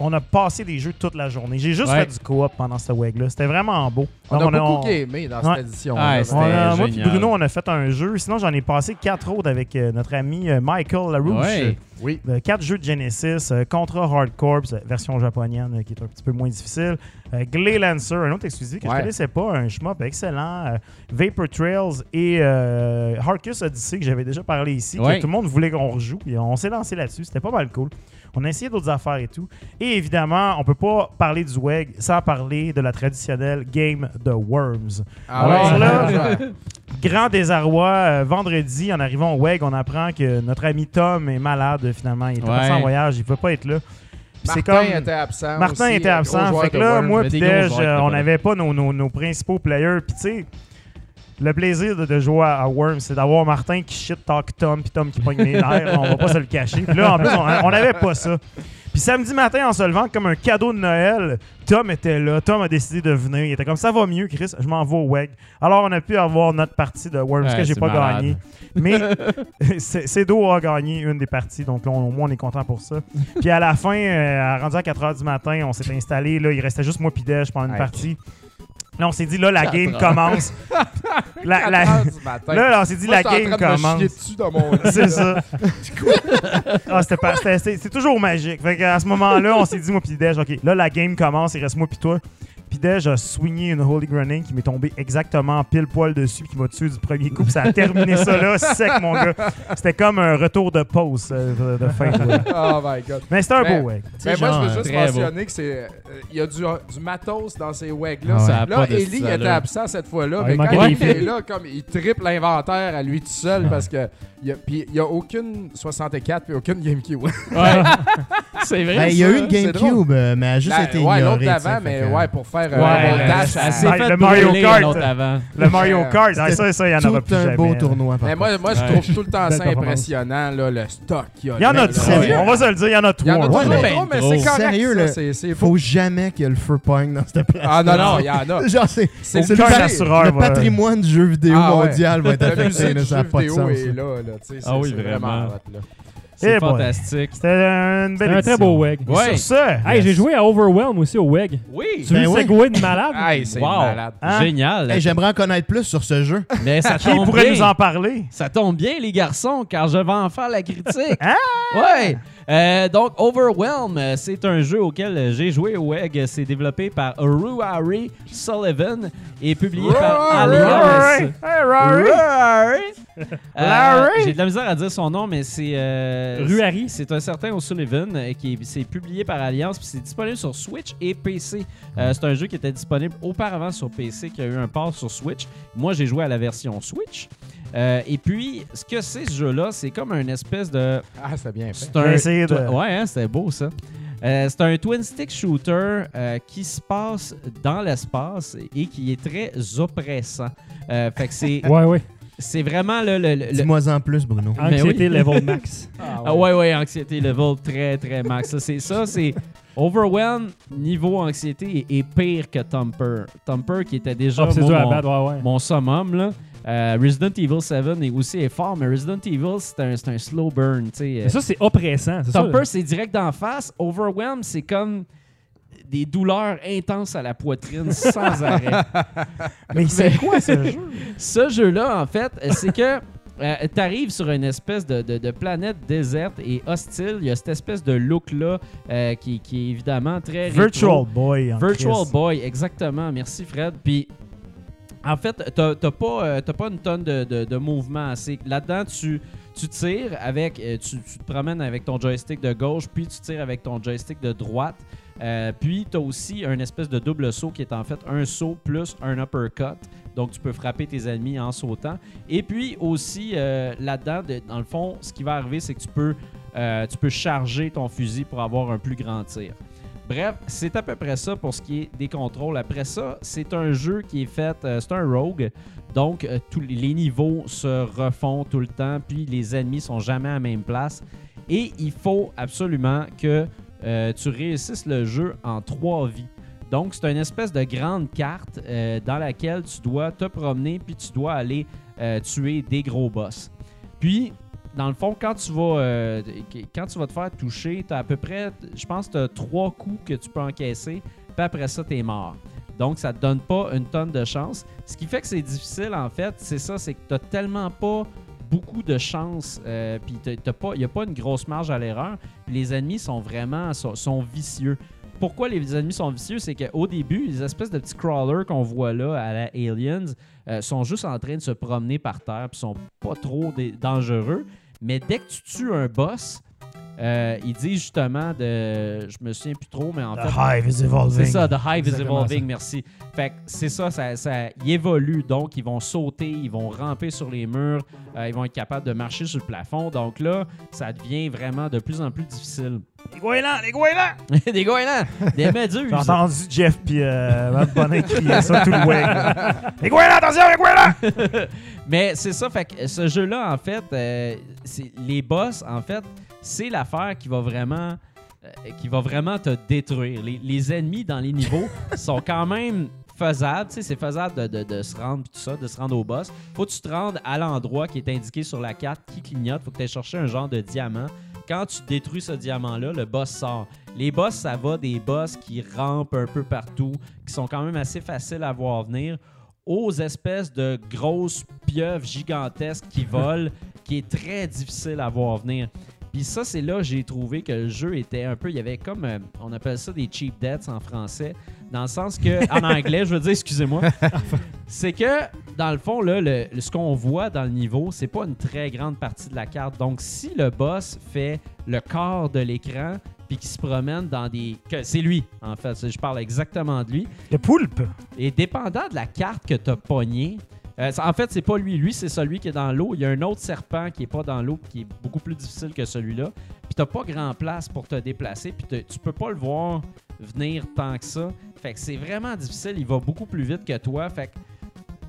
on a passé des jeux toute la journée. J'ai juste Ouais. fait du co-op pendant cette wag-là. C'était vraiment beau. On Donc, a beaucoup on- gamé dans Ouais. cette édition. Ouais, on a- C'était moi puis génial. Bruno, on a fait un jeu. Sinon, j'en ai passé quatre autres avec euh, notre ami euh, Michael LaRouche. Ouais. Oui. Euh, quatre jeux de Genesis, euh, Contra Hard Corps, euh, version japonienne euh, qui est un petit peu moins difficile, euh, Glay Lancer, un autre exclusif que je Ouais. ne connaissais pas, un shmup excellent, euh, Vapor Trails et euh, Harkus Odyssey que j'avais déjà parlé ici, que Ouais. tout le monde voulait qu'on rejoue, et on s'est lancé là-dessus, c'était pas mal cool. On a essayé d'autres affaires et tout. Et évidemment, on peut pas parler du WEG sans parler de la traditionnelle Game de Worms. Ah Alors ouais, là- c'est dangereux. Grand désarroi. euh, vendredi, en arrivant au WEG, on apprend que notre ami Tom est malade finalement. Il était Ouais. parti en voyage, il ne peut pas être là. Puis Martin c'est comme- était absent. Martin aussi, était un gros absent. joueur Fait que de là, Worms. moi, Mais puis des gros Dej, joueurs qui euh, étaient on pas là. n'avait pas nos, nos- nos principaux players. Puis tu sais, le plaisir de, de jouer à à Worms, c'est d'avoir Martin qui shit talk Tom, puis Tom qui pogne les nerfs. on va pas se le cacher. Puis là, en plus, on- on n'avait pas ça. Puis samedi matin, en se levant comme un cadeau de Noël, Tom était là. Tom a décidé de venir. Il était comme ça va mieux, Chris. Je m'en vais au WEG. Alors, on a pu avoir notre partie de Worms Ouais, que j'ai c'est pas malade. gagné. Mais c'est Cedo a gagné une des parties. Donc, là, on- au moins, on est content pour ça. Puis à la fin, euh, rendu à 4 h du matin, on s'est installé. Là, il restait juste moi puis Dej pendant une Ouais. partie. Là, on s'est dit, là, la 4 game heures. commence. La- la- 4 heures du matin. là, on s'est dit, Moi, la game j'étais en train de me commence. chier dessus dans mon lit, là. C'est ça. Ah, c'était pas- c'était- c'était- c'est toujours magique. Fait qu'à ce moment-là, on s'est dit, moi puis Dej, OK, là, la game commence, il reste moi puis toi. Puis Dej a swingé une Holy Grenade qui m'est tombée exactement pile poil dessus, qui m'a tué du premier coup. Puis ça a terminé ça là, sec, mon gars. C'était comme un retour de pause euh, de, de fin. ouais. Oh my god. Mais c'était un Mais- beau, ouais. Mais moi, genre, je veux juste très beau. mentionner que c'est. euh, Il y a du, du matos dans ces Ah wags-là. ouais. Ça a Là, pas de Ellie il style, était là. absent cette fois-là, Ah, mais il quand manquait il des était fils. là, comme il triple l'inventaire à lui tout seul parce que il y a, puis il y a aucune 64 puis aucune GameCube. Ouais. c'est vrai. Ben, il y a ça. eu une c'est GameCube, euh, mais elle a juste La- été ouais, ignorée. l'autre tu sais, d'avant, fait mais que- ouais, pour faire euh, Ouais, un ben, elle- dash à- elle s'est Ah, fait le Mario brûler, Kart. l'autre avant. Le Mario Kart, ah, ça, ça, il y en aura Euh, Tout plus un jamais. beau hein. là. tournoi, par Mais contre. moi, moi je Ouais. trouve tout le temps Belle ça performance. impressionnant, là, le stock qu'il y a. Il y en là, a là. trop, sérieux? on va se le dire, il y en a Il y en trois. a trop, Ouais, mais- trop, mais c'est correct. Sérieux, ça, là. c'est- c'est fou. Faut jamais que le feu pogne dans cette place. Ah non, non, il y en a. Genre, c'est C'est c'est le le, musée- pat- l'assureur le va- patrimoine du jeu vidéo Ah ouais. mondial va être Le affecté. musée là, du ça n'a jeu pas de vidéo sens. est là. là, là, tu sais, c'est Ah oui, c'est vraiment vraiment. hot, là. Eh C'est boy. fantastique. C'était une belle C'était un très édition. beau WEG. Ouais. Sur ce, Hey, j'ai joué à Overwhelm aussi au WEG. Oui. Tu veux Ben le oui. segway de malade? Hey, c'est Wow. malade. Hein? Génial. Hey, J'aimerais en connaître plus sur ce jeu. Mais ça qui tombe pourrait bien. nous en parler? Ça tombe bien, les garçons, car je vais en faire la critique. Ah! Ouais. Euh, donc, Overwhelm, euh, c'est un jeu auquel j'ai joué au WEG. C'est développé par Ruari Sullivan et publié par Ruari! Alliance. Hey, Rory! Ruari. Larry? Euh, J'ai de la misère à dire son nom, mais c'est. euh, Ruari. C'est un certain O'Sullivan euh, qui est- c'est publié par Alliance puis c'est disponible sur Switch et PC. Euh, c'est un jeu qui était disponible auparavant sur PC qui a eu un port sur Switch. Moi, j'ai joué à la version Switch. Euh, et puis, ce que c'est ce jeu-là, c'est comme une espèce de. Ah, c'est bien fait. C'est un. J'ai essayé de- Ouais, hein, c'était beau ça. Euh, c'est un twin stick shooter euh, qui se passe dans l'espace et qui est très oppressant. Euh, fait que c'est, Ouais, ouais. c'est vraiment le- le- le, Dis-moi en plus, Bruno. Mais Anxiété oui. level max. Ah ouais, ouais, anxiété level très, très max. Ça, c'est ça, c'est Overwhelm, niveau anxiété, est, est pire que Thumper. Thumper qui était déjà Ah, c'est moi, dur à mon, battre, ouais, ouais. mon summum. Là. Euh, Resident Evil 7 est aussi est fort, mais Resident Evil, c'est un, c'est un slow burn. tu sais. Mais ça, c'est oppressant. C'est ça, Thumper, là. c'est direct d'en face. Overwhelm, c'est comme des douleurs intenses à la poitrine sans arrêt. Mais c'est quoi ce jeu? Ce jeu-là, en fait, c'est que euh, t'arrives sur une espèce de, de- de planète déserte et hostile. Il y a cette espèce de look-là euh, qui, qui est évidemment très. rétro. Virtual Boy. en Virtual Christ. Boy, exactement. Merci, Fred. Puis. En fait, t'as t'as pas, euh, t'as pas une tonne de, de, de mouvement assez. Là-dedans, tu, tu tires avec. euh, Tu, tu te promènes avec ton joystick de gauche, puis tu tires avec ton joystick de droite. Euh, puis tu as aussi un espèce de double saut qui est en fait un saut plus un uppercut. Donc tu peux frapper tes ennemis en sautant. Et puis aussi euh, là-dedans, de- dans le fond, ce qui va arriver, c'est que tu peux, euh, tu peux charger ton fusil pour avoir un plus grand tir. Bref, c'est à peu près ça pour ce qui est des contrôles. Après ça, c'est un jeu qui est fait, euh, c'est un rogue. Donc euh, tous les- les niveaux se refont tout le temps, puis les ennemis sont jamais à la même place. Et il faut absolument que euh, tu réussisses le jeu en trois vies. Donc, c'est une espèce de grande carte euh, dans laquelle tu dois te promener puis tu dois aller euh, tuer des gros boss. Puis, dans le fond, quand tu vas, euh, quand tu vas te faire toucher, tu as à peu près, je pense, tu as trois coups que tu peux encaisser, puis après ça, tu es mort. Donc, ça te donne pas une tonne de chance. Ce qui fait que c'est difficile, en fait, c'est ça, c'est que tu tellement pas beaucoup de chance, euh, puis t'as- t'as pas- il n'y a pas une grosse marge à l'erreur. Puis les ennemis sont vraiment sont, sont vicieux. Pourquoi les ennemis sont vicieux? C'est qu'au début, les espèces de petits crawlers qu'on voit là à la Aliens euh, sont juste en train de se promener par terre puis sont pas trop dé- dangereux. Mais dès que tu tues un boss, euh, ils disent justement de. Je me souviens plus trop, mais en fait. The Hive is evolving. C'est ça, The Hive is Exactement evolving, ça. merci. Fait que c'est ça, ça, ça il évolue, donc ils vont sauter, ils vont ramper sur les murs, euh, ils vont être capables de marcher sur le plafond. Donc là, ça devient vraiment de plus en plus difficile. Les goélands, les goélands! des goélands, des méduses. J'ai entendu Jeff puis euh, Matt Bonnet crier ça tout le way. là. les goélands, attention, les goélands! Mais c'est ça, fait que ce jeu-là, en fait, euh, c'est- les boss, en fait, c'est l'affaire qui va vraiment euh, qui va vraiment te détruire. Les, les ennemis dans les niveaux sont quand même faisables. Tu sais, c'est faisable de, de- de se rendre pis tout ça, de se rendre au boss. Faut que tu te rendes à l'endroit qui est indiqué sur la carte qui clignote. Faut que tu ailles chercher un genre de diamant. Quand tu détruis ce diamant-là, le boss sort. Les boss, ça va des boss qui rampent un peu partout, qui sont quand même assez faciles à voir venir aux espèces de grosses pieuvres gigantesques qui volent, qui est très difficile à voir venir. Puis ça, c'est là que j'ai trouvé que le jeu était un peu. Il y avait comme. euh, on appelle ça des cheap debts en français. Dans le sens que. En anglais, je veux dire, excusez-moi. C'est que, dans le fond, là, le- le- ce qu'on voit dans le niveau, c'est pas une très grande partie de la carte. Donc, si le boss fait le quart de l'écran, puis qu'il se promène dans des. que C'est lui, en fait. Je parle exactement de lui. Le poulpe. Et dépendant de la carte que tu as pognée, euh, ça- en fait, c'est pas lui. Lui, c'est celui qui est dans l'eau. Il y a un autre serpent qui est pas dans l'eau, qui est beaucoup plus difficile que celui-là. Puis t'as pas grand place pour te déplacer. Puis te- tu peux pas le voir venir tant que ça. Fait que c'est vraiment difficile. Il va beaucoup plus vite que toi. Fait que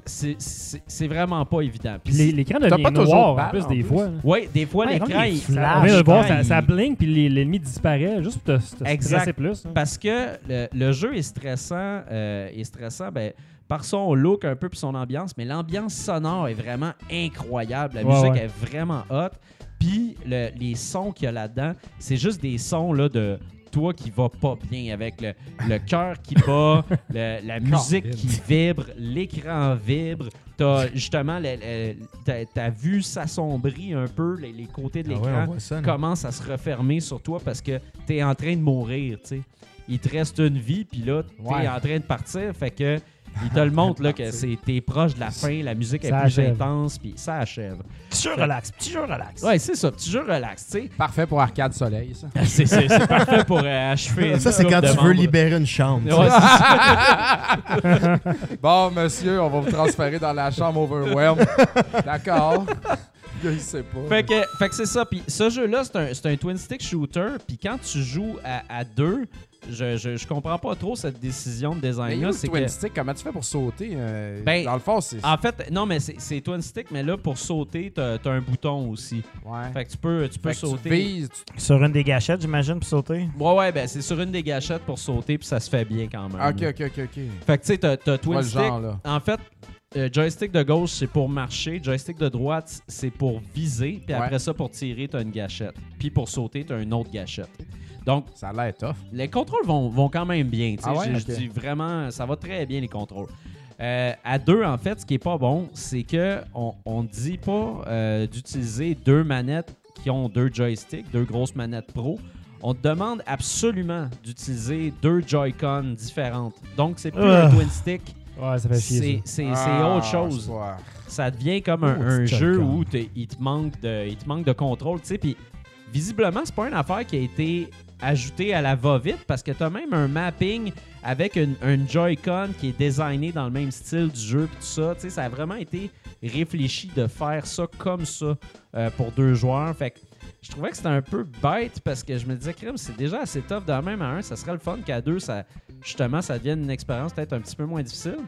c'est- c'est c'est vraiment pas évident. Puis les- l'écran T'as devient pas toujours de noir en balle, plus en des plus. fois. là. Oui, des fois, Ouais, l'écran, comme des il- flashs. On vient de le voir, l'écran, ça, ça il- blink, puis les- l'ennemi disparaît juste pour te, te Exact. stresser plus. hein. Parce que le, le jeu est stressant, euh, est stressant ben, par son look un peu puis son ambiance, mais l'ambiance sonore est vraiment incroyable. La Ouais, musique ouais. est vraiment hot. Puis le- les sons qu'il y a là-dedans, c'est juste des sons là, de toi qui va pas bien avec le, le cœur qui bat, le- la musique qui vibre, l'écran vibre. T'as justement le- le- ta, ta vue s'assombrit un peu, les, les côtés de Ah ouais, l'écran on voit ça, non? commence à se refermer sur toi parce que t'es en train de mourir, tu sais. Il te reste une vie, puis là, t'es Ouais. en train de partir, fait que il te le montre, là, que c'est- t'es proche de la fin, la musique est Ça plus achève. intense, puis ça achève. Petit jeu relax, petit jeu relax. Ouais, c'est ça, petit jeu relax, tu sais. Parfait pour Arcade Soleil, ça. C'est- C'est c'est parfait pour euh, achever. Ça, c'est une quand couple tu de veux membres. libérer une chambre. Ouais, c'est ça. Bon, monsieur, on va vous transférer dans la chambre Overwhelm. D'accord. gars, il sait pas. Fait que, fait que c'est ça. Puis ce jeu-là, c'est un, c'est un twin stick shooter. Puis quand tu joues à, à deux, je, je, je comprends pas trop cette décision de mais design-là. yo, c'est Twin que- Stick, comment tu fais pour sauter? euh, Ben, dans le fond, c'est... En fait, non, mais c'est- c'est twin stick, mais là, pour sauter, t'as t'as un bouton aussi. ouais. Fait que tu peux, ben, tu peux Fait que sauter. Tu vises, tu- Sur une des gâchettes, j'imagine, pour sauter. Ouais, ouais, ben c'est sur une des gâchettes pour sauter, puis ça se fait bien quand même. Ah, Ok, ok, ok, ok. Fait que tu sais, t'as t'as Pas twin le stick. genre, là. En fait, euh, joystick de gauche, c'est pour marcher. Joystick de droite, c'est pour viser. Puis Ouais. après ça, pour tirer, t'as une gâchette. Puis pour sauter, t'as une autre gâchette. Donc, Ça a l'air tough. les contrôles vont, vont quand même bien. tu sais. Ah ouais? je, je Ok. dis vraiment, ça va très bien les contrôles. Euh, à deux, en fait, ce qui est pas bon, c'est que on, on dit pas euh, d'utiliser deux manettes qui ont deux joysticks, deux grosses manettes pro. On te demande absolument d'utiliser deux Joy-Con différentes. Donc, c'est plus un Ah. twin stick, Ouais, ça c'est fait chier. ça. c'est- c'est Ah, autre chose c'est pas- ça devient comme un, Oh, un petit jeu Joy-Con. où t'es- il te manque de, il te manque de contrôle, tu sais. Puis visiblement, c'est pas une affaire qui a été ajoutée à la va-vite parce que t'as même un mapping avec une, une Joy-Con qui est designée dans le même style du jeu puis tout ça. Tu sais, ça a vraiment été réfléchi de faire ça comme ça euh, pour deux joueurs. Fait que je trouvais que c'était un peu bête parce que je me disais, crème, c'est déjà assez tough de même à un. Ça serait le fun qu'à deux, ça, justement, ça devienne une expérience peut-être un petit peu moins difficile.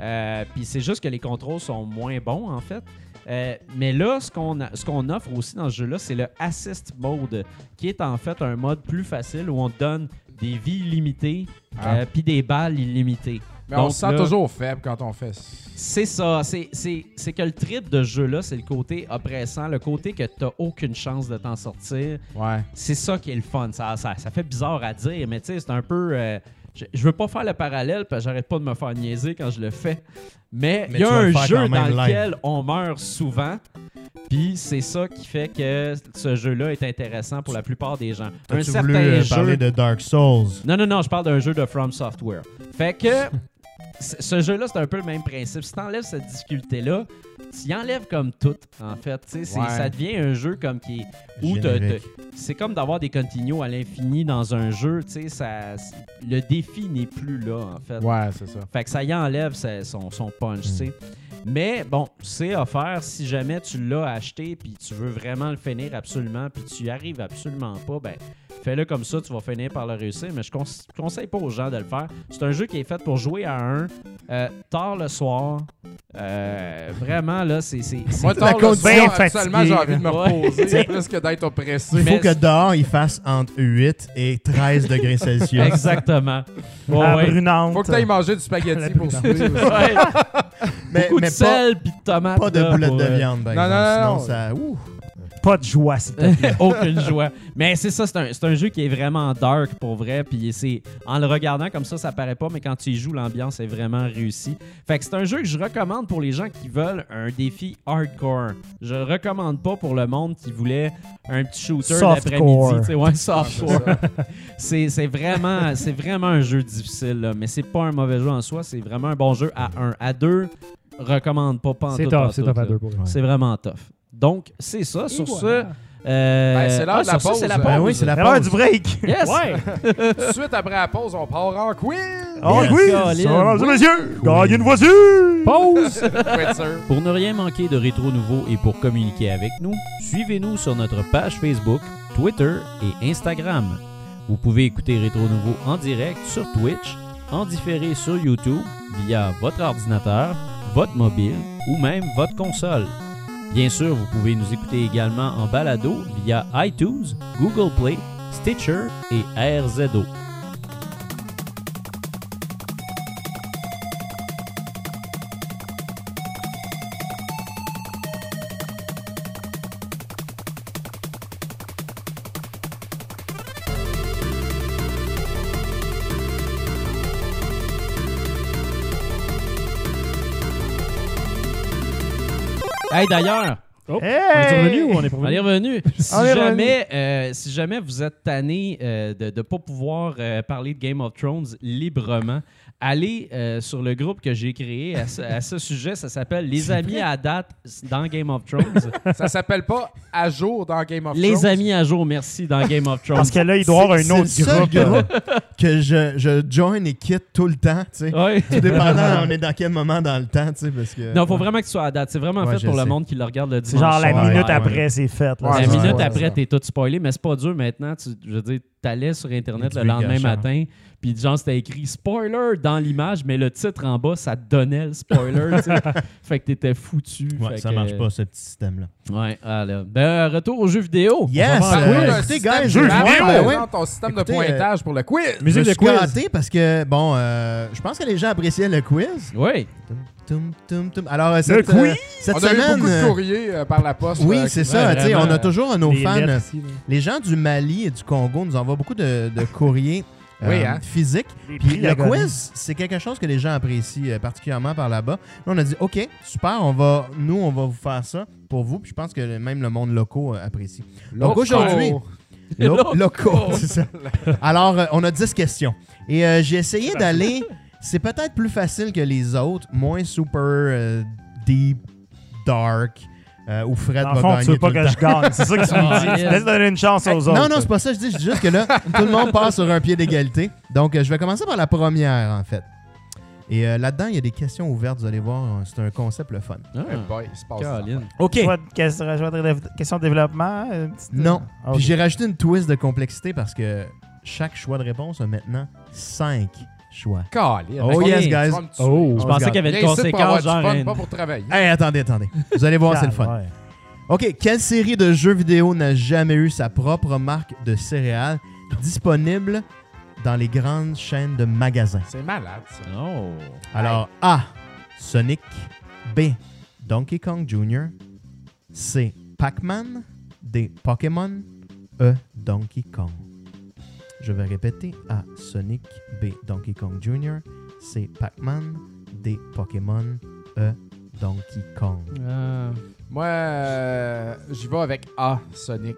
Euh, Puis c'est juste que les contrôles sont moins bons, en fait. Euh, mais là, ce qu'on a- ce qu'on offre aussi dans ce jeu-là, c'est le Assist Mode, qui est en fait un mode plus facile où on te donne des vies illimitées euh, Ah. puis des balles illimitées. Mais on Donc se sent là- toujours faible quand on fait ça. C'est ça. C'est- C'est c'est que le trip de ce jeu-là, c'est le côté oppressant, le côté que t'as aucune chance de t'en sortir. Ouais. C'est ça qui est le fun. Ça, ça, ça fait bizarre à dire, mais tu sais, c'est un peu. euh, je, je veux pas faire le parallèle parce que j'arrête pas de me faire niaiser quand je le fais. Mais il Mais y a tu vas un le faire jeu quand dans même live. lequel on meurt souvent. Puis c'est ça qui fait que ce jeu-là est intéressant pour la plupart des gens. Un As-tu certain voulu euh, jeu. parler de Dark Souls? Non, non, non, je parle d'un jeu de From Software. Fait que c- ce jeu-là, c'est un peu le même principe. Si t'enlèves cette difficulté-là, tu y enlèves comme tout, en fait. Tu sais, c'est- Ouais. Ça devient un jeu comme qui est- où t'as- Générique. t'as- c'est comme d'avoir des continuos à l'infini dans un jeu. Tu sais, ça, c- le défi n'est plus là, en fait. Ouais, c'est ça. Fait que ça y enlève sa- son, son punch, tu sais. Mais bon, c'est offert si jamais tu l'as acheté puis tu veux vraiment le finir absolument puis tu y arrives absolument pas, ben fais-le comme ça, tu vas finir par le réussir. Mais je conse- conseille pas aux gens de le faire. C'est un jeu qui est fait pour jouer à un euh, tard le soir. Euh, vraiment là, c'est c'est- c'est- Moi, la tard le condition soir, actuellement, j'ai fatiguée, envie de me là. reposer plus que d'être oppressé. Il Mais- faut que dehors, il fasse entre 8 et 13 degrés Celsius. exactement. Ouais, Ah, ouais. brunante. Faut que t'ailles manger du La spaghetti pour souper. aussi. Ouais. mais Beaucoup de mais pas, sel puis de tomates. pas de là, boulettes pour, de euh, viande, par Non, exemple. non, non, Sinon, ça. Ouh. Pas de joie, s'il te plaît. aucune joie. Mais c'est ça, c'est un, c'est un jeu qui est vraiment dark pour vrai. Puis c'est en le regardant comme ça, ça paraît pas, mais quand tu y joues, l'ambiance est vraiment réussie. Fait que c'est un jeu que je recommande pour les gens qui veulent un défi hardcore. Je le recommande pas pour le monde qui voulait un petit shooter Softcore. d'après-midi. tu sais, Ah, Ouais, C'est softcore. ça. C'est c'est vraiment, c'est vraiment un jeu difficile, là, mais c'est pas un mauvais jeu en soi. C'est vraiment un bon jeu à 1. À 2, recommande pas. pas en C'est tout, top, pas en c'est tout, top à là. deux pour C'est vraiment tough. Donc, c'est ça. Sur ce, euh, ah, Ben, c'est l'heure de la sur ça, pause. c'est la pause. Ben oui, c'est la C'est l'heure pause. du break. Yes! Tout de suite après la pause, on part en quiz. Oh Yes. oui, Caroline. mesdames et messieurs, gagne une voiture. Pause! Quitzer. Pour ne rien manquer de Rétro Nouveau et pour communiquer avec nous, suivez-nous sur notre page Facebook, Twitter et Instagram. Vous pouvez écouter Rétro Nouveau en direct sur Twitch, en différé sur YouTube via votre ordinateur, votre mobile ou même votre console. Bien sûr, vous pouvez nous écouter également en balado via iTunes, Google Play, Stitcher et RZO. Hey d'ailleurs, On est Hey! revenu ou on est pas On est revenu? revenu. Si On est revenu. jamais, euh, si jamais vous êtes tanné euh, de ne pas pouvoir euh, parler de Game of Thrones librement, allez euh, sur le groupe que j'ai créé à ce, à ce sujet. Ça s'appelle Les Amis à date dans Game of Thrones. Ça s'appelle pas à jour dans Game of Thrones. Les Amis à jour, merci dans Game of Thrones. Parce que là, il doit y avoir un C'est- autre c'est le seul groupe. euh, groupe que je, je join et quitte tout le temps, tu sais. Ah. Ouais. Tout dépendant, on est dans quel moment dans le temps, tu sais, parce que... Non, faut vraiment que tu sois à date. C'est vraiment Ouais, fait je pour le sais. monde qui le regarde le C'est dimanche. genre la soir. Ouais, minute ouais, après, c'est fait. là. Ouais, La C'est- ouais, minute ouais, après, ouais. t'es tout spoilé, mais c'est pas dur maintenant. Tu, je veux dire, t'allais sur Internet Tu le lendemain gâches, hein. matin, puis genre, c'était écrit spoiler dans l'image, mais le titre en bas, ça te donnait le spoiler. tu sais. fait que t'étais foutu. Ouais, Fait ça que- marche pas, ce petit système-là. Ouais, voilà. Ben, retour aux jeux vidéo. Yes! Par euh, contre, un écoutez, système guys, de je rap ouais, ben ouais. dans ton système Écoutez, de euh, pointage pour le quiz. Je Musique de suis quiz. gâté parce que, bon, euh, je pense que les gens appréciaient le quiz. Oui. Tum, tum, tum, tum. Alors, euh, cette, quiz? euh, cette On a eu semaine... beaucoup de euh, courriers euh, par la poste. Oui, euh, c'est qui- ça. Ouais, tu sais, vraiment. on a toujours euh, nos les fans. lettres euh, ici, là. Les gens du Mali et du Congo nous envoient beaucoup de, de courriers euh, Oui, hein? physiques. Les Puis prix le Lagonie. quiz, c'est quelque chose que les gens apprécient euh, particulièrement par là-bas. Là, on a dit, OK, super, on va, nous, on va vous faire ça pour vous. Puis je pense que le- même le monde loco euh, apprécie. L'autre Donc aujourd'hui, jour. Lo- Loco. loco, c'est ça. Alors, euh, on a 10 questions. Et euh, j'ai essayé d'aller. C'est peut-être plus facile que les autres, moins super euh, deep, dark, euh, où Fred Dans va le fond, gagner. tu veux pas tout le que je gagne. C'est ça que tu Ah, me dis. yes. Laisse donner une chance aux autres. non, non, c'est pas ça. Je dis, je dis juste que là, tout le monde part sur un pied d'égalité. Donc, euh, je vais commencer par la première, en fait. Et euh, là-dedans, il y a des questions ouvertes. Vous allez voir, euh, c'est un concept le fun. Ah, Eh boy, il se passe ça. Caroline. OK. Soit de question- soit de- question de développement. euh, petite- Non. Ah, ok. Puis j'ai rajouté une twist de complexité parce que chaque choix de réponse a maintenant cinq choix. Caroline. Oh, Fait que yes, tu guys. vas me tuer. Oh. Je On se pensais garde. qu'il y avait Viens une ici pour avoir conséquence, du genre. fun, une- pas pour travailler. Hey, attendez, attendez. Vous allez voir, c'est le fun. Ouais. OK. Quelle série de jeux vidéo n'a jamais eu sa propre marque de céréales disponible dans les grandes chaînes de magasins? C'est malade, ça. Oh. Alors, A. Sonic. B. Donkey Kong Jr. C. Pac-Man. D. Pokémon. E. Donkey Kong. Je vais répéter. A. Sonic. B. Donkey Kong Jr. C. Pac-Man. D. Pokémon. E. Donkey Kong. Euh, Moi, euh, j'y vais avec A, Sonic.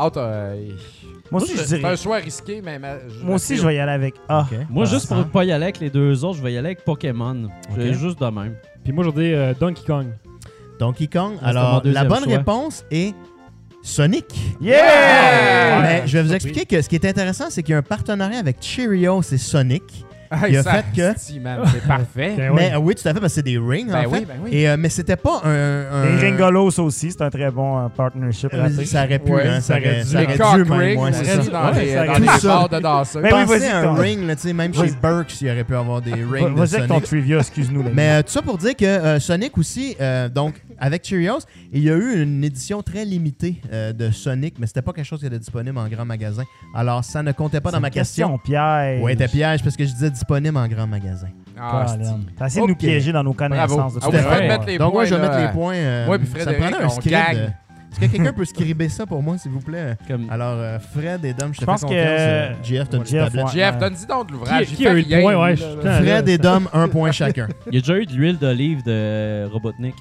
Out, euh, Moi aussi, je c'est un dirais. choix risqué, mais ma- je- Moi aussi, je vais y aller avec A. Ok. Moi, Ah, juste pour hein? ne pas y aller avec les deux autres, je vais y aller avec Pokémon. Je- Ok. Juste de même. Puis moi, je dis euh, Donkey Kong. Donkey Kong. c'était mon Alors, la deuxième bonne choix. réponse est Sonic. Yeah! Mais je vais vous surpris. expliquer que ce qui est intéressant, c'est qu'il y a un partenariat avec Cheerios et Sonic. Hey, Il a ça, fait que- si, man, C'est parfait. Eh Ben Mais ouais. euh, oui, tout à fait, parce que c'est des rings, Ben en oui, fait. ben oui. Et, euh, mais c'était pas un. un- Les Ringolos aussi, c'est un très bon euh, partnership Euh, raté. Ça aurait pu, Ouais, hein, ça aurait, ça Les aurait cock dû, même, rings, ouais, on c'est dit ça. dans Ouais, les, ça euh, dans aurait les dû. Tout ça. bars de danseurs. Ben oui, Pensez vas-y, à un ton- ring, là, tu sais, même Vas-y. chez Burks, il aurait pu avoir des rings de Vas-y avec ton Sonic. trivia, excuse-nous. les Mais euh, tout ça pour dire que euh, Sonic aussi, euh, donc avec Cheerios, il y a eu une édition très limitée euh, de Sonic, mais c'était pas quelque chose qui était disponible en grand magasin. Alors ça ne comptait pas gars. dans ma C'est une question, question. Pierre. Ouais, t'as piège parce que je disais disponible en grand magasin. Ah, c'est- T'as essayé de nous Ok. piéger dans nos connaissances. Bravo. de Ah, tout oui, à je vais l'heure. mettre les Donc moi, points. je vais mettre là. les points. euh, Moi puis ça Frédéric, prendrait un on script. gagne. euh, Est-ce que quelqu'un peut scriber ça pour moi, s'il vous plaît? Comme... Alors, euh, Fred et Dom, je te Je fais pense confiance. que- euh, JF, t'as une Jeff, petite tablette. ouais. Jeff, donne-y donc de l'ouvrage. Qui- Il qui fait a eu le rien, point, ouais, là. je- Ben, Fred et Dom, un point chacun. Il y a déjà eu de l'huile d'olive de Robotnik.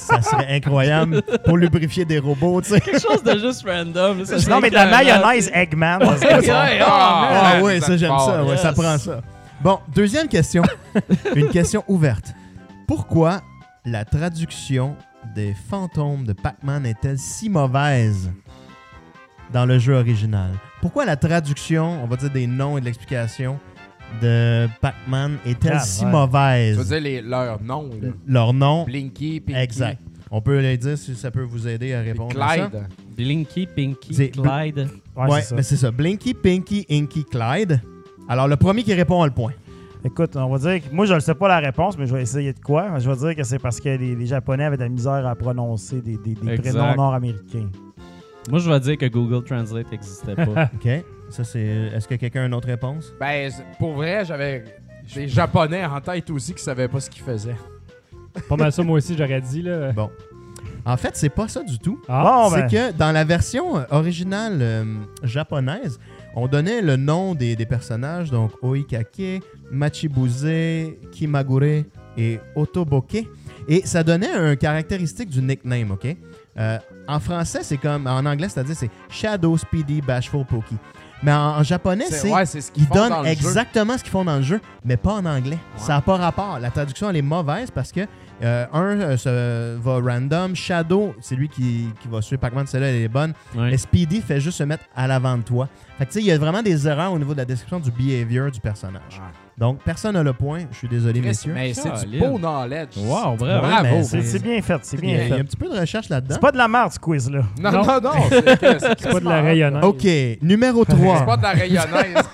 Ça serait incroyable pour lubrifier des robots, tu sais. Quelque chose de juste random. ça serait Non, mais de la écœurant. mayonnaise Eggman. parce que- Ouais, oh, man. Ah man, ouais, ça, te j'aime part. ça. Ouais, ça Yes. prend ça. Bon, deuxième question. Une question ouverte. Pourquoi la traduction des fantômes de Pac-Man est-elle si mauvaise dans le jeu original? Pourquoi la traduction, on va dire des noms et de l'explication, de Pac-Man est-elle Ah, si ouais. Je veux mauvaise? dire les- leur nom, là. Leur nom, Blinky, Pinky, Exact. On peut les dire si ça peut vous aider à puis répondre à ça. Clyde. Blinky, Pinky, C'est- Clyde. Ouais, Ouais, c'est ça. mais c'est ça. Blinky, Pinky, Inky, Clyde. Alors, le premier qui répond a le point. Écoute, on va dire que moi, je ne sais pas la réponse, mais je vais essayer de quoi. Je vais dire que c'est parce que les, les Japonais avaient de la misère à prononcer des, des- des Exact. prénoms nord-américains. Moi, je vais dire que Google Translate n'existait pas. OK. Ça, c'est... Est-ce que quelqu'un a une autre réponse? Ben, c'est- pour vrai, j'avais des Japonais en tête aussi qui savaient pas ce qu'ils faisaient. Pas mal ça, moi aussi, j'aurais dit. Là. Bon. En fait, c'est pas ça du tout. Ah, bon, ben, C'est que dans la version euh, originale euh, japonaise, on donnait le nom des, des personnages, donc Oikake, Machibuze, Kimagure et Otoboke. Et ça donnait un caractéristique du nickname, OK? Euh, en français, c'est comme... En anglais, c'est-à-dire c'est Shadow Speedy Bashful Pokey. Mais en, en japonais, c'est. ouais, c'est ce qu'ils Ils font dans donnent le exactement ce qu'ils font dans le jeu, mais pas en anglais. Ça n'a pas rapport. La traduction, elle est mauvaise parce que, euh, un, euh, se- va random. Shadow, c'est lui qui, qui va suivre Pac-Man, celle-là, elle est bonne. Ouais. Mais Speedy fait juste se mettre à l'avant de toi. Fait que, tu sais, il y a vraiment des erreurs au niveau de la description du behavior du personnage. Ouais. Donc, personne n'a le point. Je suis désolé, jeu. Ah, Chris, Ah, messieurs. Mais c'est du Solide. beau knowledge. Wow, bravo. Ouais, mais Bravo. C'est c'est bien fait, c'est Il y, bien a, il y a fait. un petit peu de recherche là-dedans. C'est pas de la merde, ce quiz-là. Non, Non. non, non. C'est que- c'est C'est pas de la rayonnante. OK, numéro C'est 3. pas de la rayonnaise.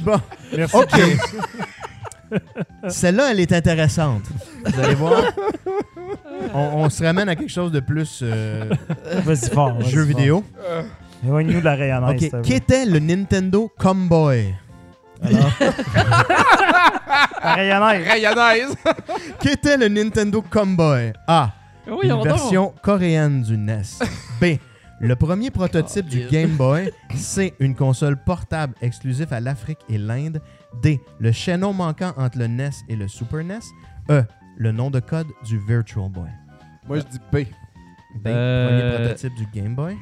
Bon, Merci. OK. Celle-là, elle est intéressante. Vous allez voir. On, on se ramène à quelque chose de plus euh, Vas-y fort. vas-y jeu fort. vidéo. Éloigne-nous de la rayonnance. OK. Qui était le Nintendo Comboy? Alors, La rayonnance. rayonnaise. qui était le Nintendo Comboy? A. Oui, Une on dort. version coréenne du NES. B. Le premier prototype du Game Boy. C. Une console portable exclusive à l'Afrique et l'Inde. D. Le chaînon manquant entre le NES et le Super NES. E. Le nom de code du Virtual Boy. Moi, je dis B. B. Euh, Ben, Premier prototype du Game Boy.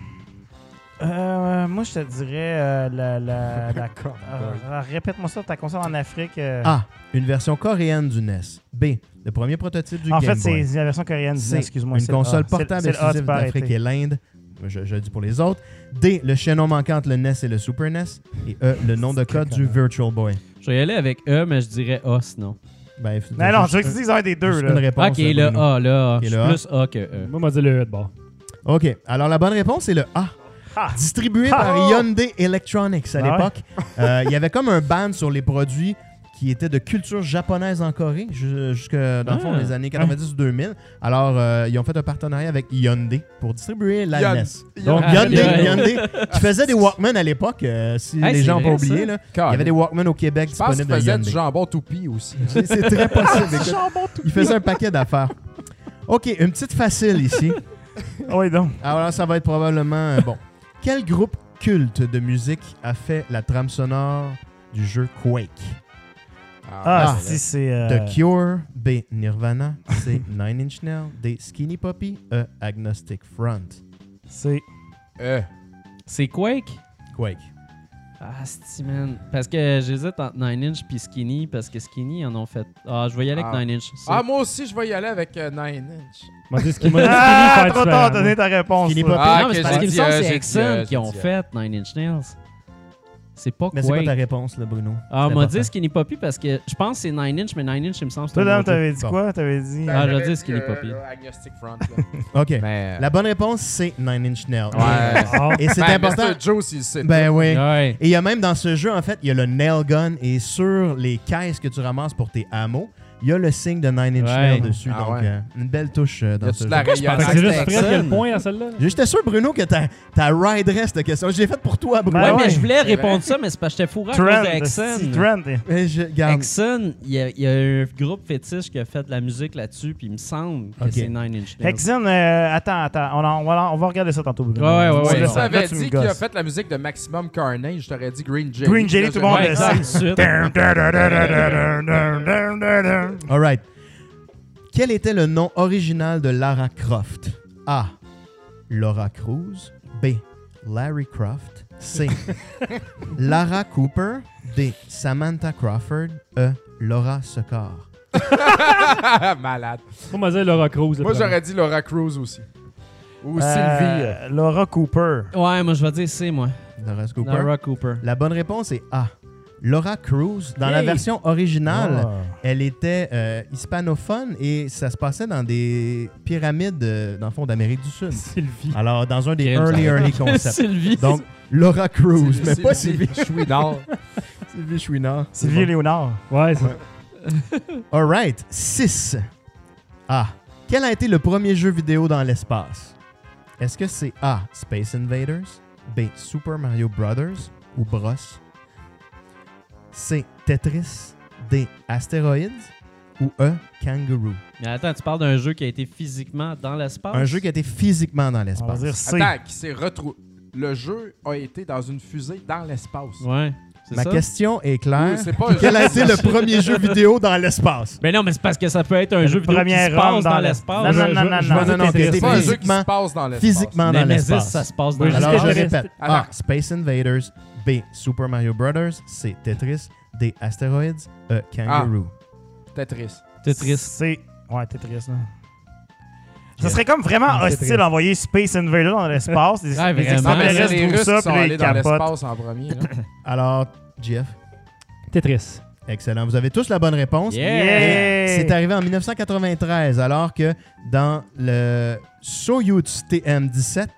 Euh, moi, je te dirais euh, la. la, la- Euh, Répète-moi ça, ta console en Afrique. euh, Ah. A. Une version coréenne du NES. B. Le premier prototype du en Game fait, c'est Boy. la version coréenne. C'est Excuse-moi. Une c'est le A. console C'est le- portable c'est le A, tu exclusive peux arrêter. d'Afrique et l'Inde. Je, je le dis pour les autres. D. Le chaînon manquant entre le NES et le Super NES. Et E. Le nom de code du Virtual Boy. Je vais y aller avec E, mais je dirais A sinon. Ben, faut- Mais non, juste je veux que tu dises un des une- deux. juste une Là. réponse, ok, euh, le Bruno. A, là. Ok, Je le A. suis plus A que E. Moi, m'a dit le E de bord. OK. Alors, la bonne réponse, c'est le A. Ah. Distribué Ah. par Hyundai Electronics à Ah ouais. l'époque. Euh, Il y avait comme un ban sur les produits qui étaient de culture japonaise en Corée, ju- jusque dans le fond Ah. les années 90-2000. Alors, euh, ils ont fait un partenariat avec Hyundai pour distribuer la Hyun- NES. Donc, Hyun- Hyundai, Ah, ouais. Hyundai, qui faisait des Walkman à l'époque, euh, si Hey, les c'est gens n'ont pas vrai, ça. oublié. Là. Il y avait des Walkman au Québec Je pense disponibles qu'ils de faisaient Hyundai. du jambon toupie aussi. C'est c'est très possible. écoute. Il faisait un paquet d'affaires. OK, une petite facile ici. Oui, donc. Alors, Ah, ça va être probablement euh, bon. Quel groupe culte de musique a fait la trame sonore du jeu Quake? Ah, Ah. si, c'est. euh, The Cure, B. Nirvana, C. Nine Inch Nails, D. Skinny Puppy, E. Agnostic Front. C'est. Euh, C'est Quake? Quake. Ah, c'ti, man. Parce que j'hésite entre Nine Inch puis Skinny, parce que Skinny ils en ont fait. Ah, je vais y aller Ah. avec Nine Inch. C'est- Ah, moi aussi, je vais y aller avec euh, Nine Inch. M'a dit ce qu'il m'a dit. Ah, Fini, trop faire différemment. tard, donné ta réponse. Skinny là. Puppy. Ah, non, mais c'est que parce j'ai qu'il me dit, semble euh, que c'est j'ai dit, euh, Exxon qui j'ai ont dit, euh. fait Nine Inch Nails. C'est pas Mais c'est quoi ta Quake. réponse, là, Bruno? Ah, C'est on m'a important. dit Skinny Poppy parce que je pense que c'est Nine Inch, mais Nine Inch, il me semble que c'est Toi, un Dan, autre jeu. t'avais dit Bon. quoi T'avais dit. Ah, j'allais J'avais dire Skinny euh, Puppy. Agnostic Front, là. OK. Ben, Mais. La bonne réponse, c'est Nine Inch Nails. Ouais. Ah, Et c'est Ben, important. Mr. Joe, s'il sait. Ben oui. Ouais. Et il y a même dans ce jeu, en fait, il y a le nail gun et sur les caisses que tu ramasses pour tes hameaux, il y a le signe de Nine Inch Ouais. Nails dessus. Ah donc, ouais. euh, une belle touche euh, Y dans a-tu ce de jeu. la pensais Fait rayonnance? que c'est juste Exxon. Fred qui a le point à celle-là. J'étais sûr, Bruno, que ta, ta riderait cette question. J'ai fait pour toi, Bruno. Ouais, Ah ouais. mais je voulais C'est répondre ça, mais c'est parce que j'étais fourré à cause Trent. de si, Exxon. Trent. Mais je, garde, Exxon, il y, a- il y a un groupe fétiche qui a fait de la musique là-dessus, puis il me semble que Ok. c'est Nine Inch Nails. Exxon, euh, attends, attends. On, en- on va, on va regarder ça tantôt. Bruno. Ouais, ouais, ouais, Tu ouais. le sais, Si tu Là, avais là, tu me dit qu'il a gosses. fait la musique de Maximum Carnage, je t'aurais dit Green Jelly. Green Jelly, Là, tout le monde j'ai- Ouais, le exact, suite. All right. Quel était le nom original de Lara Croft? A. Laura Cruz. B. Larry Croft. C. Lara Cooper. D. Samantha Crawford. E. Laura Secor. Ah, Malade. Moi, m'a dit Laura Cruz. le Moi, premier. j'aurais dit Laura Cruz aussi. Ou Sylvie. Euh, Laura Cooper. Ouais, moi, je vais dire C, moi. Laura Cooper. Laura Cooper. La bonne réponse est A. Laura Cruz. Dans la Hey! version originale, Ah. Elle était euh, hispanophone et ça se passait dans des pyramides, euh, dans le fond, d'Amérique du Sud. Sylvie. Alors, dans un des Crime, ça early, va. early concepts. Sylvie. Donc, Laura Cruz, mais pas Sylvie. Sylvie. Chouinard. Sylvie Chouinard. Sylvie Léonard. Ouais, c'est All right. 6. A. Ah, Quel a été le premier jeu vidéo dans l'espace? Est-ce que c'est A. Space Invaders? B. Super Mario Brothers? Ou Bros? C. Tetris? D. Asteroids? Ou E. Kangaroo? Mais attends, tu parles d'un jeu qui a été physiquement dans l'espace? Un jeu qui a été physiquement dans On va l'espace. dire C. Attends, qui s'est retrouvé. Le jeu a été dans une fusée dans l'espace. Ouais. c'est Ma ça? question est Oui, claire. c'est pas un Hein? Quel a jeu. été le premier jeu vidéo dans l'espace? Mais non, mais c'est parce que ça peut être un jeu vidéo qui premier se passe homme dans dans l'espace. Non, non, non, Je- non, je- non. non, non, non, C'est t'es C'est pas un jeu qui se physiquement- passe dans l'espace. Physiquement dans Nemesis, l'espace. ça se passe dans Oui, l'espace. Alors, je Tetris. répète. A. Attends. Space Invaders. B. Super Mario Brothers. C. Tetris. D. Asteroids. E. Kangaroo. Tetris. Tetris. C'est. Ouais, Tetris, là. Ça serait comme vraiment Ouais, Tetris. hostile d'envoyer Space Invader dans l'espace. Les, Ouais, les vraiment. Non, mais extraterrestres c'est les trouvent Russes ça, puis qui sont là, ils allés dans capotent. l'espace en premier. là. Alors, Jeff. Tetris. Excellent. Vous avez tous la bonne réponse. Yeah! C'est arrivé en 1993, alors que dans le Soyuz TM-17,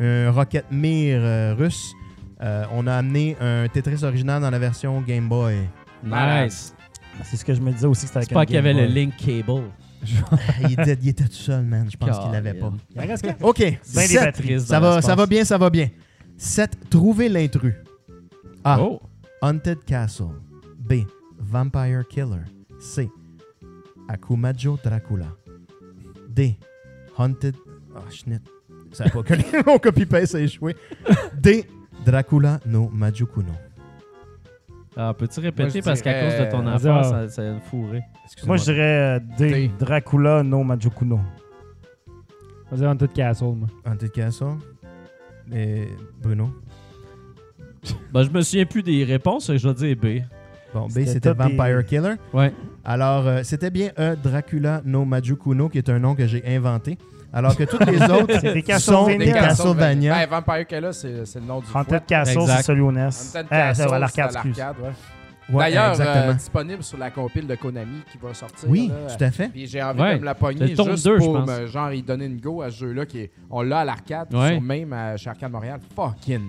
un rocket Mir euh, russe, euh, on a amené un Tetris original dans la version Game Boy. Nice. C'est ce que je me disais aussi que c'était avec C'est pas un qu'il y avait Game le Boy. link cable. il, était, il était tout seul, man. Je pense qu'il l'avait pas. Il en reste quatre. OK. Ben des sept. batteries. ça, va, ça va bien, ça va bien. 7. Trouver l'intrus. A. Oh. Haunted Castle. B. Vampire Killer. C. Akumajo Dracula. D. Haunted. Ah, schnit. Ça a pas collé. Mon copy-paste a échoué. D. Dracula no Majukuno. Ah, Peux-tu Moi, je répéter parce qu'à cause dirais- euh, de ton Hazard. affaire, ça, ça a une fourrée. Moi, Excusez-moi. je dirais euh, D. D. Dracula, no Majukuno. On va dire Haunted Castle, moi. Haunted Castle. Et Bruno. Ben, je me souviens plus des réponses, je vais dire B. Bon, B, C'était c'était top des- Vampire Killer. Ouais. Alors, euh, c'était bien E. Dracula no Majukuno, qui est un nom que j'ai inventé. Alors que toutes les autres C'est des sont Castlevania. des Castlevania. Ben, Vampire Kella, c'est c'est le nom du Haunted fouet. Castle, Exact. c'est celui au NES. Haunted Ah, Eh, Castle, ça va, c'est à l'arcade, excuse. l'arcade, ouais. Ouais, D'ailleurs, euh, exactement. disponible sur la compile de Konami qui va sortir. oui, là. tout à fait. Puis j'ai envie Ouais. de me la pogner Le tome juste deux, je pour pense. me, genre y donner une go à ce jeu-là qui est, on l'a à l'arcade, Ouais. sur même à, chez Arcade Montréal. Fucking,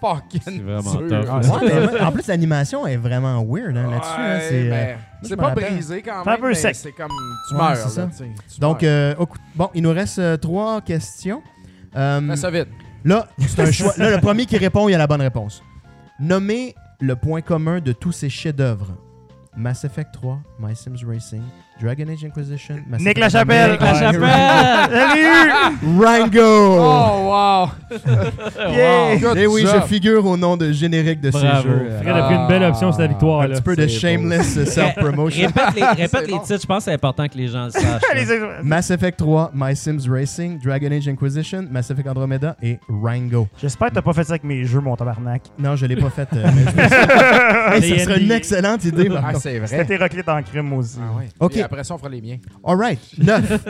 fucking C'est vraiment dur. tough. Ah, Ouais, mais moi, en plus, l'animation est vraiment weird hein, là-dessus. hein, Ouais, ben, c'est, euh, mais je c'est me pas rappelle. brisé quand C'est un même. peu mais sec. C'est comme tu Ouais, meurs. c'est là, ça. tu sais, tu donc, meurs. euh, au cou- bon, il nous reste euh, trois questions. Euh, Fais Ben, ça vite. là, c'est un choix. Là, le premier qui répond, il a la bonne réponse. Nommez le point commun de tous ces chefs-d'œuvre. Mass Effect 3, My Sims Racing, Dragon Age Inquisition, Mass Nick Effect Lachapelle. Andromeda, Nick Salut! Rango! Ah! Oh, wow! Yeah! Good Eh oui, job. je figure au nom de générique de Bravo. ces jeux. Euh, Fred a pris une belle option sur la victoire, un Oh, là. petit peu de c'est beau. shameless euh, self-promotion. Répète les, répète C'est les bon. titres, je pense que c'est important que les gens le sachent. Les là. ex- Mass Effect 3, My Sims Racing, Dragon Age Inquisition, Mass Effect Andromeda et Rango. J'espère que t'as pas fait ça avec mes jeux, mon tabarnak. Non, je l'ai pas fait. euh, mais je pense- Hey, ça serait une NDA. excellente idée. par Ah, contre. c'est vrai. Hétéroclite en crime aussi. Ah, ouais. Ok. Et après ça, on fera les miens. All right. 9.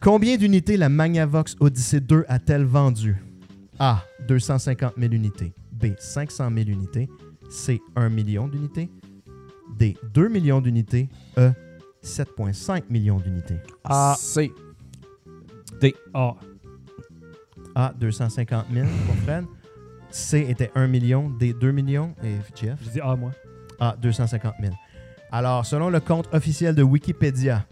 Combien d'unités la Magnavox Odyssey 2 a-t-elle vendu? A. 250 000 unités. B. 500 000 unités. C. 1 million d'unités. D. 2 millions d'unités. E. 7,5 millions d'unités. Ah, C'est Ah. A. 250 000 pour Fred. C. était 1 million. D. 2 millions. Et Jeff? Je dis ah, moi. Ah, 250 000. Alors, selon le compte officiel de Wikipédia,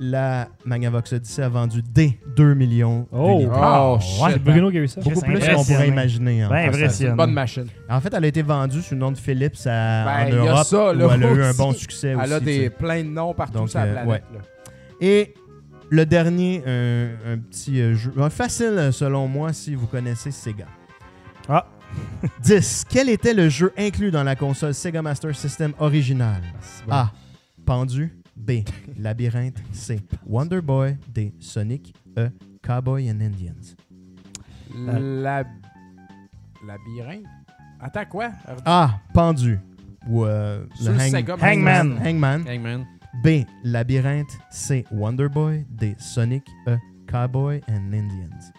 la Magnavox Odyssey a vendu des 2 millions Oh. d'unités. Oh, Ouais, c'est shit. Bruno qui a eu ça. Beaucoup c'est plus qu'on pourrait impressionnant. imaginer. hein, en ben passant. C'est une impressionnant. bonne machine. En fait, elle a été vendue sous le nom de Philips à- Ben, en il y a Europe, ça, là, où elle a eu un aussi. bon succès Elle aussi. a tu des, sais. plein de noms partout Donc, sur la euh, planète. là. Et le dernier, un, un petit euh, jeu un facile selon moi si vous connaissez Sega. Ah. 10. Quel était le jeu inclus dans la console Sega Master System originale? A. Pendu. B. Labyrinthe. C. Wonder Boy. D. Sonic. E. Cowboy and Indians. La... Labyrinthe? Attends, quoi? Redis- A. Pendu. Ou euh, le Sur hang- Sega Master Hangman. System. Hangman. Hangman. B. Labyrinthe. C. Wonder Boy. D. Sonic. E. Cowboy and Indians.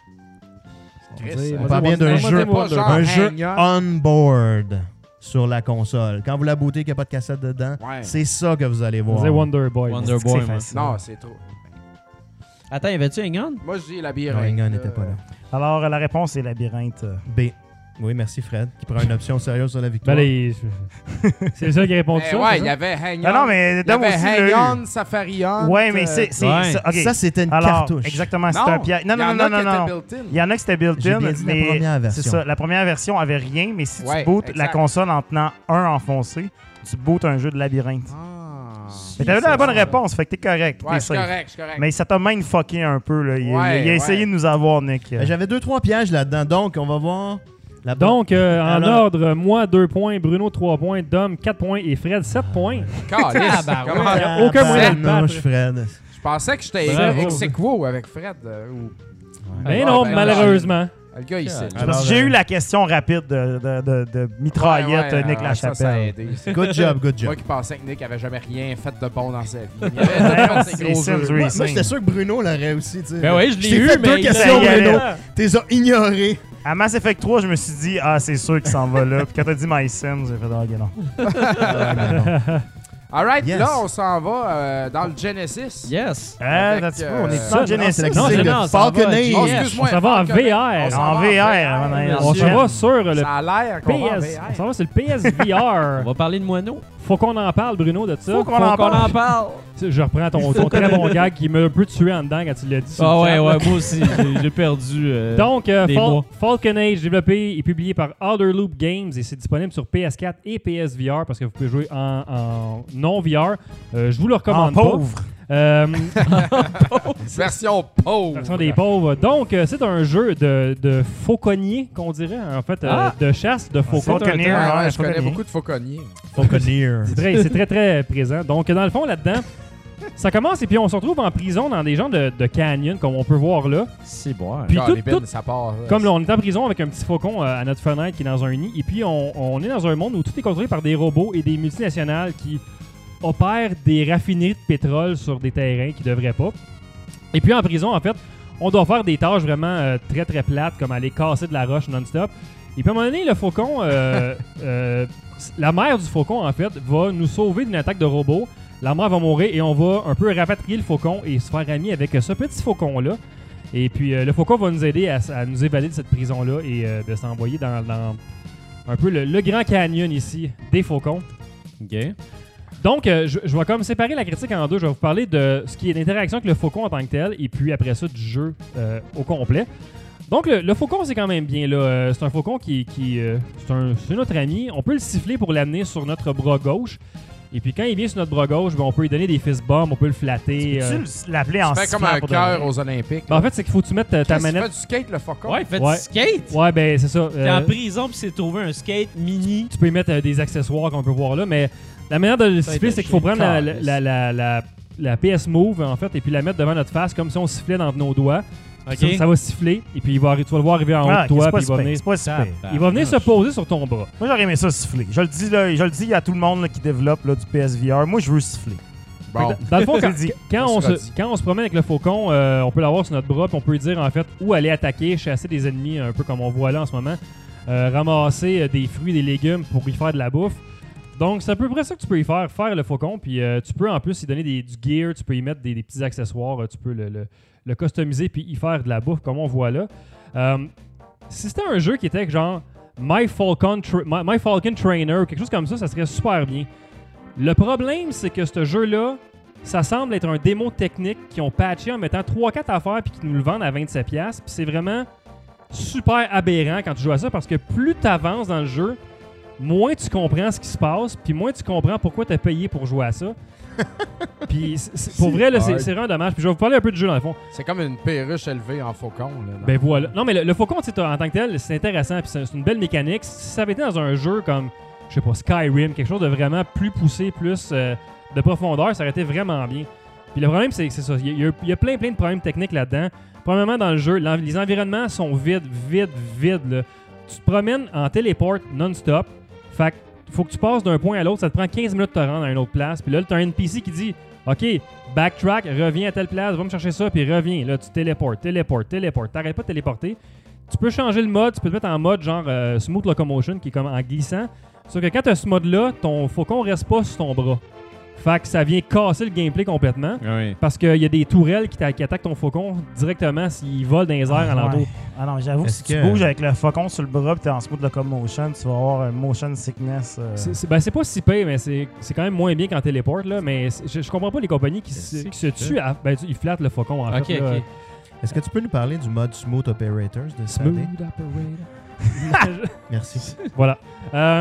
Chris, On hein. dit- on on On dit parle dit- bien on d'un dit- jeu, on dit- pas genre un jeu hang-on. on board sur la console. Quand vous la bootez, qu'il n'y a pas de cassette dedans, Ouais. c'est ça que vous allez on voir. dit Wonder Boy. C'est Wonder que Boy, c'est moi. facile. Non, c'est trop. Attends, y avait-tu Hangman? Moi, je dis Non, labyrinthe. euh, Inga là. n'était pas là. Alors, euh, la réponse est labyrinthe. B. Oui, merci Fred, qui prend une option sérieuse sur la Ben, victoire. là, il- c'est ça qui répond Mais tout ça. Eh ouais, c'est il y ça? avait Hang Ah non, mais Il y Dom avait aussi l'a eu. Hang-On, Safari euh, On. Ouais, mais c'est. c'est ouais. ça, ok. Ah, Ça, c'était une Alors, cartouche. exactement, c'était un piège. Non, non, non, non, non. non. Il y en a qui c'était J'ai built-in, bien dit la mais première version. c'est ça. La première version avait rien, mais si tu Ouais, bootes exact. la console en tenant un enfoncé, tu bootes un jeu de labyrinthe. Ah. Mais t'avais la bonne réponse, fait que t'es correct. Ouais, t'es c'est safe. correct, c'est correct. Mais ça t'a mindfucké un peu. Là. Il, il- Ouais, il a essayé ouais. Ben, de nous avoir, Nick. Euh, J'avais deux, trois pièges là-dedans, donc on va voir La Donc, euh, en Alors- ordre, moi 2 points, Bruno 3 points, Dom 4 points et Fred 7 points. Calisse, comment- Il y a aucun moyen de Non, battre. je Fred. Je pensais que j'étais Bravo. ex aequo avec Fred. euh, ou- Mais Ah, non, ben, malheureusement. Le gars, il sait. Ah, ben, Parce que Alors, J'ai euh, eu la question rapide de, de, de, de mitraillette euh, Ouais, ouais, Nick ah, ça, ça a Lachapelle. aidé. C'est Good job, good Moi job. qui pensais que Nick avait jamais rien fait de bon dans sa vie. Il avait fait C'est ses gros Sims jeux. Moi, Racing. moi, j'étais sûr que Bruno l'aurait aussi. tu sais. Ben oui, je l'ai t'ai eu, fait mais deux il- questions, Ça y allait. Bruno. T'es ignoré. À Mass Effect 3, je me suis dit, ah, c'est sûr qu'il s'en va là. Puis quand t'as dit My Sims, j'ai fait, ah, ok, non. Ah, ben All right, Yes. là, on s'en va euh, dans le Genesis. Yes. Ah, Avec, t'as-tu euh, pas, on est ça, sans C'est Genesis. la Non, musique non, de ça va, Oh, Falconer. G. excuse-moi. On s'en va en Falconet. VR. On s'en En va VR, avant d'aller VR. dans On s'en va sur le Ça a l'air qu'on va en PS. On VR. s'en va sur le PSVR. On va parler de moineaux. Faut qu'on en parle, Bruno, de ça. Faut qu'on Faut en qu'on en parle. parle. Tu sais, Je reprends ton, ton très bon gag qui m'a un peu tué en dedans quand tu l'as dit. sur Ah le ouais, chat, là. ouais, moi aussi, j'ai- j'ai perdu. euh, Donc, euh, Des Fal- mois. Falcon Age, développé et publié par Outer Loop Games, et c'est disponible sur PS4 et PSVR parce que vous pouvez jouer en, en non-VR. Euh, je vous le En recommande pas. pauvre. Euh, Version pauvre. version des pauvres. Donc, euh, c'est un jeu de, de fauconnier, qu'on dirait, en fait, euh, Ah! de chasse de faucon. Falconer, Ouais, ouais, ouais, je connais Falconer. beaucoup de fauconniers. Falconer. C'est très, c'est très, très présent. Donc, dans le fond, là-dedans, ça commence et puis on se retrouve en prison dans des gens de, de canyon, comme on peut voir là. C'est bon. Puis Ah, tout- les bines, tout- ça part. euh, là. Comme là, on est en prison avec un petit faucon euh, à notre fenêtre qui est dans un nid, et puis on, on est dans un monde où tout est contrôlé par des robots et des multinationales qui opèrent des raffineries de pétrole sur des terrains qui devraient pas. Et puis en prison, en fait, on doit faire des tâches vraiment euh, très très plates, comme aller casser de la roche non-stop. Et puis à un moment donné, le faucon, euh, euh, la mère du faucon, en fait, va nous sauver d'une attaque de robots. La mère va mourir et on va un peu rapatrier le faucon et se faire ami avec euh, ce petit faucon-là. Et puis euh, le faucon va nous aider à, s- à nous évader de cette prison-là et euh, de s'envoyer dans, dans un peu le, le grand canyon ici des faucons. Ok. Donc, euh, je, je vais comme séparer la critique en deux. Je vais vous parler de ce qui est l'interaction avec le faucon en tant que tel, et puis après ça, du jeu euh, au complet. Donc, le, le faucon, c'est quand même bien. là. Euh, c'est un faucon qui. qui, euh, c'est, un- c'est notre ami. On peut le siffler pour l'amener sur notre bras gauche. Et puis, quand il vient sur notre bras gauche, ben, on peut lui donner des fist bombs, on peut le flatter. euh. Tu l'appelais en Tu fais comme un sifflant pour de vrai. cœur aux Olympiques. Ben, en fait, c'est qu'il faut que tu mettes ta, ta Qu'est-ce que tu manette. fais du skate, le faucon? Ouais, faites Ouais. du skate. Ouais, ben, c'est ça. T'es Euh, en prison, puis c'est trouvé un skate mini. tu peux y mettre euh, des accessoires qu'on peut voir là, mais la manière de le Ça, siffler, il c'est qu'il était faut prendre la, chiant, la- la- la- la PS Move, en fait, et puis la mettre devant notre face, comme si on sifflait dans nos doigts. Ok. Ça, ça va siffler, et puis il va, arri- tu vas le voir arriver en haut Ah, de ok, toi, c'est pas puis il si va pire, venir, c'est pas si pire. il va venir se poser sur ton bras. Moi, j'aurais aimé ça siffler. Je le dis, là, je le dis à tout le monde là, qui développe là, du PSVR. Moi, je veux siffler. Bon. Fait que Dans le fond, quand, C'est dit. quand On on sera se, dit. quand on se promène avec le faucon, euh, on peut l'avoir sur notre bras, puis on peut lui dire en fait où aller attaquer, chasser des ennemis, un peu comme on voit là en ce moment, euh, ramasser euh, des fruits, des légumes pour y faire de la bouffe. Donc, c'est à peu près ça que tu peux y faire, faire le faucon. Puis euh, tu peux en plus y donner des, du gear, tu peux y mettre des, des petits accessoires, euh, tu peux le, le- le customiser puis y faire de la bouffe comme on voit là. Euh, si c'était un jeu qui était genre My Falcon, Tra- My, My Falcon Trainer ou quelque chose comme ça, ça serait super bien. Le problème, c'est que ce jeu-là, ça semble être un démo technique qui ont patché en mettant 3-4 affaires puis qui nous le vendent à 27$. Puis c'est vraiment super aberrant quand tu joues à ça parce que plus tu avances dans le jeu, moins tu comprends ce qui se passe, puis moins tu comprends pourquoi tu as payé pour jouer à ça. puis c'est- c'est- pour vrai, là, c'est hard. c'est vraiment dommage. Puis je vais vous parler un peu du jeu dans le fond. C'est comme une perruche élevée en faucon. Là, Ben voilà. Non, mais le, le faucon, tu sais, t'as- en tant que tel, c'est intéressant. Puis c'est c'est une belle mécanique. Si ça avait été dans un jeu comme, je sais pas, Skyrim, quelque chose de vraiment plus poussé, plus euh, de profondeur, ça aurait été vraiment bien. Puis le problème, c'est c'est ça. Il y, a- il y a plein, plein de problèmes techniques là-dedans. Premièrement, dans le jeu, l'en- les environnements sont vides, vides, vides. là. Tu te promènes en téléport non-stop. Fait que faut que tu passes d'un point à l'autre. Ça te prend 15 minutes de te rendre à une autre place. Puis là, t'as un NPC qui dit OK, backtrack, reviens à telle place, va me chercher ça, puis reviens. Là, tu téléportes, téléportes, téléportes. T'arrêtes pas de téléporter. Tu peux changer le mode. Tu peux te mettre en mode genre euh, smooth locomotion, qui est comme en glissant. Sauf que quand t'as ce mode-là, ton faucon reste pas sur ton bras. Fait que ça vient casser le gameplay complètement. Ah Ouais. Parce qu'il y a des tourelles qui, t'a- qui attaquent ton faucon directement s'il vole dans les airs Ah, alentour. ouais. Ah non, j'avoue que Est-ce si tu que- bouges avec le faucon sur le bras pis t'es en smooth locomotion, tu vas avoir un motion sickness. euh, C'est- C'est ben, c'est pas si pire, mais c'est c'est quand même moins bien qu'en téléporte. Là, mais c'est- je, je comprends pas les compagnies qui, se- Qu'est-ce qui se que c'est? tuent. à- ben, tu- ils flattent le faucon en Ok, fait. là. ok. Est-ce que tu peux nous parler du mode Smooth Operators de cette année? Smooth operator. Merci. voilà. Euh,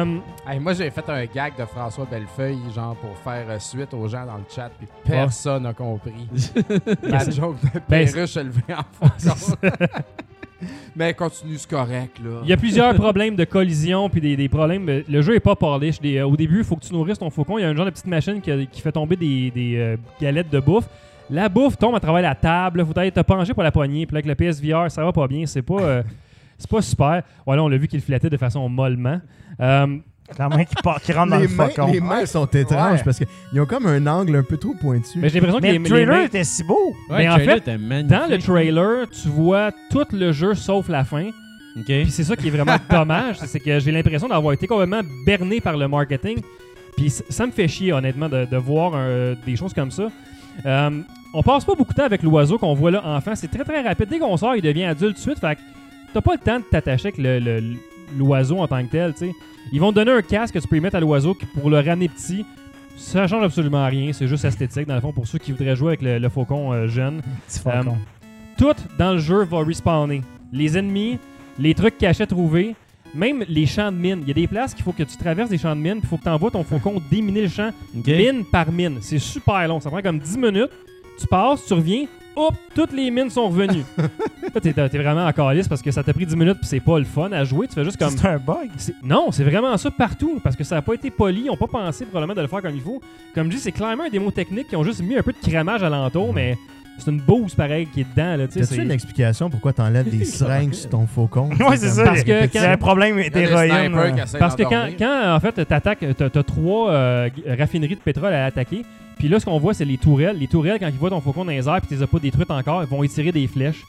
Hey, moi, j'ai fait un gag de François Bellefeuille, genre pour faire euh, suite aux gens dans le chat, puis personne n'a compris. La joke de Ben, perruche élevée en faucon. Mais continue, c'est correct, là. Il y a plusieurs problèmes de collision puis des, des problèmes. euh, Le jeu est pas polish. Des- euh, au début, il faut que tu nourrisses ton faucon. Il y a une genre de petite machine qui, qui fait tomber des, des, euh, galettes de bouffe. La bouffe tombe à travers la table. Faut aller te pencher pour la poignée. Puis là, avec le PSVR, ça va pas bien. C'est pas, euh, c'est pas super. Voilà, on l'a vu qu'il flattait de façon mollement. Euh, La main qui, part, qui Ah, rentre dans les le mains, faucon. les mains sont étranges Ouais. parce qu'ils ont comme un angle un peu trop pointu. mais j'ai l'impression que Mais les, le les mains- trailer était si beau. Mais en fait, dans le magnifique. trailer, tu vois tout le jeu sauf la fin. Puis OK. c'est ça qui est vraiment dommage, c'est que j'ai l'impression d'avoir été complètement berné par le marketing. Puis c- ça me fait chier, honnêtement, de, de voir euh, des choses comme ça. Euh, on passe pas beaucoup de temps avec l'oiseau qu'on voit là enfant. C'est très très rapide. Dès qu'on sort, il devient adulte tout de suite. Fait que t'as pas le temps de t'attacher avec le- le- l'oiseau en tant que tel. tu sais. Ils vont te donner un casque que tu peux y mettre à l'oiseau qui- pour le ramener petit. Ça change absolument rien. C'est juste esthétique, dans le fond, pour ceux qui voudraient jouer avec le, le faucon euh, jeune. Petit faucon. Tout dans le jeu va respawner. Les ennemis, les trucs cachés trouvés, même les champs de mines. Il y a des places qu'il faut que tu traverses des champs de mines, il faut que tu envoies ton faucon déminer le champ OK. mine par mine. C'est super long. Ça prend comme 10 minutes. Tu passes, tu reviens, hop, toutes les mines sont revenues. Là, t'es t'es vraiment en calice parce que ça t'a pris 10 minutes puis c'est pas le fun à jouer. Tu fais juste comme. C'est un bug. C'est- Non, c'est vraiment ça partout, parce que ça n'a pas été poli, ils n'ont pas pensé probablement de le faire comme il faut. Comme je dis, c'est clairement un démo technique qui ont juste mis un peu de cramage alentour, mais c'est une bouse pareil qui est dedans. Là, tu sais, T'as-tu c'est- une explication pourquoi t'enlèves des seringues sur ton faucon? Ouais, c'est ça. Parce que Il y a un problème Il y a des d'héroïne. snipers qui euh, essaient Parce que quand, d'endormir. quand en fait, t'attaques, t'as t'as trois euh, g- raffineries de pétrole à attaquer, puis là, ce qu'on voit, c'est les tourelles. Les tourelles, quand ils voient ton faucon dans les airs, puis tu les as pas détruites encore, ils vont y tirer des flèches.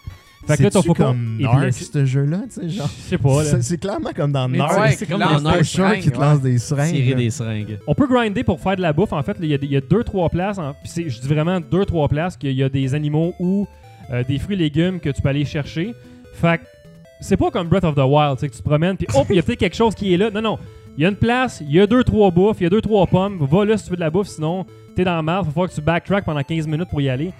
Fait que là, ton C'est-tu faucon comme est Narc, blessé. ce jeu-là, tu sais, Je genre. sais pas, là. C'est c'est clairement comme dans Mais Narc. ouais, c'est comme comme dans des Narc, pochons qui te ouais. lancent des seringues. Tirer là. des seringues. On peut grinder pour faire de la bouffe. En fait, il y a- il y, a deux, trois places. en- puis c'est- je dis vraiment deux, trois places qu'il y a des animaux ou euh, des fruits et légumes que tu peux aller chercher. Fait que c'est pas comme Breath of the Wild, tu sais, que tu te promènes, puis oh, il y a peut-être quelque chose qui est là. Non, non. Il y a une place, il y a deux, trois bouffes, il y a deux, trois pommes. Va là si tu veux de la bouffe, sinon t'es dans le marre. Faut falloir que tu backtrack pendant 15 minutes pour y aller.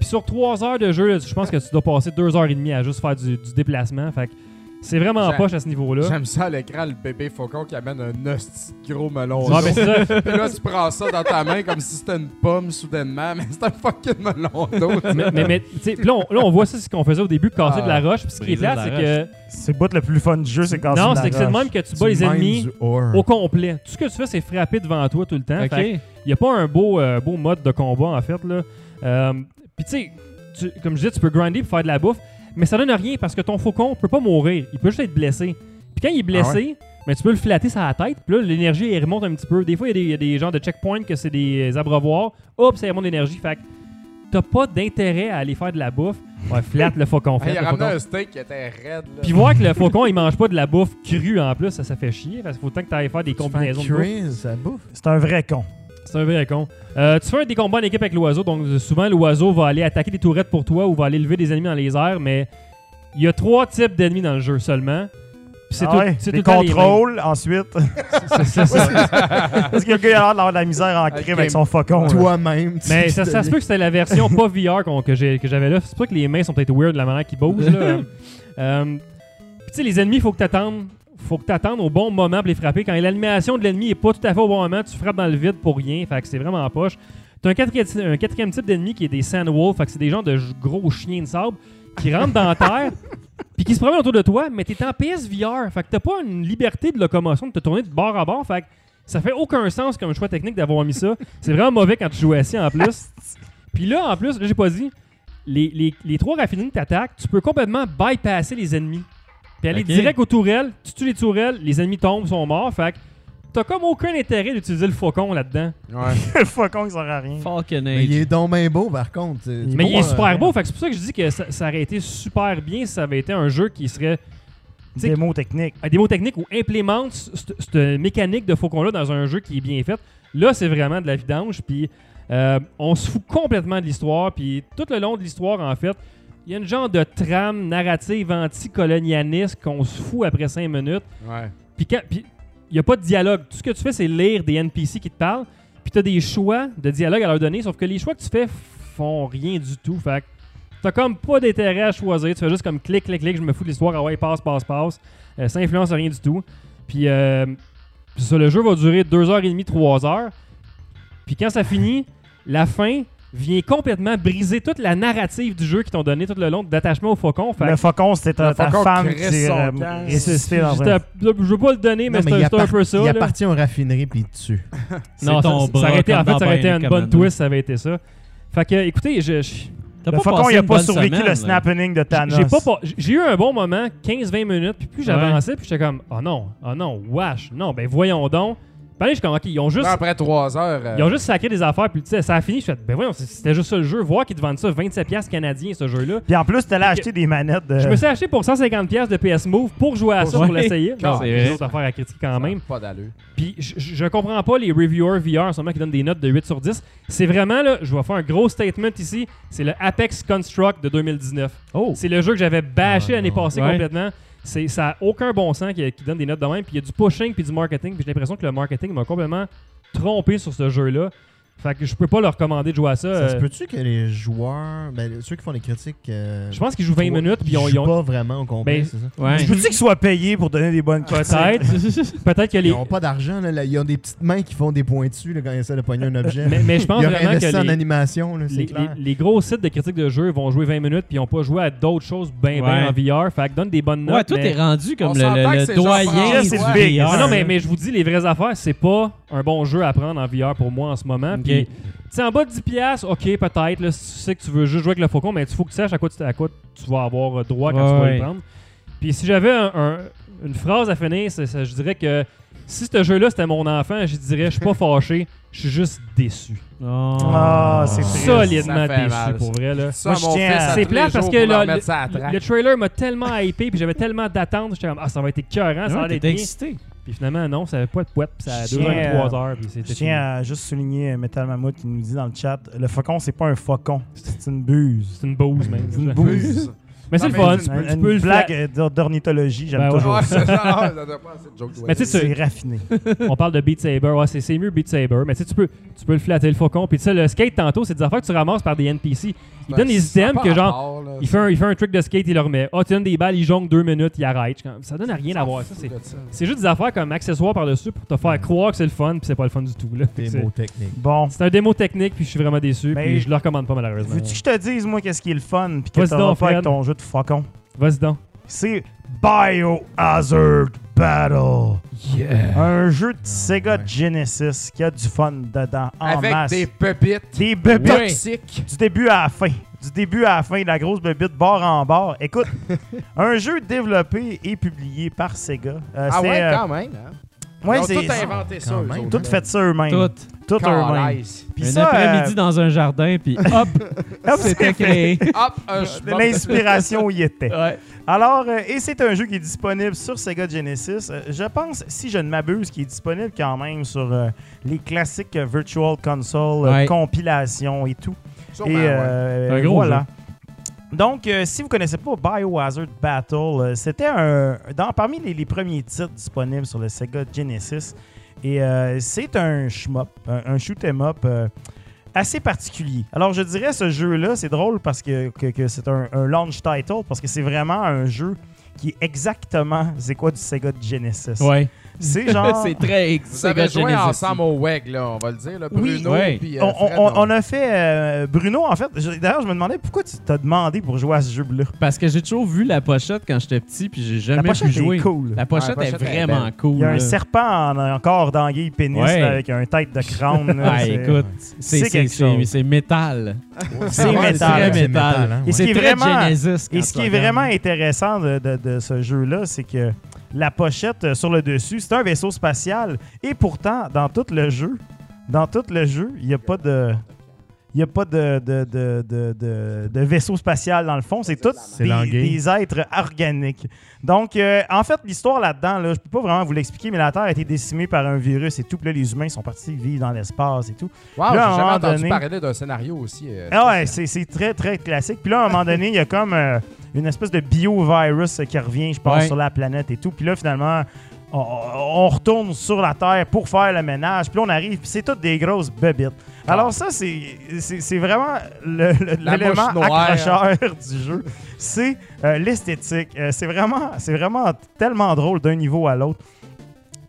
Puis sur trois heures de jeu, là, je pense que tu dois passer deux heures et demie à juste faire du, du déplacement. Fait que c'est vraiment J'a- poche à ce niveau-là. J'aime ça à l'écran, le bébé faucon qui amène un hostie de gros melon. Ah, mais d'eau. c'est ça. Puis là, tu prends ça dans ta main comme si c'était une pomme soudainement, mais c'est un fucking melon d'eau. mais, mais, mais, tu sais, puis là, on, là, on voit ça, c'est ce qu'on faisait au début, casser Ah, de la roche. Puis ce qui est briser de plate, c'est la que. C'est le bout le plus fun du jeu, c'est quand non, c'est que c'est de même que tu bats les mines ennemis du ore. au complet. Tout ce que tu fais, c'est frapper devant toi tout le temps. Fait que Il n'y a pas un beau, euh, beau mode de combat, en fait. Là. Euh, puis tu sais, tu- comme je disais, tu peux grinder pour faire de la bouffe, mais ça donne rien parce que ton faucon peut pas mourir. Il peut juste être blessé. Puis quand il est Ah blessé, ben, tu peux le flatter sur la tête, puis là, l'énergie elle remonte un petit peu. Des fois, il y a des- il y, a des genres de checkpoints que c'est des euh, abreuvoirs. Hop, ça remonte l'énergie. Fait que t'as pas d'intérêt à aller faire de la bouffe. Ouais, flatte le faucon, flatte Hey, il a le ramené faucon. un steak qui était raide. Là. Puis voir que le faucon, il mange pas de la bouffe crue en plus, ça, ça fait chier. Parce qu'il faut tant que t'ailles faire des Tu fais un combinaisons de bouffe. quiz, ça bouffe. C'est un vrai con. C'est un vrai con. Euh, tu fais des combats en équipe avec l'oiseau, donc euh, souvent l'oiseau va aller attaquer des tourettes pour toi ou va aller lever des ennemis dans les airs, mais il y a trois types d'ennemis dans le jeu seulement. Puis C'est Ah tout, ouais, c'est des tout le temps les mêmes. contrôles, ensuite. C'est- c'est- c'est- Parce que le gars, il a l'air d'avoir de la misère en crime avec son faucon. là. Toi-même. tu Mais sais, ça, tu ça se peut que c'était la version pas VR qu'on- que, j'ai- que j'avais là. C'est pour ça que les mains sont peut-être weird de la manière qu'ils bougent. Là. Euh, puis tu sais, les ennemis, faut que t'attendes. Faut que t'attendes au bon moment pour les frapper. Quand l'animation de l'ennemi est pas tout à fait au bon moment, tu frappes dans le vide pour rien. Fait que c'est vraiment en poche. T'as un quatrième, un quatrième type d'ennemi qui est des sandwolves. Fait que c'est des gens de j- gros chiens de sable qui rentrent dans la terre. Puis qui se promènent autour de toi, mais t'es en PSVR. Fait que t'as pas une liberté de locomotion de te tourner de bord à bord. Fait que ça fait aucun sens comme choix technique d'avoir mis ça. C'est vraiment mauvais quand tu joues assis en plus. Puis là, en plus, là, j'ai pas dit, les, les, les trois raffineries que t'attaques, tu peux complètement bypasser les ennemis. Puis aller Ok. direct aux tourelles, tu tues les tourelles, les ennemis tombent, sont morts. Fait que t'as comme aucun intérêt d'utiliser le faucon là-dedans. Ouais. le faucon, il sert à rien. Falcon Mais il Age. est donc bien beau, par contre. Il est Mais il est beau, hein. super beau. Fait que c'est pour ça que je dis que ça, ça aurait été super bien si ça avait été un jeu qui serait T'sais- Des mots techniques. à des mots techniques ou implémente c- c- cette mécanique de faucon-là dans un jeu qui est bien fait. Là, c'est vraiment de la vidange, puis euh, on se fout complètement de l'histoire, puis tout le long de l'histoire, en fait, il y a une genre de trame narrative anticolonialiste qu'on se fout après 5 minutes. Ouais. Puis quand- puis il n'y a pas de dialogue. Tout ce que tu fais, c'est lire des NPC qui te parlent, puis tu as des choix de dialogue à leur donner, sauf que les choix que tu fais font rien du tout. Fait que t'as comme pas d'intérêt à choisir. Tu fais juste comme clic, clic, clic, je me fous de l'histoire, ah ouais, passe, passe, passe. Euh, ça influence rien du tout. Puis euh, puis ça, le jeu va durer 2h30, 3h. Puis quand ça finit, la fin, vient complètement briser toute la narrative du jeu qu'ils t'ont donné tout le long d'attachement au faucon. Fait Le faucon, c'était ta, Le ta faucon femme qui crisse s'est son euh, camp. ressuscitée dans Juste un... à- je veux pas le donner, mais Non, mais il c'est un- c'est un appart- peu ça. Il là. appartient aux raffineries puis il te tue. Non, C'est ça, ton ça aurait bras été, en comme fait, dans ça aurait été Bionic une bonne Commando. twist, ça avait été ça. Fait que, écoutez, je- je- T'as Le pas faucon, passé il a une pas bonne survécu semaine, le là. snapping de Thanos. j'ai pas pas- j'ai eu un bon moment, 15-20 minutes, puis plus Ouais. j'avançais, puis j'étais comme, oh non, oh non, wesh, non, ben voyons donc. Puis là, je suis comme, ok, ils ont juste. Ah, Après trois heures. euh, Ils ont ben. juste sacré des affaires, puis tu sais, ça a fini. Je fais, ben voyons, c'est- c'était juste ça le jeu. Voir qu'ils te vendent ça 27$ piastres canadiens, ce jeu-là. Puis en plus, t'allais acheter des manettes de... Euh. Je me suis acheté pour 150$ piastres de PS Move pour jouer à ça, Ouais. pour l'essayer. Non, Non, c'est j'ai vrai. d'autres affaires à critiquer quand même. Pas d'allure. Puis je, je- je comprends pas les reviewers VR en ce moment qui donnent des notes de 8 sur 10. C'est vraiment, là, je vais faire un gros statement ici, c'est le Apex Construct de 2019. Oh. C'est le jeu que j'avais bâché Ah, l'année non. passée Ouais. complètement. C'est, ça n'a aucun bon sens qui, qui donne des notes de même. Puis il y a du pushing puis du marketing. Puis j'ai l'impression que le marketing m'a complètement trompé sur ce jeu-là. Fait que je peux pas leur recommander de jouer à ça. Ça se Euh, peut-tu que les joueurs, ben, ceux qui font les critiques, euh, je pense qu'ils jouent 20 toi, minutes. Puis ils ont- jouent ils ont- pas vraiment au complet, Ben, c'est ça? Ouais. Je vous dis qu'ils soient payés pour donner des bonnes critiques. peut-être, peut-être que Ils les. n'ont pas d'argent, là, là, ils ont des petites mains qui font des pointus là, quand ils essaient de pogner un objet. Mais, mais je pense ils ont vraiment investi en que les, animation, là, les, c'est clair. les- les gros sites de critiques de jeux vont jouer 20 minutes puis ils n'ont pas joué à d'autres choses bien Ouais. bien en VR. Fait que donne des bonnes notes. Ouais, toi, mais- t'es rendu On comme le, s'entend le- que le c'est doyen. Jean-François. du C'est du big. VR. Ah non, mais, mais je vous dis, les vraies affaires, c'est pas un bon jeu à prendre en VR pour moi en ce moment. Ok. Puis, tu sais, en bas de 10$, piastres, ok, peut-être, là, si tu sais que tu veux juste jouer avec le faucon, mais tu faut que tu saches à quoi tu, à quoi tu vas avoir euh, droit quand Ouais, tu vas ouais. le prendre. Puis, si j'avais un- un- une phrase à finir, c'est- c'est- je dirais que si ce jeu-là c'était mon enfant, je dirais, je suis pas fâché, je suis juste déçu. Oh. Ah, c'est triste. Solidement Ça fait déçu mal, pour ça. vrai, là. Ça, Moi, je mon tiens fils, à- à C'est tous les plat parce jours, que pour leur le, mettre ça à la le- traque. le trailer m'a tellement hypé puis j'avais tellement d'attentes, j'étais comme ah ça va être écœurant, ça Ouais, va être t'étais bien. excité. Puis finalement non, ça avait pas de poète, puis ça a Je duré tiens, trois heures puis c'était Je tiens à juste souligner euh, Metal Mammoth qui nous dit dans le chat le faucon, c'est pas un faucon, c'est une buse. C'est une bouse, même. C'est une Buzz. bouse. Ah, Mais c'est Non, le mais fun. c'est Tu une- peux, Une, tu peux le blague faire. euh, d'or- d'ornithologie, j'aime Ben ouais. toujours Ouais, ça. c'est ça, ouais, ça doit pas, c'est joke de Mais tu sais, C'est raffiné. on parle de Beat Saber. Ouais, c'est c'est mieux Beat Saber. Mais tu sais, tu peux, tu peux le flatter le faucon. Puis tu sais, le skate, tantôt, c'est des affaires que tu ramasses par des NPC. Il donne des Ça a items pas que genre. rapport, là. Il fait, un, il fait un trick de skate, il le remet. Ah, tu donnes des balles, il jongle deux minutes, il arrête. Je suis comme, Ça donne à rien à voir. Ça, c'est- C'est juste des affaires comme accessoires par-dessus pour te faire croire que c'est le fun, puis c'est pas le fun du tout. là. Des C'est mots techniques. Bon. c'est un démo technique, puis je suis vraiment déçu, Mais- puis je le recommande pas malheureusement. Veux-tu Ben, que je te dise, moi, qu'est-ce qui est le fun puis que Vas-y t'auras donc, pas avec Fred. ton jeu de faucon? Vas-y donc. C'est Biohazard Battle. Ben. Un jeu de Ah, Sega ouais. Genesis qui a du fun dedans, en Avec masse. des pépites Des bébites toxiques. du début à la fin. Du début à la fin, la grosse bébite bord en bord. Écoute, un jeu développé et publié par Sega. Euh, Ah c'est, ouais, euh, quand même. hein. ouais, Ils ont c'est- tout inventé ça. quand eux même. autres, tout là. fait ça eux-mêmes. Tout. Tout, eux-mêmes. Calice. Puis Un ça, après-midi dans un jardin, puis hop, euh, c'était créé. Hop, euh, un schmuck. l'inspiration y était. Ouais. Alors, euh, et c'est un jeu qui est disponible sur Sega Genesis. Euh, je pense, si je ne m'abuse, qui est disponible quand même sur euh, les classiques euh, Virtual Console, euh, Ouais. compilation et tout. Sûrement, Et ouais. euh, Un gros voilà. Donc, euh, si vous connaissez pas Biohazard Battle, euh, c'était un dans, parmi les, les premiers titres disponibles sur le Sega Genesis. Et euh, c'est un shmup, un, un shoot 'em up euh, assez particulier. Alors, je dirais ce jeu-là, c'est drôle parce que, que- que c'est un, un launch title, parce que c'est vraiment un jeu qui est exactement c'est quoi du Sega Genesis. Ouais. C'est genre... c'est très ex- Vous avez Sega joué Genesis. ensemble au WEG, là, on va le dire. Là. Oui. Bruno Ouais. puis, euh, on, on- Fred, on- on a fait euh, Bruno en fait je- d'ailleurs je me demandais pourquoi tu t'as demandé pour jouer à ce jeu là Parce que j'ai toujours vu la pochette quand j'étais petit, puis j'ai la jamais pochette pu jouer. est cool La pochette Ouais, la est pochette est vraiment cool. il y a un là. serpent en- encore dans Guy Pénis Ouais. là, avec un tête de crâne là, Ah, c'est- écoute, c'est c'est- c'est quelque c'est- chose. c'est métal. c'est Ouais, métal. c'est métal, hein, Et ouais. Ce qui c'est est très vraiment- Genesis. et quand ce tu qui est regardes. vraiment intéressant de, de- de ce jeu là c'est que la pochette euh, sur le dessus c'est un vaisseau spatial et pourtant dans tout le jeu dans tout le jeu il n'y a pas de il n'y a pas de, de, de- de- de- de vaisseau spatial dans le fond. C'est tous C'est des, langué. des êtres organiques. Donc, euh, en fait, l'histoire là-dedans, là, je peux pas vraiment vous l'expliquer, mais la Terre a été décimée par un virus et tout. Puis là, les humains sont partis vivre dans l'espace et tout. Wow, là, à un j'ai jamais moment entendu donné- parler d'un scénario aussi. euh, Ah ouais, c'est c'est très, très classique. Puis là, à un moment donné, il y a comme euh, une espèce de biovirus qui revient, je pense, Ouais. sur la planète et tout. Puis là, finalement, on, on retourne sur la Terre pour faire le ménage. Puis là, on arrive, puis c'est toutes des grosses bébites. Alors ça, c'est c'est- c'est vraiment le- le- Ah. La l'élément bouche noire. accrocheur du jeu. C'est euh, l'esthétique. Euh, c'est vraiment, c'est vraiment tellement drôle d'un niveau à l'autre.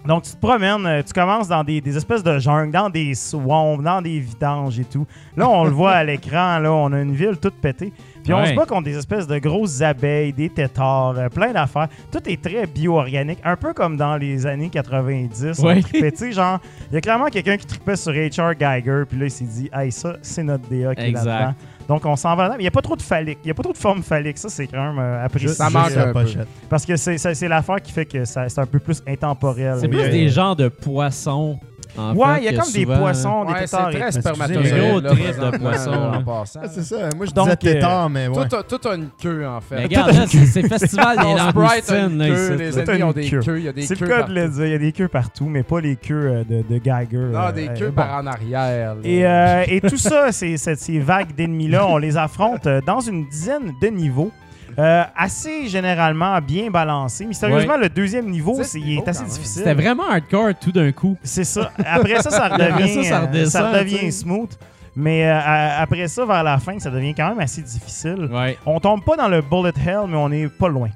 Donc, tu te promènes, euh, tu commences dans des, des espèces de jungles, dans des swamps, dans des vidanges et tout. Là, on le voit à l'écran, là, on a une ville toute pétée. Puis on Ouais. se bat contre des espèces de grosses abeilles, des têtards, euh, plein d'affaires. Tout est très bio-organique, un peu comme dans les années 90. Ouais. on trippait, tu sais, genre, il y a clairement quelqu'un qui tripait sur H.R. Geiger, puis là, il s'est dit, hey, ça, c'est notre DA qui est Exact. là-dedans. Donc, on s'en va là-dedans. Mais Il n'y a pas trop de phallique, il n'y a pas trop de forme phallique. Ça, c'est quand même euh, apprécié. Ça manque un la peu. pochette. Parce que c'est c'est- c'est l'affaire qui fait que ça- c'est un peu plus intemporel. C'est Oui, plus euh, des genres de poissons. en Ouais, fait, il y a que comme des souvent- poissons, des Ouais, c'est tétards. et- très excusez, spermatozoïde. gros là, trip de présentement, poisson, là, là. En passant. Ah, c'est là. ça. Moi, je Donc, disais euh, tétard, mais ouais. Tout a- Tout a une queue, en fait. Mais regarde, là, c'est c'est festival des Ton Sprite a langoustines. une là, queue, ici. les Tout a ennemis une ont des queue. queues, il y a des C'est queues le cas de partout. le dire. Il y a des queues partout, mais pas les queues euh, de, de Geiger. Non, euh, des euh, queues bon. par en arrière. là. Et, euh, et tout ça, ces, ces- ces vagues d'ennemis-là, on les affronte euh, dans une dizaine de niveaux. euh, assez généralement bien balancés. Mystérieusement, le deuxième niveau, Dix c'est, il niveaux, est assez quand même. difficile. C'était vraiment hardcore tout d'un coup. C'est ça. Après ça, ça Après ça, redevient, ça euh, redescend, ça redevient tu sais. smooth. Mais euh, à- après ça, vers la fin, ça devient quand même assez difficile. Ouais. On tombe pas dans le bullet hell, mais on est pas loin.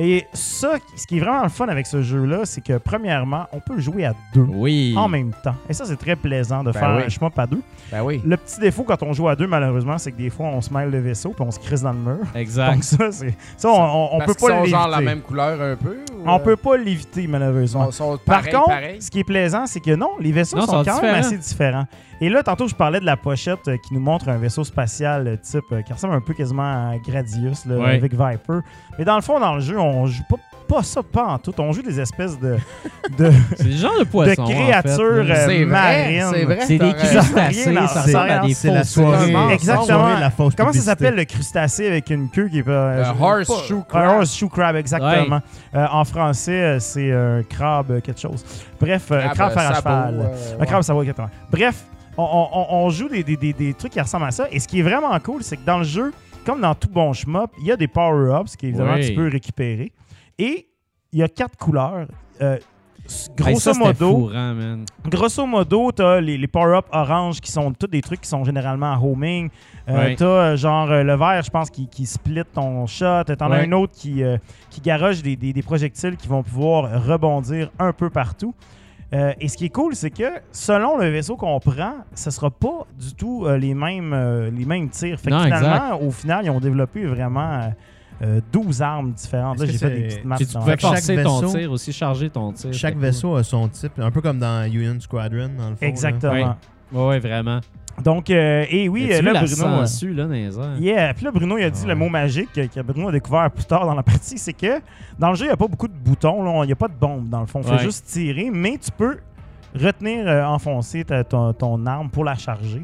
Et ça, ce qui est vraiment le fun avec ce jeu-là, c'est que premièrement, on peut jouer à deux Oui. en même temps. Et ça, c'est très plaisant de Ben faire oui. un shmup à deux. Ben oui. Le petit défaut quand on joue à deux, malheureusement, c'est que des fois, on se mêle le vaisseau puis on se crisse dans le mur. Exact. Donc ça, c'est ça, on, on- on Parce peut qu'ils pas sont genre la l'éviter. même couleur un peu. ou, On euh, peut pas l'éviter, malheureusement. sont- sont Par pareils, contre, pareils? ce qui est plaisant, c'est que non, les vaisseaux Non, sont, sont quand même différents. assez différents. Et là, tantôt, je parlais de la pochette euh, qui nous montre un vaisseau spatial euh, type euh, qui ressemble un peu quasiment à Gradius là, Ouais. avec Viper. Mais dans le fond, dans le jeu, on joue pas, pas ça pas en tout. On joue des espèces de, de, C'est des genres de de poissons. en fait, là. créatures euh, C'est vrai, marines. c'est vrai. C'est des t'as raison. Ça crustacés, n'a rien ça à- ressemble ça à n'a des rien C'est la fausses soirée. Exactement. Exactement. la fausse Comment ça publicité. s'appelle le crustacé avec une queue qui est pas. euh, Le je- horseshoe crab. Un horseshoe crab, exactement. Euh, en français, euh, c'est un crabe euh, quelque chose. Bref, euh, Crabe, crabe fer à sabot, cheval. euh, Un crabe sabot, exactement. Bref, on, on- on- on joue des, des- des- des trucs qui ressemblent à ça. Et ce qui est vraiment cool, c'est que dans le jeu, comme dans tout bon shmup, il y a des power-ups qu'évidemment Oui. tu peux récupérer. Et il y a quatre couleurs. Euh, s- grosso Hey, Ben, ça, c'était modo, fourrant, man. Grosso modo, t'as les, les power-up orange qui sont tous des trucs qui sont généralement en homing. Euh, Ouais. T'as euh, genre euh, le vert, je pense, qui, qui split ton shot. T'en as Ouais. un autre qui, euh, qui garoche des, des- des projectiles qui vont pouvoir rebondir un peu partout. Euh, et ce qui est cool, c'est que selon le vaisseau qu'on prend, ce sera pas du tout euh, les, mêmes, euh, les mêmes tirs. Fait que Non, finalement, au final, ils ont développé vraiment euh, euh, 12 armes différentes. Là, Est-ce j'ai que fait c'est- des petites maps. Puis tu dans- pouvais Chaque forcer ton vaisseau- tir aussi, charger ton tir. Chaque Fait- vaisseau a son type, un peu comme dans Union Squadron, dans le fond. là. Exactement. Ouais. Ouais, ouais, vraiment. Donc, euh, et oui, As-tu euh, vu là, la Bruno. euh, sangsue, là, dans les airs? Yeah. euh, Puis là, Bruno, il a dit Hum. Ah ouais. le mot magique que que Bruno a découvert plus tard dans la partie, c'est que dans le jeu, il n'y a pas beaucoup de boutons. là. On- Il n'y a pas de bombe, dans le fond. On Ouais. fait juste tirer, mais tu peux retenir, euh, enfoncer ta- ton, ton arme pour la charger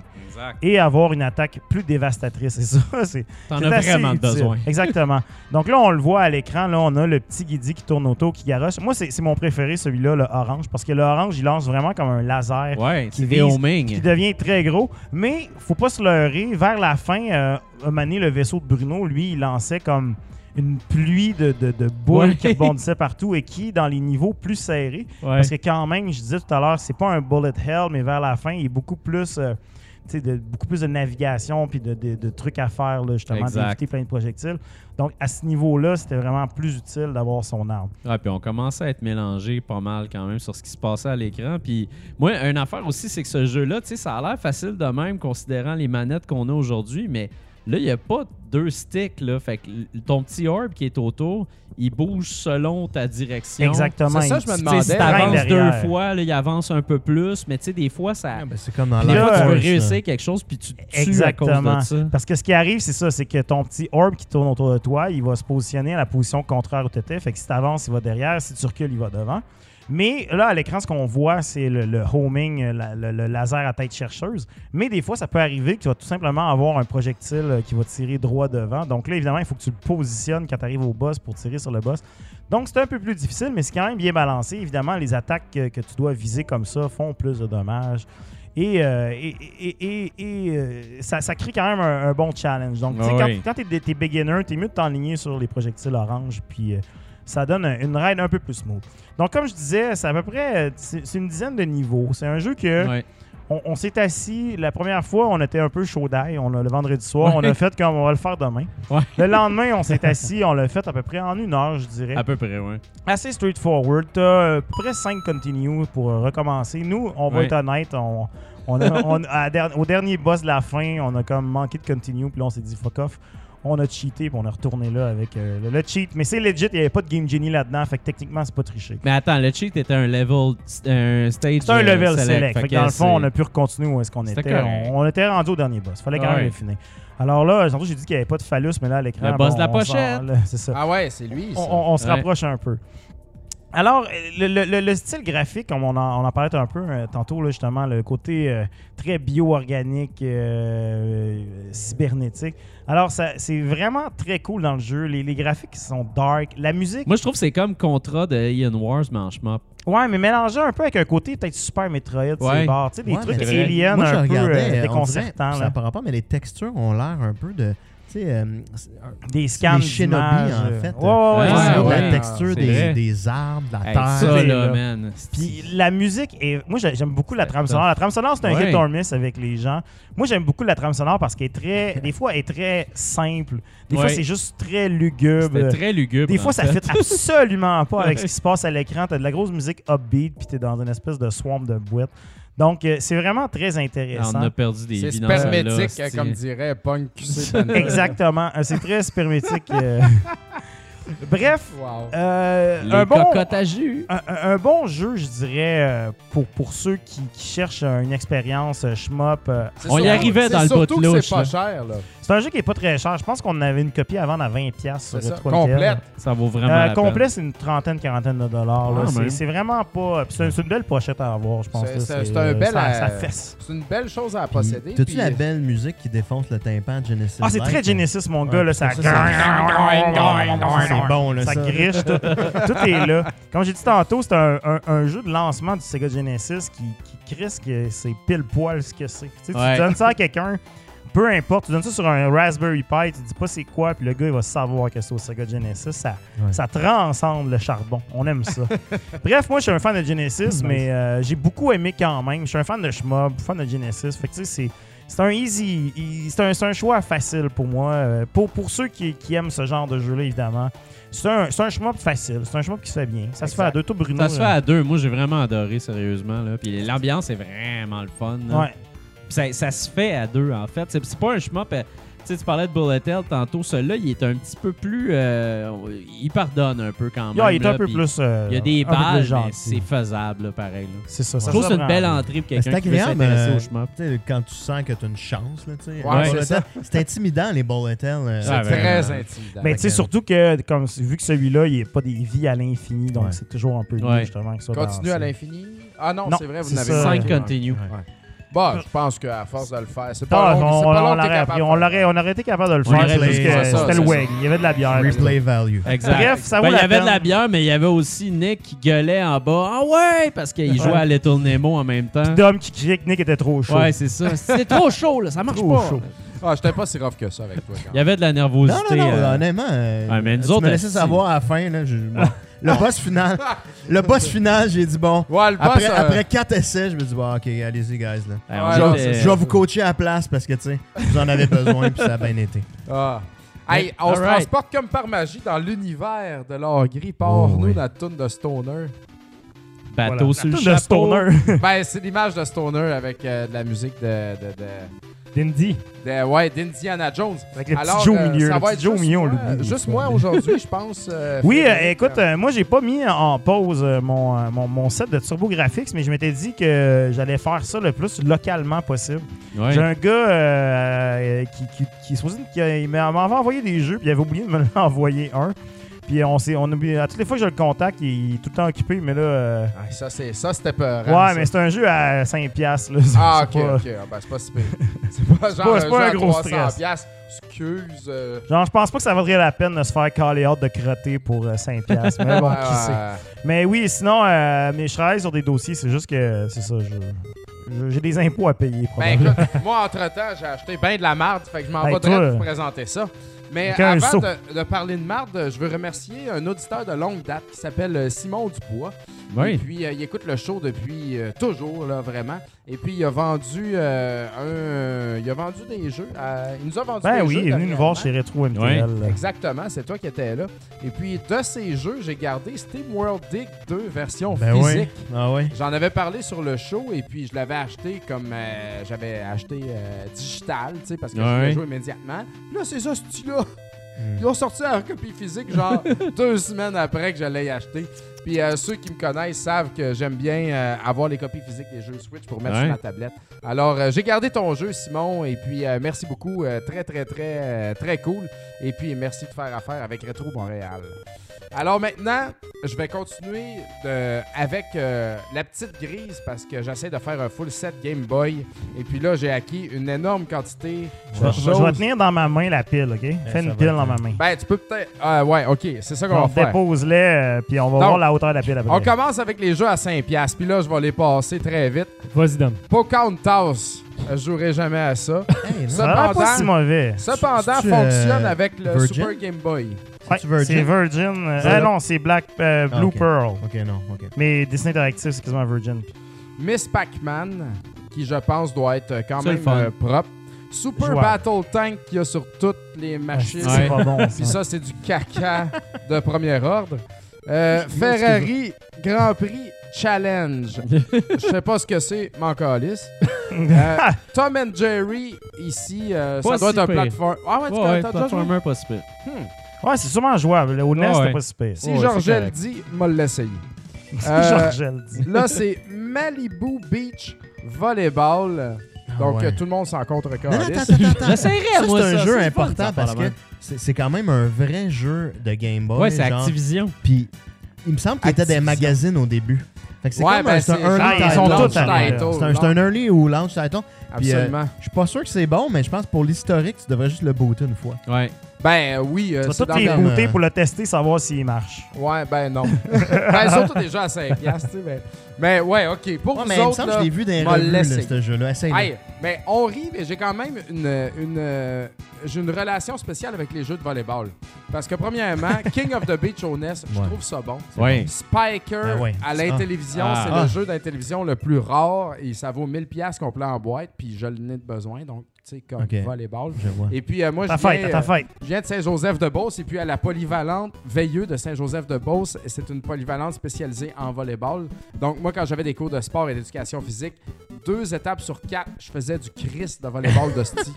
et avoir une attaque plus dévastatrice. C'est ça. C'est T'en c'est as assez vraiment utile. besoin. Exactement. Donc là, on le voit à l'écran. Là, on a le petit guidi qui tourne autour, qui garoche. Moi, c'est c'est mon préféré, celui-là, le orange, parce que le orange, il lance vraiment comme un laser Ouais, Qui c'est des vise- homing. qui devient très gros. Mais faut pas se leurrer. Vers la fin, euh, à un moment donné, le vaisseau de Bruno, lui, il lançait comme une pluie de, de- de boules Ouais. qui rebondissaient partout et qui, dans les niveaux plus serrés, Ouais. parce que quand même, je disais tout à l'heure, c'est pas un bullet hell, mais vers la fin, il y a beaucoup plus, euh, tu sais, de, beaucoup plus de navigation puis de, de- de trucs à faire, là, justement, Exact. d'éviter plein de projectiles. Donc, à ce niveau-là, c'était vraiment plus utile d'avoir son arme. Ouais, puis on commençait à être mélangé pas mal quand même sur ce qui se passait à l'écran. Puis moi, une affaire aussi, c'est que ce jeu-là, tu sais, ça a l'air facile de même considérant les manettes qu'on a aujourd'hui, mais là, il n'y a pas deux sticks, là. Fait que l- ton petit orb qui est autour, il bouge selon ta direction. Exactement. C'est ça, Il- je me Tu demandais. sais, si t'avances Derrière. deux fois, là, il avance un peu plus, mais tu sais, des fois, ça. Ah, ben, c'est comme dans Puis des la fois, tu veux Force, là. réussir quelque chose, puis tu te tues à Exactement. cause de ça. Parce que ce qui arrive, c'est ça, c'est que ton petit orb qui tourne autour de toi, il va se positionner à la position contraire où tu étais. Fait que si tu avances, il va derrière. Si tu recules, il va devant. Mais là, à l'écran, ce qu'on voit, c'est le, le homing, euh, la- le, le laser à tête chercheuse. Mais des fois, ça peut arriver que tu vas tout simplement avoir un projectile euh, qui va tirer droit devant. Donc là, évidemment, il faut que tu le positionnes quand tu arrives au boss pour tirer sur le boss. Donc c'est un peu plus difficile, mais c'est quand même bien balancé. Évidemment, les attaques que, que tu dois viser comme ça font plus de dommages. Et, euh, et, et- et- et, euh, ça, ça crée quand même un, un bon challenge. Donc, tu sais, Ah quand, oui. quand t'es, t'es beginner, t'es mieux de t'enligner sur les projectiles orange, puis euh, ça donne un- une raid un peu plus smooth. Donc, comme je disais, c'est à peu près euh, c'est, c'est une dizaine de niveaux. C'est un jeu que Ouais. on, on s'est assis. La première fois, on était un peu chaud d'ail. On a, le vendredi soir, on a fait comme on va le faire demain. Ouais. Le lendemain, on s'est assis. On l'a fait à peu près en une heure, je dirais. À peu près, ouais. Assez straightforward. T'as euh, à peu près 5 continues pour euh, recommencer. Nous, on va Ouais. être honnête, on, on a- on- à der- au dernier boss de la fin, on a comme manqué de continue. Puis là, on s'est dit fuck off. On a cheaté, puis on est retourné là avec euh, le, le cheat. Mais c'est legit, il n'y avait pas de Game Genie là-dedans. Fait que techniquement, c'est pas triché. Mais attends, le cheat était un level, un stage. C'est un euh, level select. Fait que que dans le fond, on c'est- a pu recontinuer où est-ce qu'on C'était était. correct. Ah On, on était rendu au dernier boss. Fallait quand Ouais. même le finir. Alors là, tantôt, j'ai dit qu'il n'y avait pas de phallus, mais là, à l'écran. Le boss de la on pochette. s'en- là, C'est ça. Ah ouais, c'est lui. ça. on, on- on se Ouais. rapproche un peu. Alors, euh, le, le- le- le style graphique, comme on en, on en parlait un peu euh, tantôt, là, justement, le côté euh, très bio-organique, euh, euh, cybernétique. Alors, ça- c'est vraiment très cool dans le jeu. Les, les graphiques sont dark. La musique, Moi, je trouve que c'est comme contrat de Ian Wars, mais en chemin. ouais, mais mélangé un peu avec un côté peut-être super Metroid, Ouais. c'est barre. Tu sais, des Ouais, trucs mais- aliens Moi, je un peu euh, regardais, euh, on dirait, déconcertants. ça là. par rapport, mais les textures ont l'air un peu de. Tu sais, euh, c'est- un- Des scans des shinobi, d'images, en euh. fait. Ouais, ouais, ouais, Ouais, c'est ça. au niveau de ouais, la texture c'est vrai. des, des arbres, de la Hey, terre. ça, t'sais, là, là. man. Puis la musique est. Moi, j'ai- j'aime beaucoup la trame tough. sonore. La trame sonore, c'est un Ouais. hit or miss avec les gens. Moi, j'aime beaucoup la trame sonore parce qu'elle est très. Des fois, elle est très simple. Des fois, Ouais. c'est juste très lugubre. C'était très lugubre. euh, Des en fois, ça fait. fit absolument pas avec ce qui se passe à l'écran. T'as de la grosse musique upbeat, puis t'es dans une espèce de swamp de boîte. Donc, euh, c'est vraiment très Ah, On intéressant. a perdu des C'est vies dans ce là, spermétique, c'est- comme dirait Punk QC. Exactement. Euh, C'est très spermétique. euh. Bref, Wow. euh, Les un bon. cocottes à jus. un, un- un bon jeu, je dirais, euh, pour, pour ceux qui, qui cherchent euh, une expérience euh, shmup. euh, C'est On y surtout- arrivait dans le C'est bas surtout de que louche, c'est pas là. cher, là. C'est un jeu qui est pas très cher. Je pense qu'on avait une copie avant à 20$ sur C'est le ça. 3 Complète. Ça vaut vraiment Euh, la complet, peine. c'est une trentaine, quarantaine de dollars. là. Ah, C'est- même. c'est vraiment pas. puis C'est une, c'est une belle pochette à avoir, je pense. C'est- là. c'est- c'est un bel, Ça, euh, ça fesse. C'est une belle chose à Puis, posséder. T'as-tu puis- la belle musique qui défonce le tympan de Genesis? Ah, c'est Live, très là? Genesis, mon Ouais, gars. Là, ça, ça, ça, ça, ça- c'est bon, là. ça griche, tout, tout est là. Comme j'ai dit tantôt, c'est un, un- un jeu de lancement du Sega Genesis qui, qui crisque, c'est pile poil ce que c'est. Tu, sais, tu Ouais. donnes ça à quelqu'un, peu importe, tu donnes ça sur un Raspberry Pi, tu dis pas c'est quoi, puis le gars il va savoir que c'est au Sega Genesis. Ça, Ouais. ça transcende le charbon. On aime ça. Bref, moi je suis un fan de Genesis, mais euh, j'ai beaucoup aimé quand même. Je suis un fan de Shmob, fan de Genesis. Fait que tu sais, c'est. C'est un easy, e- c'est un, c'est un choix facile pour moi. Euh, Pour, pour ceux qui, qui aiment ce genre de jeu-là, évidemment, c'est un, c'est un shmup facile. C'est un shmup qui se fait bien. Ça se fait à Exact. deux tours Bruno. Ça se fait là. à deux. Moi, j'ai vraiment adoré, sérieusement. Là. Puis l'ambiance est vraiment le fun. là. Ouais. Puis ça, ça se fait à deux, en fait. C'est c'est pas un shmup. euh, Tu sais, tu parlais de Bullet Hell tantôt. Celui-là, il est un petit peu plus. euh, il pardonne un peu quand même. Yeah, il est un là, peu puis plus. euh, Il y a des un peu plus balles, mais gentil. c'est faisable, là, pareil. là. C'est ça. Je ça trouve se que c'est une prend. belle entrée pour quelqu'un c'est qui veut agréable, s'intéresser euh, au shmup. Tu sais, quand tu sens que t'as une chance, là, tu sais. Ouais, Bullet c'est ça. Hell, C'est intimidant, les bullet hell. euh, Ah, ben, Très euh, intimidant. Mais tu sais, Fait que- surtout que, comme, vu que celui-là, il n'y a pas des vies à l'infini, donc Ouais. c'est toujours un peu mieux, Ouais. justement, que ça. Continue dans- à l'infini. Ah non, Non, c'est vrai, vous c'est n'avez ça. pas. Cinq Cinq Ouais. continue. Bah, je pense qu'à force de le faire, c'est pas Ah, long. on, c'est on, pas long on que t'es l'aurait capable appris. de On faire. l'aurait, on aurait été capable de le faire. Replay, c'est juste que c'est ça, c'était le c'est weg. Il y avait de la bière. Replay value. Exact. Bref, ça Ben, vaut il y la avait de la peine. bière, mais il y avait aussi Nick qui gueulait en bas. Ah ouais, parce qu'il jouait à Little Nemo en même temps. Dom qui criait que Nick était trop chaud. Ouais, c'est ça. C'est trop chaud, là. Ça marche Trop pas. chaud. Ah, j'étais pas si rough que ça avec toi. quand Il y avait de la Non, nervosité. non, non, euh, honnêtement. euh, ouais, mais nous tu autres, me laissais si. savoir à la fin, là. je- bon, le boss final. Le boss final, j'ai dit bon. même. Ouais, le boss. Après, euh, après 4 essais, je me dis, bon, ok, allez-y, guys. Là. Ben, on Ah, Ouais, Je non, vais- était- c'est- je vais vous coacher à la place parce que, tu sais, vous en avez besoin puis ça a bien été. ah. Hey, on se Alright. transporte comme par magie dans l'univers de l'or gris. Pars-nous Oh, oui. notre toune de Stoner. Bateau Voilà. sur Tune le de chapeau. Stoner. ben, c'est l'image de Stoner avec euh, de la musique de, de, de, Dindy. de- ouais, d'Indiana Joe. Avec le petit Alors, Joe au euh, milieu. ça le va petit être Joe au juste milieu, on moi- l'oublie. des Juste fois. moi aujourd'hui, je pense. euh, Oui, euh, Frédéric, écoute, euh, euh, moi, j'ai pas mis en pause euh, mon, euh, mon, mon set de Turbo Graphics, mais je m'étais dit que j'allais faire ça le plus localement possible. Ouais. J'ai un gars euh, euh, qui, qui, qui est supposé qu'il a- il m'a- m'avait envoyé des jeux, puis il avait oublié de me l'envoyer un. Puis on s'est, on oublie, à toutes les fois que je le contacte, il est tout le temps occupé, mais là. euh, ah, ça, c'est ça, c'était peur. ouais, mais c'est un jeu à 5$. piastres, Là, Ah, ok, C'est pas- ok. Ah, ben, c'est pas si pire. C'est pas genre c'est pas un un gros gros stress. Piastres. Excuse. euh, Genre, je pense pas que ça vaudrait la peine de se faire caller out de crotter pour euh, 5$. piastres, mais bon, ouais, qui sait. ouais. Mais oui, sinon, euh, mais je travaille sur des dossiers, c'est juste que c'est ça, je- je- j'ai des impôts à payer. Ben probablement. écoute, moi entre-temps, j'ai acheté bien de la marde, fait que je m'en Hey, vais toi, direct euh, vous présenter ça. Mais Avec un avant saut. de, de parler de marde, je veux remercier un auditeur de longue date qui s'appelle euh, Simon Dubois. Et Oui. puis, euh, il écoute le show depuis euh, toujours, là, vraiment. Et puis, il a vendu euh, un... Il a vendu des jeux. à- il nous a vendu Ben des oui, jeux il est venu nous voir dernièrement. chez Retro MTL. Exactement, c'est toi qui étais là. Et puis, de ces jeux, j'ai gardé Steam World Dig 2 version Ben oui. physique. Ah ouais. J'en avais parlé sur le show et puis je l'avais acheté comme euh, j'avais acheté euh, digital, tu sais, parce que je Ouais. Hmm. voulais jouer immédiatement. Puis là, c'est ça, ce style-là. Ils ont sorti la copie physique, genre deux semaines après que je l'ai acheté. Puis euh, ceux qui me connaissent savent que j'aime bien euh, avoir les copies physiques des jeux Switch pour mettre Ouais. sur ma tablette. Alors, euh, j'ai gardé ton jeu, Simon, et puis euh, merci beaucoup. euh, très, très, très, euh, très cool. Et puis, merci de faire affaire avec Retro Montréal. Alors maintenant, je vais continuer de- avec euh, la petite grise parce que j'essaie de faire un full set Game Boy. Et puis là, j'ai acquis une énorme quantité Je, de vais- je vais choses. tenir dans ma main la pile, OK? Fais Eh, ça une va pile être dans bien. ma main. Ben, tu peux peut-être. Ah, ouais, ok, c'est ça qu'on va On faire. dépose-les, euh, puis on va Donc, voir la hauteur de la pile après. On commence avec les jeux à 5$, piastres, puis là, je vais les passer très vite. Vas-y, Dom. Pocahontas, je jouerai jamais à ça. Hey, Ça- Ça a l'air Cependant- pas si mauvais. Cependant, C'est-tu, fonctionne euh, avec le Virgin? Super Game Boy. Ouais, C'est-tu Virgin? c'est Virgin. euh, Ça- ah non, c'est Black euh, Ah, Blue ok. Pearl. Ok, non, ok. Mais Disney Interactive, c'est quasiment Virgin. Miss Pac-Man, qui je pense doit être quand C'est même le fun. euh, propre. Super Jouable. Battle Tank qu'il y a sur toutes Ah, les machines. Ah, C'est pas bon. Ah, Puis Ça. ça, c'est du caca de premier ordre. Euh, Ferrari Grand Prix Challenge. Je sais pas ce que c'est, m'en calisse. Euh, Tom and Jerry, ici, euh, ça Pas doit si être un pire. plateforme. Ah ouais, tu Ouais, connais- ouais, t'as déjà joué? platformer pas si pire. Hmm. Ouais, c'est sûrement jouable. Au NES, Ouais, ouais. c'était pas super. Si Ouais, ouais, c'est Georgel correct. dit, m'a l'essayé. Euh, Georges le dit. Là, c'est Malibu Beach Volleyball. Donc, Ah, ouais. euh, tout le monde s'en contre Non, non, attends, calisse. attends, attends. J'essaierais, Ça, moi. c'est un ça, jeu le fun, important ça, parce apparemment. que c'est c'est quand même un vrai jeu de Game Boy. Ouais, c'est genre. Activision. Puis il me semble qu'il était des Activision. magazines au début. Fait que c'est Ouais, comme ben, un, c'est un c'est- Ah, early ils title. sont tous C'est à un- title, c'est un- C'est un early ou launch title. Puis, euh, Absolument. Je suis pas sûr que c'est bon, mais je pense que pour l'historique, tu devrais juste le booter une fois. Ouais. Ben euh, oui, euh, Tu vas c'est tous dans les le- comme, booter euh, pour le tester, savoir s'il marche. Ouais, ben non. ben surtout déjà à 5 piastres, tu sais. Mais, mais ouais, OK. Pour Ouais, vous mais il me autres, semble là, que je l'ai vu dans les m'a revues, là, laissé. ce jeu-là. Essaye. Hey, mais on rit, mais j'ai quand même une, une, euh, j'ai une relation spéciale avec les jeux de volleyball. Parce que, premièrement, King of the Beach au NES, je Ouais. trouve ça bon. Ouais. Spiker Ben ouais. à la Ah. télévision, Ah. c'est Ah. le jeu de la télévision le plus rare et ça vaut 1000$ piastres qu'on plaît en boîte, puis je l'ai de besoin, donc tu sais, comme Ok. volleyball. Je vois. Et puis, euh, moi, je Ta fête, viens, à ta euh, fête. je viens de Saint-Joseph-de-Beauce et puis à la polyvalente Veilleux de Saint-Joseph-de-Beauce. C'est une polyvalente spécialisée en volleyball. Donc, moi, quand j'avais des cours de sport et d'éducation physique, deux étapes sur quatre, je faisais du Chris de volleyball de sti.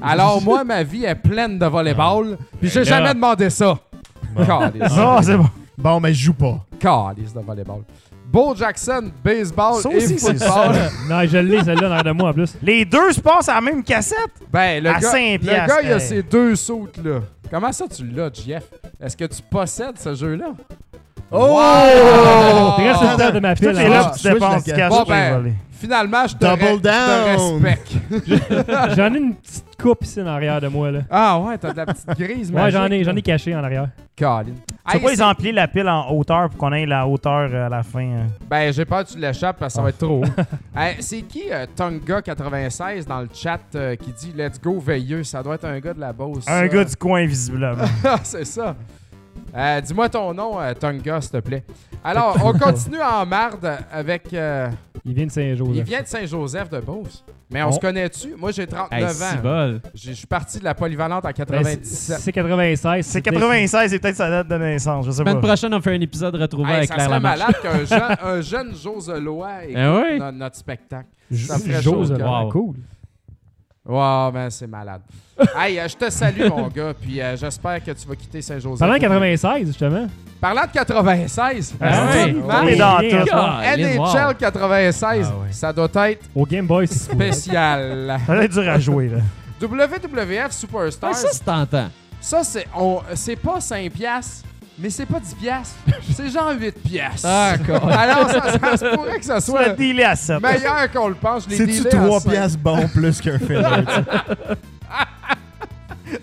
Alors, moi, ma vie est pleine de volleyball, puis j'ai Là. jamais demandé ça. Bon. Calice. Ah. Non, Ah, c'est bon. Bon, mais je joue pas. Calice de volleyball. Bo Jackson, baseball Ça et aussi, c'est football. Euh, Non, je l'ai, celle-là, en arrière de moi, en plus. Les deux se passent à la même cassette. Ben, le À gars, cinq le piastres, gars, il a hey. ces deux sautes là. Comment ça, tu l'as, Jeff? Est-ce que tu possèdes ce jeu-là? Oh! Il reste sur le top de ma Tout pile. est en là, ah, puis tu switch dépenses la du cassette. cash Bon, pour les ben, voler. Finalement, je te, Double re- je te down. respecte. bas. J'en ai une petite coupe ici, en arrière de moi, là. Ah ouais, t'as de la petite grise, Ouais, j'en ai, j'en ai caché en arrière. Colin. Tu peux Hey, pas c'est- les empiler la pile en hauteur pour qu'on ait la hauteur euh, à la fin. euh. Ben, j'ai peur que tu l'échappes parce que ça va être trop. haut. Hey, c'est qui Tonga96 dans le chat euh, qui dit Let's go veilleux Ça doit être un gars de la Beauce. Un ça. gars du coin, visiblement. Ah, c'est ça. Euh, Dis-moi ton nom, euh, Tonga, s'il te plaît. Alors, on continue en marde avec. euh, Il vient de il Saint-Joseph. vient de Saint-Joseph-de-Beauce. Mais on Oh. se connaît-tu Moi, j'ai 39 Hey, ans. si bol. Je je suis parti de la polyvalente en Ben, c'est- 97. c'est 96. C'est 96, c'est peut-être sa date de naissance, je sais Semaine pas. prochaine, on fait un épisode retrouvé Hey, avec ça Claire serait Lamarche. malade qu'un jeune, un jeune Joselois écoute Ah ouais? no- notre spectacle. Ça ferait chaud au Joseph. cœur. Wow. Cool. Wow, ben c'est malade. hey, euh, je te salue, mon gars, puis euh, j'espère que tu vas quitter Saint-Joseph. Parlant de 96, justement. Parlant de 96, Ah c'est ouais. une On marque. est dans Hey, gars. tout. Ah, allez voir. NHL 96, Ah ouais. ça doit être Au Game Boy, c'est fou. spécial. Ça va être dur à jouer, là. WWF Ah, Superstars, ça, c'est tentant. ça c'est on- c'est pas 5 piastres, mais c'est pas 10 piastres, c'est genre 8 piastres. D'accord. Alors ça, ça se pourrait que ça Tu vas soit dealer à 7. Ben, meilleur qu'on le pense. Je l'ai C'est-tu dealé en 3 cinq. piastres bon plus qu'un Ah. filler?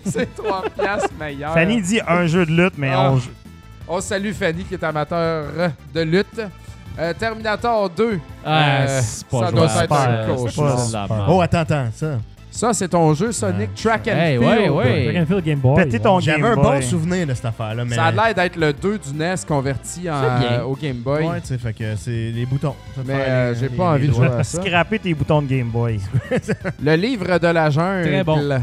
C'est 3 piastres meilleur. Fanny dit un jeu de lutte, mais Ah. on joue. On salue Fanny qui est amateur de lutte. Euh, Terminator 2. Ah, Euh, c'est pas ça doit jouable. être un C'est coach. pas C'est de la oh, merde. attends, attends, ça. Ça, c'est ton jeu Sonic Track and Ah. Hey, Field. ouais, ouais. Dragon Field Game Boy. Péter ton J'avais Game un bon Boy. souvenir de cette affaire-là, mais. Ça a l'air d'être le 2 du NES converti en- C'est bien. au Game Boy. Ouais, tu sais, fait que c'est les boutons. Ça Mais fait euh, les- j'ai les- pas les envie de doigts. jouer à ça. Scraper tes boutons de Game Boy. Le livre de la jungle. Très bon.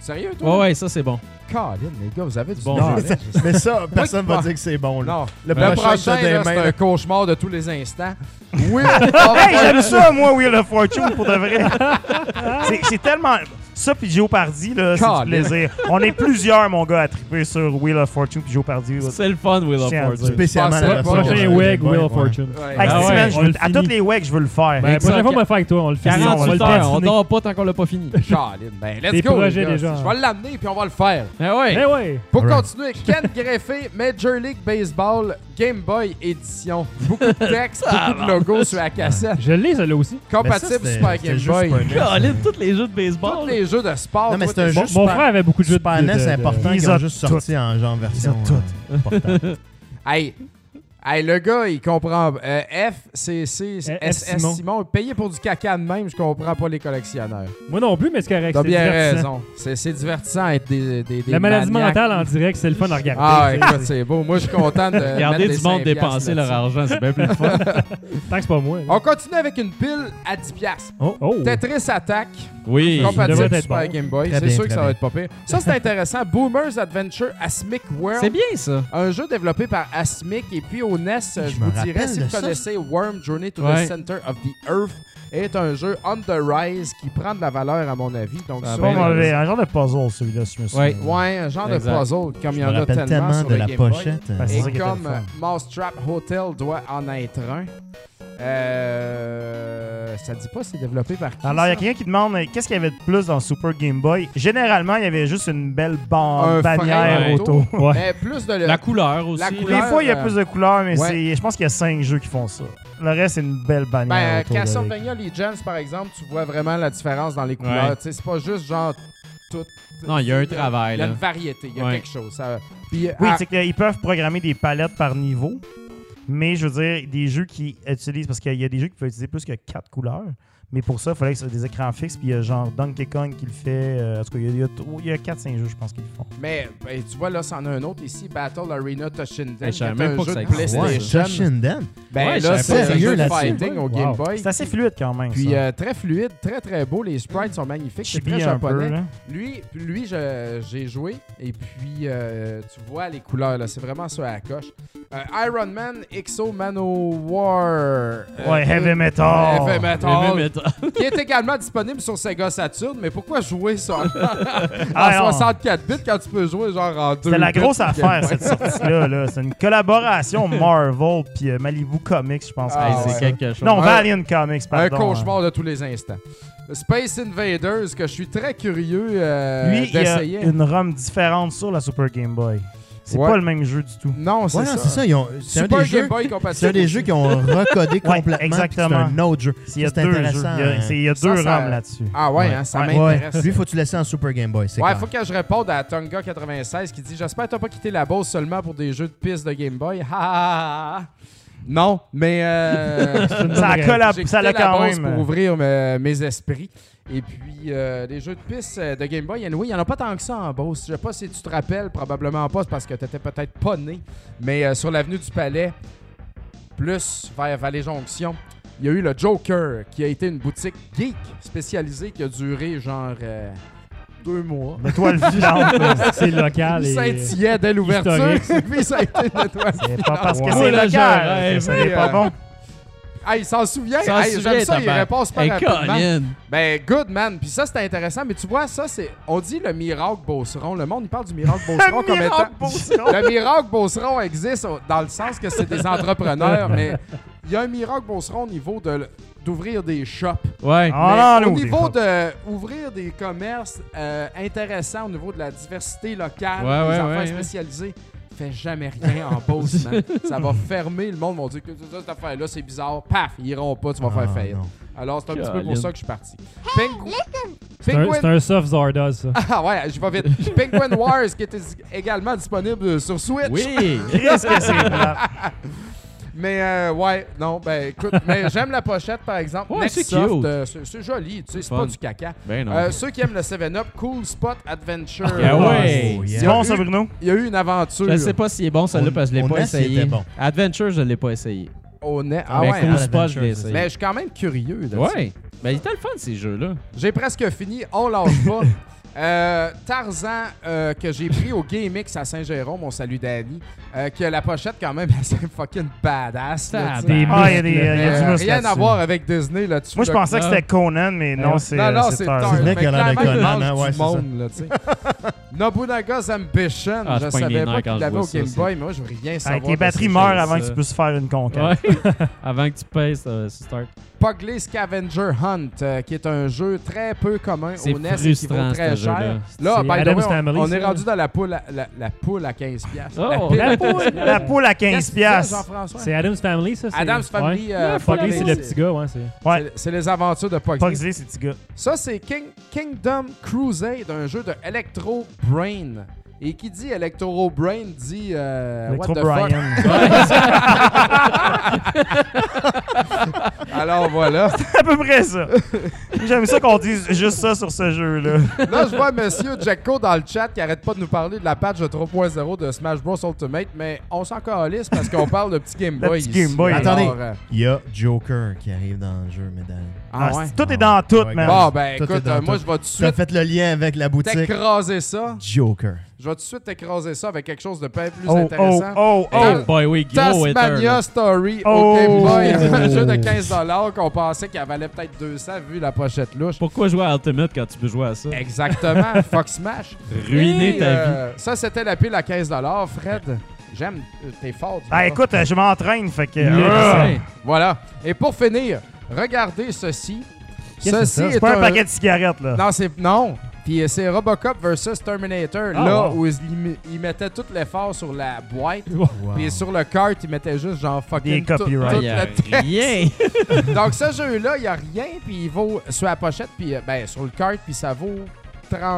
Sérieux, toi? Ouais, ouais, ça c'est bon. Colin, les gars, vous avez du Bon bon jeu. Mais ça, personne Moi, va dire que c'est bon. Là. Non, Le le prochain, prochain, c'est là, demain. c'est là. un cauchemar de tous les instants. Oui, of Hey, j'aime ça, moi, Wheel of Fortune, pour de vrai. C'est- C'est tellement. Ça, puis Jeopardy, là, c'est Calme. du plaisir. On est plusieurs, mon gars, à triper sur Wheel of Fortune puis Jeopardy. là. C'est le fun, Wheel of Tiens à Fortune. dire. Spécialement Je pensais pas. la version Prochain Game WEG, Boy, Wheel of ouais. Fortune. Ouais. Hey, Ah c'est ouais, man, je on veux- le à finit. toutes les wegs, je veux le faire. Ben, la prochaine Exact. fois, on va le faire avec toi. On le finit. On va 48 le heures, on patiner. dort pas tant qu'on l'a pas fini. Colin, ben, let's Des go. les projets gars. déjà. Je vais l'amener puis on va le faire. Ah ouais. Eh ouais. Pour Alright. continuer, Ken Greffé, Major League Baseball, Game Boy Édition. Beaucoup de texte, beaucoup de logos sur la cassette. Je l'ai, celle-là aussi. Mais ça, Compatible c'était- Super c'était Game juste Boy. Super NES. Colin, tous les jeux de Tous baseball. les jeux de sport. Non, mais toi, c'est un t'es- Mon, jeu mon Super- frère avait beaucoup de jeux de Super NES, de- c'est de- important Ils qu'ils ont ont juste tout. sorti en genre version. Ils ont tout. euh, importante. Hey. Hey, le gars, il comprend. Euh, F, C, C, Euh, F, S, S, Simon. Simon. Payé pour du caca de même, je comprends pas les collectionneurs. Moi non plus, mais c'est correct. T'as c'est bien divertissant. raison. C'est c'est divertissant être des. des, des La maladie maniaques. mentale en direct, c'est le fun à regarder. Ah, écoute, c'est beau. Moi, je suis content de. mettre Regardez des du monde cinq piastres dépenser leur là-dessus. argent, c'est bien plus le fun. Tant que c'est pas moi. là. On continue avec une pile à 10$. piastres. Oh! Tetris Attack, Oui. devrait compatible être Super bon. Game Boy. Très C'est bien, sûr que très ça va bien. être pas pire. Ça, c'est intéressant. Boomer's Adventure Asmic World. C'est bien ça. Un jeu développé par Asmic et puis au NES, je, me vous dirais, rappelle si de vous ça. connaissez Worm Journey to Ouais. the Center of the Earth, est un jeu on the rise qui prend de la valeur à mon avis. Donc, Ah, ça, Pas ben, euh, hein. mauvais. Un genre de puzzle, celui-là, si je me Ouais. souviens. ouais, un genre Exact. de puzzle comme il Je y me en a rappelle tellement, tellement sur de le la Game Boy. pochette. euh, Ouais, c'est ça qui Et était le comme fun. Mousetrap Hotel doit en être un, euh, ça dit pas c'est développé par qui Alors, il y a ça? quelqu'un qui demande euh, qu'est-ce qu'il y avait de plus dans Super Game Boy. Généralement, il y avait juste une belle ban- Un bannière frein autour. Ouais. Mais plus de La couleur aussi. La Des couleur. fois, il y a euh, plus de couleurs, mais ouais. c'est, je pense qu'il y a cinq jeux qui font ça. Le reste, c'est une belle Ben, bannière. autour de- Castlevania Legends, par exemple, tu vois vraiment la différence dans les couleurs. Ouais. Tu sais, C'est pas juste genre tout. Non, il y a un travail, Il y a là. une variété, il y a Ouais. quelque chose. ça- Puis, Oui, ah, c'est qu'ils peuvent programmer des palettes par niveau, mais je veux dire, des jeux qui utilisent, parce qu'il y a des jeux qui peuvent utiliser plus que quatre couleurs, mais pour ça, il fallait que ce soit des écrans fixes, puis il y a genre Donkey Kong qui le fait. euh, en tout cas, il y a- il y a, trop- il y a 4-5 jeux, je pense, qu'ils le font. mais ben, tu vois, là, c'en a un autre ici, Battle Arena Toshinden. Ben, je savais qui est même un pas que jeu ça de existait. Ouais, PlayStation. Shoshinden. Ben Ouais, je là, savais c'est pas. un Sérieux jeu de là-dessus? fighting au Game Wow. Boy. C'est assez fluide quand même. Puis ça. euh, très fluide, très très beau. Les sprites sont magnifiques. C'est Chibi très un peu, hein. japonais. là. Lui, lui je- j'ai joué et puis euh, tu vois les couleurs, là, c'est vraiment ça à la coche. Euh, Iron Man, Exo Manowar. euh, Ouais, Heavy Metal. Heavy Heavy Metal. metal. qui est également disponible sur Sega Saturn, mais pourquoi jouer ça en, Ah, en non. 64 bits quand tu peux jouer genre en 2 C'était la grosse affaire, cette sortie-là. là. C'est une collaboration Marvel puis euh, Malibu Comics, je pense. Ah, Hey, que c'est ouais. quelque chose. Non, Un- Valiant Comics, Un pardon. hein. cauchemar de tous les instants. Space Invaders, que je suis très curieux euh, Lui, il y a d'essayer. une ROM différente sur la Super Game Boy. C'est Ouais. pas le même jeu du tout. Non, c'est Ouais, non, ça. c'est ça. ils ont- C'est un Super des Game jeux. Boy C'est un compatible. des jeux qui ont recodé complètement. puis exactement. C'est un autre jeu. Il y a C'est deux jeux. intéressant, Il y a, hein. c'est- il y a Ça, deux ça- rames là-dessus. Ah ouais, Ouais. hein, ça Ouais. m'intéresse. Lui, faut que tu laisses ça en Super Game Boy. c'est Ouais, clair. faut que je réponde à Tonga96 qui dit J'espère que t'as pas quitté la Bose seulement pour des jeux de piste de Game Boy. Ha, ha, ha, ha. Non, mais. euh, Ça a collab- j'ai ça quitté l'a la quand Bose même. pour ouvrir me- mes esprits. Et puis, euh, les jeux de piste euh, de Game Boy, anyway, il n'y en a pas tant que ça en Beauce. Je sais pas si tu te rappelles, probablement pas, c'est parce que tu n'étais peut-être pas né. Mais euh, sur l'avenue du Palais, plus vers Vallée Jonction, il y a eu le Joker, qui a été une boutique geek spécialisée qui a duré genre euh, deux mois. Une Étoile filante. là. C'est local. Puis et... ça étillait dès l'ouverture. Puis ça a été une étoile. C'est pas parce que Ouais. c'est Moi, là, local que j'aurais ça n'est aimé, pas euh, bon. Ah, il s'en souvient. S'en Hey, souvient, J'aime ça, il tabarnak. répond super Hey, rapidement. Colin. Ben, good, man. Puis ça, c'est intéressant. Mais tu vois, ça, c'est... On dit le miracle Beauceron. Le monde, il parle du miracle Beauceron comme étant... Le miracle Beauceron existe au- dans le sens que c'est des entrepreneurs, mais il y a un miracle Beauceron au niveau de l- d'ouvrir des shops. Ouais. Ah, Mais non, au non, des niveau fois. de ouvrir des commerces euh, intéressants au niveau de la diversité Ouais, locale, des ouais, affaires ouais, spécialisées, fait jamais rien en pause, man. Ça va fermer, le monde va dire que ça, cette affaire-là, c'est bizarre. Paf, ils iront pas, tu vas Ah, faire faillite. non. Alors, c'est un petit peu Caroline. pour ça que je suis parti. Pengu- C'est un- c'est Penguin... un soft Zardoz, ça. Ah ouais, je vais vite. Penguin Wars, qui était également disponible sur Switch. Oui. Qu'est-ce que c'est? plate. Il Mais euh, ouais, non, ben écoute, mais j'aime la pochette par exemple. Ouais, Next c'est Soft, cute. euh, c'est c'est joli, tu sais, c'est Fun. pas du caca. Ben non. Euh, ceux qui aiment le 7-Up, Cool Spot Adventure. Ah ouais. Oh, C'est yeah. bon, ça, Bruno? Il y a eu une aventure je sais pas s'il est bon celui-là On- parce que je l'ai on pas a s'il essayé. était bon. Adventure, je l'ai pas essayé. au nez. Ah mais ouais, Cool hein? Spot, je l'ai Adventure, c'est Mais essayé. je suis quand même curieux. là, tu sais. Ouais. Ben, il était le fun, ces jeux-là. J'ai presque fini, on lâche pas. Euh, Tarzan, euh, que j'ai pris au GameX à Saint-Jérôme, on salue Danny, euh, qui a la pochette quand même assez fucking badass. là, tu sais. Des Ah, il y a, des, il y a Mais, du euh, muscle rien à là-dessus. voir avec Disney là-dessus. Moi, je là. pensais que c'était Conan, mais non, c'est Eh Non, non, euh, c'est Tarzan. Tarzan. C'est le mec qui a l'air de Conan, hein, ouais, du c'est ça. monde, là, tu sais. Nobunaga's Ambition, Ah, c'est je pas une savais mineur pas quand qu'il je l'avait vois au ça, Game c'est- Boy, mais moi, je veux rien savoir. Avec les de batteries ces meurent choses. avant que tu puisses faire une conquête. Avant que tu pèses euh, sur start. Pugly Scavenger Hunt, euh, qui est un jeu très peu commun C'est au NES et qui frustrant, vaut très ce cher. jeu-là. Là, C'est by the way, Adam's on, Family, on ça, est là. rendu dans la poule à, la, la poule à 15$. piastres. Oh! la pile à 15$. La poule à 15 Qu'est-ce que tu fais, piastres. Jean-François? C'est Adam's Family, ça? c'est- Adam's Family. Ouais. euh, Pugly, Pugly, c'est le petit gars, ouais. c'est- Ouais. c'est- C'est les aventures de Pugly. Pugsley, c'est petit gars. Ça, c'est King- Kingdom Crusade, un jeu de Electro Brain. Et qui dit Electro Brain dit. euh, Electro what the fuck? Brian. Alors voilà. à peu près ça. J'aime ça qu'on dise juste ça sur ce jeu-là. Là, je vois Monsieur Jacko dans le chat qui arrête pas de nous parler de la patch de 3.0 de Smash Bros Ultimate, mais on s'en calisse parce qu'on parle de petit Game Le Boy. petit ici. Game Boy. Alors, Attendez. euh, Il y a Joker qui arrive dans le jeu, mesdames. ah Ah, ouais. c'est- Tout est dans tout, Ouais, man. Bon, ben Tout est écoute, dans euh, moi, tout. je vais tout de Tu as suite fait le lien avec la boutique t'écraser ça. Joker. Je vais tout de suite t'écraser ça avec quelque chose de bien plus oh, oh, intéressant. oh, Hey, oh. Tal- Boy, oui, gros hater, Tasmania là. Story Oh. au Game Boy, un Oh. jeu de 15$ qu'on pensait qu'elle valait peut-être 200 vu la pochette louche. Pourquoi jouer à Ultimate quand tu peux jouer à ça? Exactement, Fox Smash. Ruiner Et, ta euh, Ça, c'était la pile à 15$. Fred, j'aime, euh, t'es fort. tu Ben vois. écoute, euh, je m'entraîne, fait que... vie. Ah! Hey, Voilà. Et pour finir, regardez ceci. C'est Ceci ça, est, c'est pas un paquet de cigarettes, là. Non, c'est non. Puis euh, c'est Robocop versus Terminator. Ah, là wow. où ils, met- ils mettaient tout l'effort sur la boîte. Wow. Puis sur le cart, ils mettaient juste genre Des fucking tout- copyrights. tout y a le texte. rien. Donc ce jeu-là, il n'y a rien. Puis il vaut sur la pochette, puis euh, ben, sur le cart, puis ça vaut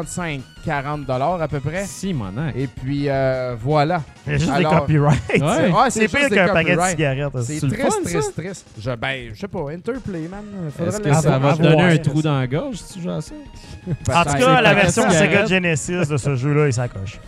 35-40 dollars à peu près. Si, mon âne. Et puis euh, voilà. Il y a juste des Alors- copyrights. Ouais. Ouais, C'est juste pire des qu'un paquet de copyrights. cigarettes. C'est C'est le triste, fun, ça. triste, triste. Je, ben, je sais pas, Interplay, man. Faudrait Est-ce que laisser ça va avoir te donner avoir un ça. trou dans la gorge si tu joues à ça? En tout peut-être. cas, la paquets de version Sega cigarettes. Genesis de ce jeu-là, il s'accroche.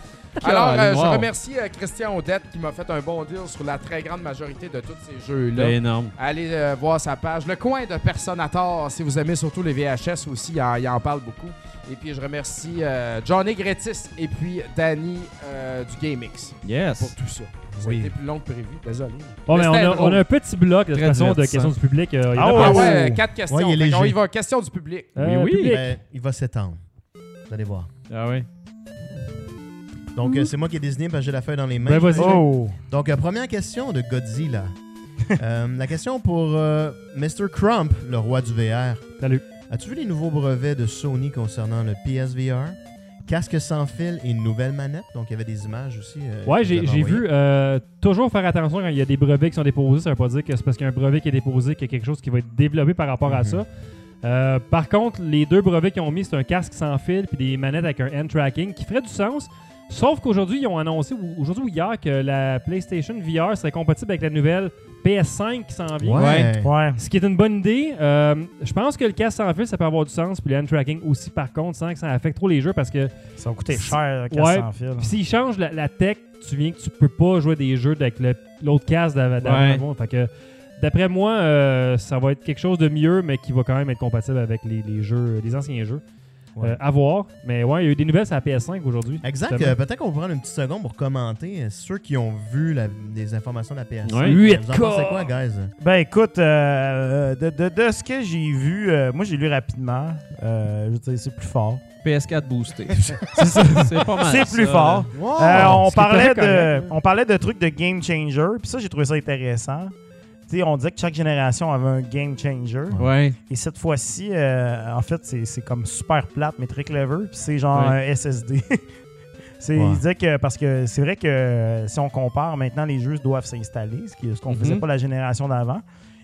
Alors, euh, Wow. je remercie euh, Christian Odette qui m'a fait un bon deal sur la très grande majorité de tous ces jeux-là. Ben, C'est Ben, énorme. Allez euh, voir sa page. Le coin de Personator, si vous aimez surtout les VHS aussi, il en, il en parle beaucoup. Et puis, je remercie euh, Johnny Grétis et puis Danny euh, du GameX pour Yes. tout ça. Oui. C'était plus long que prévu, désolé. Bon, Mais ben, on, c'était a, on drôle. a un petit bloc de, toute Très façon, de divertissant. questions du public. euh, il y en a Ah pas Ah Oh. assez. ouais, quatre questions. Ouais, il est Fait qu'on léger. y va. Question du public. Euh, Oui, oui. public. Ben, il va s'étendre. Vous allez voir. Ah ouais. Mmh. Donc, euh, c'est moi qui ai désigné parce que j'ai la feuille dans les mains. Ben, vas-y. Oh! Donc, euh, première question de Godzilla. Euh, la question pour euh, Mr. Crump, le roi du VR. Salut. As-tu vu les nouveaux brevets de Sony concernant le PSVR? Casque sans fil et une nouvelle manette. Donc, il y avait des images aussi. euh, Ouais, que vous j'ai avez j'ai envoyées. vu. euh, toujours faire attention quand il y a des brevets qui sont déposés. Ça veut pas dire que c'est parce qu'il y a un brevet qui est déposé qu'il y a quelque chose qui va être développé par rapport à Mhm. ça. Euh, par contre, les deux brevets qu'ils ont mis, c'est un casque sans fil puis des manettes avec un hand tracking qui ferait du sens. Sauf qu'aujourd'hui, ils ont annoncé, ou- aujourd'hui ou hier, que la PlayStation VR serait compatible avec la nouvelle PS5 qui s'en vient. Ouais. Ouais. Ce qui est une bonne idée. Euh, je pense que le casque sans fil, ça peut avoir du sens. Puis le hand tracking aussi, par contre, sans que ça affecte trop les jeux parce que Ça va coûter cher, Ouais. 400 fils. puis s'ils changent la, la tech, tu viens que tu peux pas jouer des jeux avec le- l'autre case d'avant. Ouais. d'avant. Fait que, d'après moi, euh, ça va être quelque chose de mieux, mais qui va quand même être compatible avec les, les jeux, les anciens jeux. Ouais. Euh, à voir. Mais ouais, il y a eu des nouvelles sur la PS5 aujourd'hui. Exact. Justement. euh, Peut-être qu'on va prendre une petite seconde pour commenter euh, ceux qui ont vu la- les informations de la PS5. Ouais. Vous en 8K. pensez quoi, guys? Ben écoute, euh, euh, de, de- de ce que j'ai vu, euh, moi j'ai lu rapidement. Euh, je veux dire, c'est plus fort. PS4 boosté. c'est ça. C'est pas mal. C'est ça, plus là. fort. Euh, on, Ah, ce qui est parlait très correct, de, on parlait de trucs de game changer, puis ça, j'ai trouvé ça intéressant. Tu sais, on disait que chaque génération avait un game changer. Ouais. Et cette fois-ci, euh, en fait, c'est c'est comme super plate, mais très clever. Puis c'est genre Ouais. un SSD. C'est- Ouais. Il disait que, parce que c'est vrai que euh, si on compare, maintenant les jeux doivent s'installer, ce qui- ce qu'on Mhm. faisait pas la génération d'avant.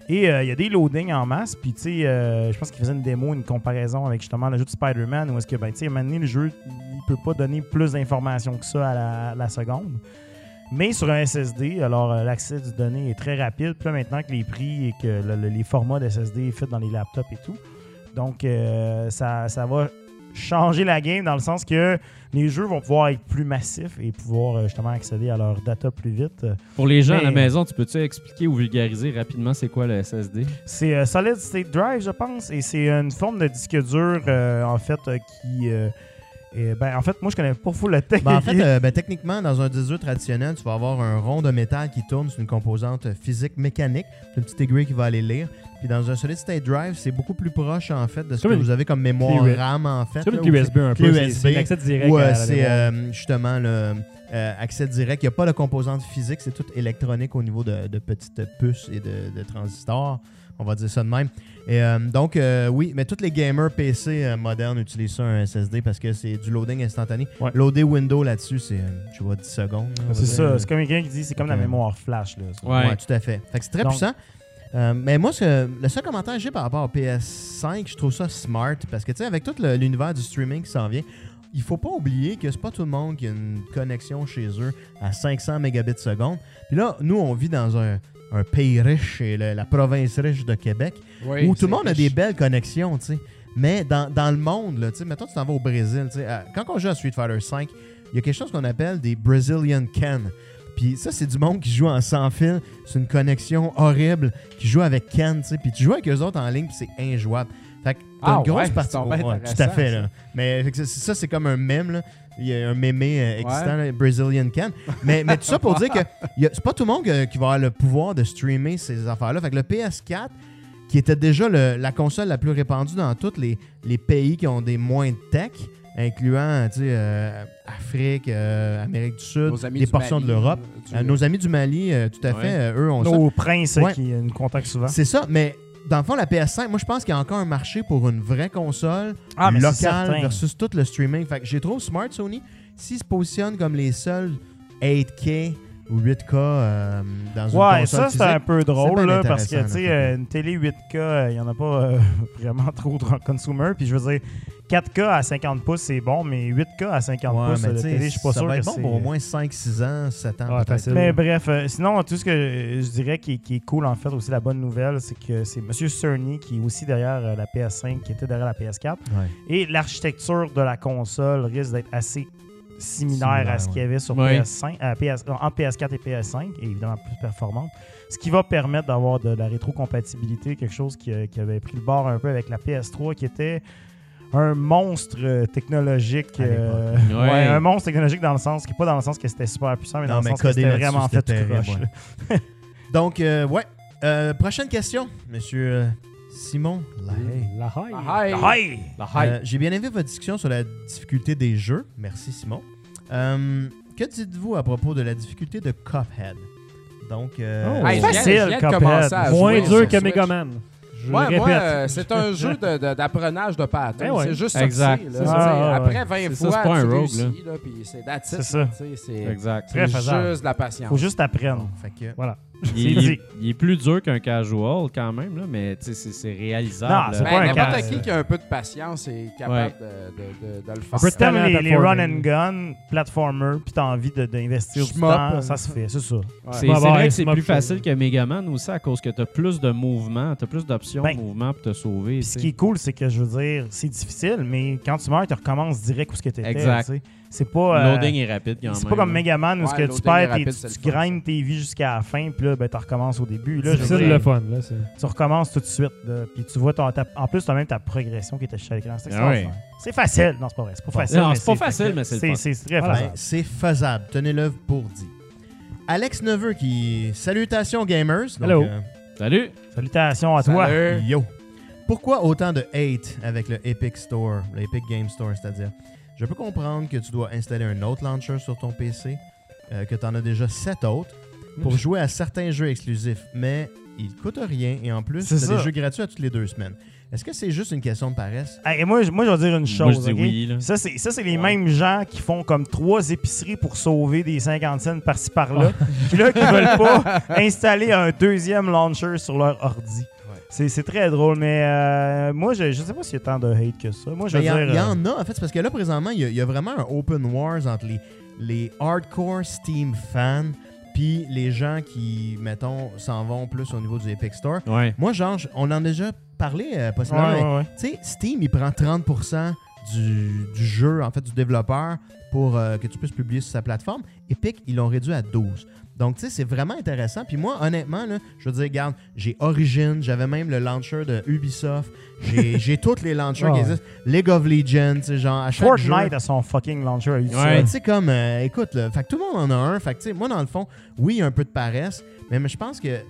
Et euh, il y a des loadings en masse. Puis, tu sais, euh, je pense qu'il faisait une démo, une comparaison avec justement le jeu de Spider-Man, où est-ce que, ben, tu sais, à un moment donné, le jeu, il peut pas donner plus d'informations que ça à la, à la seconde. mais sur un SSD. Alors, euh, l'accès du données est très rapide. Puis là, maintenant que les prix et que le- le- les formats d'SSD sont faits dans les laptops et tout, donc euh, ça, ça va changer la game dans le sens que les jeux vont pouvoir être plus massifs et pouvoir euh, justement accéder à leur data plus vite. Euh, Pour les gens à la Mais- maison, tu peux-tu expliquer ou vulgariser rapidement c'est quoi le SSD? C'est euh, Solid State Drive, je pense, et c'est une forme de disque dur, euh, en fait, euh, qui... euh, est- ben, en fait, moi, je connais pas fou le technique. Ben, en fait, euh, ben, techniquement, dans un 18 traditionnel, tu vas avoir un rond de métal qui tourne sur une composante euh, physique mécanique. C'est une petite aiguille qui va aller lire. Puis dans un solid state drive, c'est beaucoup plus proche en fait de ce Comme que une vous avez comme mémoire clé U- RAM en fait. C'est comme là, une où clé USB un clé peu. c'est- USB, C'est l'accès direct. Ou à euh, la c'est mémoire. euh, justement le euh, accès direct. Il n'y a pas de composante physique, c'est tout électronique au niveau de, de petites puces et de, de transistors. On va dire ça de même. Et, euh, donc, euh, oui, mais tous les gamers PC euh, modernes utilisent ça, un SSD, parce que c'est du loading instantané. Ouais. Loader Windows là-dessus, c'est, euh, je vois, 10 secondes. là, on va C'est dire. ça, c'est comme quelqu'un qui dit, c'est comme Ok. la mémoire flash. Là. C'est- Ouais, tout à fait. Fait que c'est très Donc- puissant. Euh, mais moi, ce que- le seul commentaire que j'ai par rapport au PS5, je trouve ça smart parce que, tu sais, avec tout le- l'univers du streaming qui s'en vient, il faut pas oublier que c'est pas tout le monde qui a une connexion chez eux à 500 mégabits seconde. Puis là, nous, on vit dans un, un pays riche et le- la province riche de Québec Oui, où tout c'est le monde a riche. des belles connexions, tu sais. Mais dans, dans le monde, là, tu sais, mettons, tu t'en vas au Brésil, tu sais, à- quand on joue à Street Fighter V, il y a quelque chose qu'on appelle des Brazilian Ken. Puis ça, c'est du monde qui joue en sans fil, c'est une connexion horrible, qui joue avec Ken, tu sais, puis tu joues avec eux autres en ligne, puis c'est injouable. Fait que t'as Ah une grosse ouais, partie... c'est donc bien Ouais, tout à intéressant, fait, ça. là. Mais fait que ça, c'est- ça, c'est comme un mème, là. Il y a un mémé euh, existant, là, Brazilian Ken. Mais, mais tout ça pour dire que il y a- c'est pas tout le monde euh, qui va avoir le pouvoir de streamer ces affaires-là. Fait que le PS4, qui était déjà le- la console la plus répandue dans tous les, les pays qui ont des moins de tech, incluant tu sais, euh, Afrique, euh, Amérique du Sud, Nos amis des du portions Mali, de l'Europe. du- Euh, nos amis du Mali, euh, tout à Ouais. fait, euh, eux ont ça. Nos princes Ouais. qui euh, nous contactent souvent. C'est ça, mais dans le fond, la PS5, moi je pense qu'il y a encore un marché pour une vraie console Ah, mais c'est locale certain. versus tout le streaming. Fait que j'ai trop smart Sony. S'ils se positionnent comme les seuls 8K ou 8K euh, dans une Ouais, console ça c'est physique, un peu c'est drôle bien là, parce que intéressant, tu sais là, euh, une télé 8K, euh, il n'y en a pas euh, vraiment trop en consumer. Puis je veux dire, 4K à 50 pouces c'est bon, mais 8K à 50 Ouais, pouces mais euh, la tu sais, télé, je suis pas ça sûr va que être bon c'est- Ah, pour au moins 5, 6 ans, 7 ans. Ouais, peut-être. facile. Mais bref, euh, sinon tout ce que euh, je dirais qui, est- qui est cool en fait aussi la bonne nouvelle, c'est que c'est Monsieur Cerny qui est aussi derrière euh, la PS5, qui était derrière la PS4. Ouais. Et l'architecture de la console risque d'être assez similaire, Similaire, à ce qu'il y avait sur Ouais. PS5, euh, PS, non, en PS4 et PS5, et évidemment plus performante, ce qui va permettre d'avoir de, la rétrocompatibilité, quelque chose qui, euh, qui avait pris le bord un peu avec la PS3, qui était un monstre euh, technologique. À l'époque. euh, Ouais. ouais, un monstre technologique dans le sens, qui pas dans le sens que c'était super puissant, mais dans Non, le mais sens que coder c'était là-dessus, vraiment fait c'était tout terrible, croche, ouais. là. Donc, euh, ouais. Euh, prochaine question, monsieur euh, Simon. Lahaye. La high. Ah, hey. Hey! La hype. Euh, J'ai bien aimé votre discussion sur la difficulté des jeux. Merci, Simon. Euh, que dites-vous à propos de la difficulté de Cuphead? Donc, euh, Oh. Hey, je viens- je Facile, viens de Cuphead. commencer à jouer Ah, Moins sur dur que Switch. Megaman. Je Ouais, le moi, répète. euh, c'est un jeu de- de- d'apprentage de, pattern. Eh ouais. C'est juste Exact. sorti, C'est là. ça. Tu sais, Ah, ouais. Après 20 C'est ça, fois, c'est pas un tu rogue, réussis, là, puis c'est that's it, C'est ça. là, tu sais, C'est Euh, Exact. Très c'est faisable. juste de la patience. Faut juste apprendre. fait que- Voilà. Il, C'est il- dit. il est plus dur qu'un casual quand même, là, mais tu sais, c'est c'est réalisable. Non, c'est là. Ben, pas un n'importe casse, qui là. qui a un peu de patience est capable de, de- de- de le faire. Si t'aimes talent les, à les run performer. and gun, platformer, puis t'as envie d'investir de, d'investir du Shmup, temps, euh, ça se fait, c'est ça. Ouais. C'est Ouais, c'est bah, vrai ouais, que c'est c'est plus ma- facile que Megaman aussi à cause que t'as plus de mouvements, t'as plus d'options Ben, de mouvements pour te sauver. Puis ce qui est cool, c'est que je veux dire, c'est difficile, mais quand tu meurs, tu recommences direct où ce que t'étais. Exact. tu sais. C'est pas. euh, Loading est rapide quand même. c'est pas comme là. Megaman où ce Ouais, que tu loading est perds, tes- rapide, c'est tu, tu le fun, grindes tes vies jusqu'à la fin, puis là, ben, tu recommences au début. Là, je veux Difficile dire, le fun. Là, c'est- tu recommences tout de suite. là, puis tu vois, ton- ta- en plus, tu as même ta progression qui était chez l'écran. C'est Ah ouais. extraordinaire. C'est facile. Non, c'est pas vrai. C'est pas facile. Non, mais c'est pas facile, mais c'est le fun. C'est c'est très Voilà. facile. Ben, c'est faisable. Tenez-le pour dit. Alex Neveu qui. Salutations, gamers. Donc, Hello. euh, Salut! Salutations à toi. Salut. Yo. Pourquoi autant de hate avec le Epic Store, le Epic Game Store, c'est-à-dire Je peux comprendre que tu dois installer un autre launcher sur ton PC, euh, que tu en as déjà 7 autres, pour jouer à certains jeux exclusifs, mais ils coûtent rien et en plus, C'est c'est des ça. jeux gratuits à toutes les deux semaines. Est-ce que c'est juste une question de paresse Hey, et moi, je- moi, je vais dire une chose. Moi, je dis ok? oui, là. Ça, c'est, ça, c'est les Ouais. mêmes gens qui font comme trois épiceries pour sauver des 50 cents par-ci par-là. Puis là, qui veulent pas installer un deuxième launcher sur leur ordi. C'est c'est très drôle, mais euh, moi, je, je sais pas s'il y a tant de hate que ça. Moi, je Mais veux Il Ben, y, en- dire. il y euh, en a, en fait, c'est parce que là, présentement, il y, a- il y a vraiment un open wars entre les, les hardcore Steam fans puis les gens qui, mettons, s'en vont plus au niveau du Epic Store. Ouais. Moi, genre, je- on en a déjà parlé, euh, pas si ouais, longtemps, mais ouais, ouais. Tu sais, Steam, il prend 30% du, du jeu, en fait, du développeur pour euh, que tu puisses publier sur sa plateforme. Epic, ils l'ont réduit à 12. Donc, tu sais, c'est vraiment intéressant. Puis moi, honnêtement, là, je veux dire, regarde, j'ai Origin, j'avais même le launcher de Ubisoft, j'ai j'ai tous les launchers Ouais. qui existent, League of Legends, tu sais, genre, à chaque jeu- Fortnite a son fucking launcher à lui tout Ouais. Ouais, seul. tu sais, comme, euh, écoute, là, fait que tout le monde en a un. Fait que, tu sais, moi, dans le fond, oui, il y a un peu de paresse, mais, mais je pense que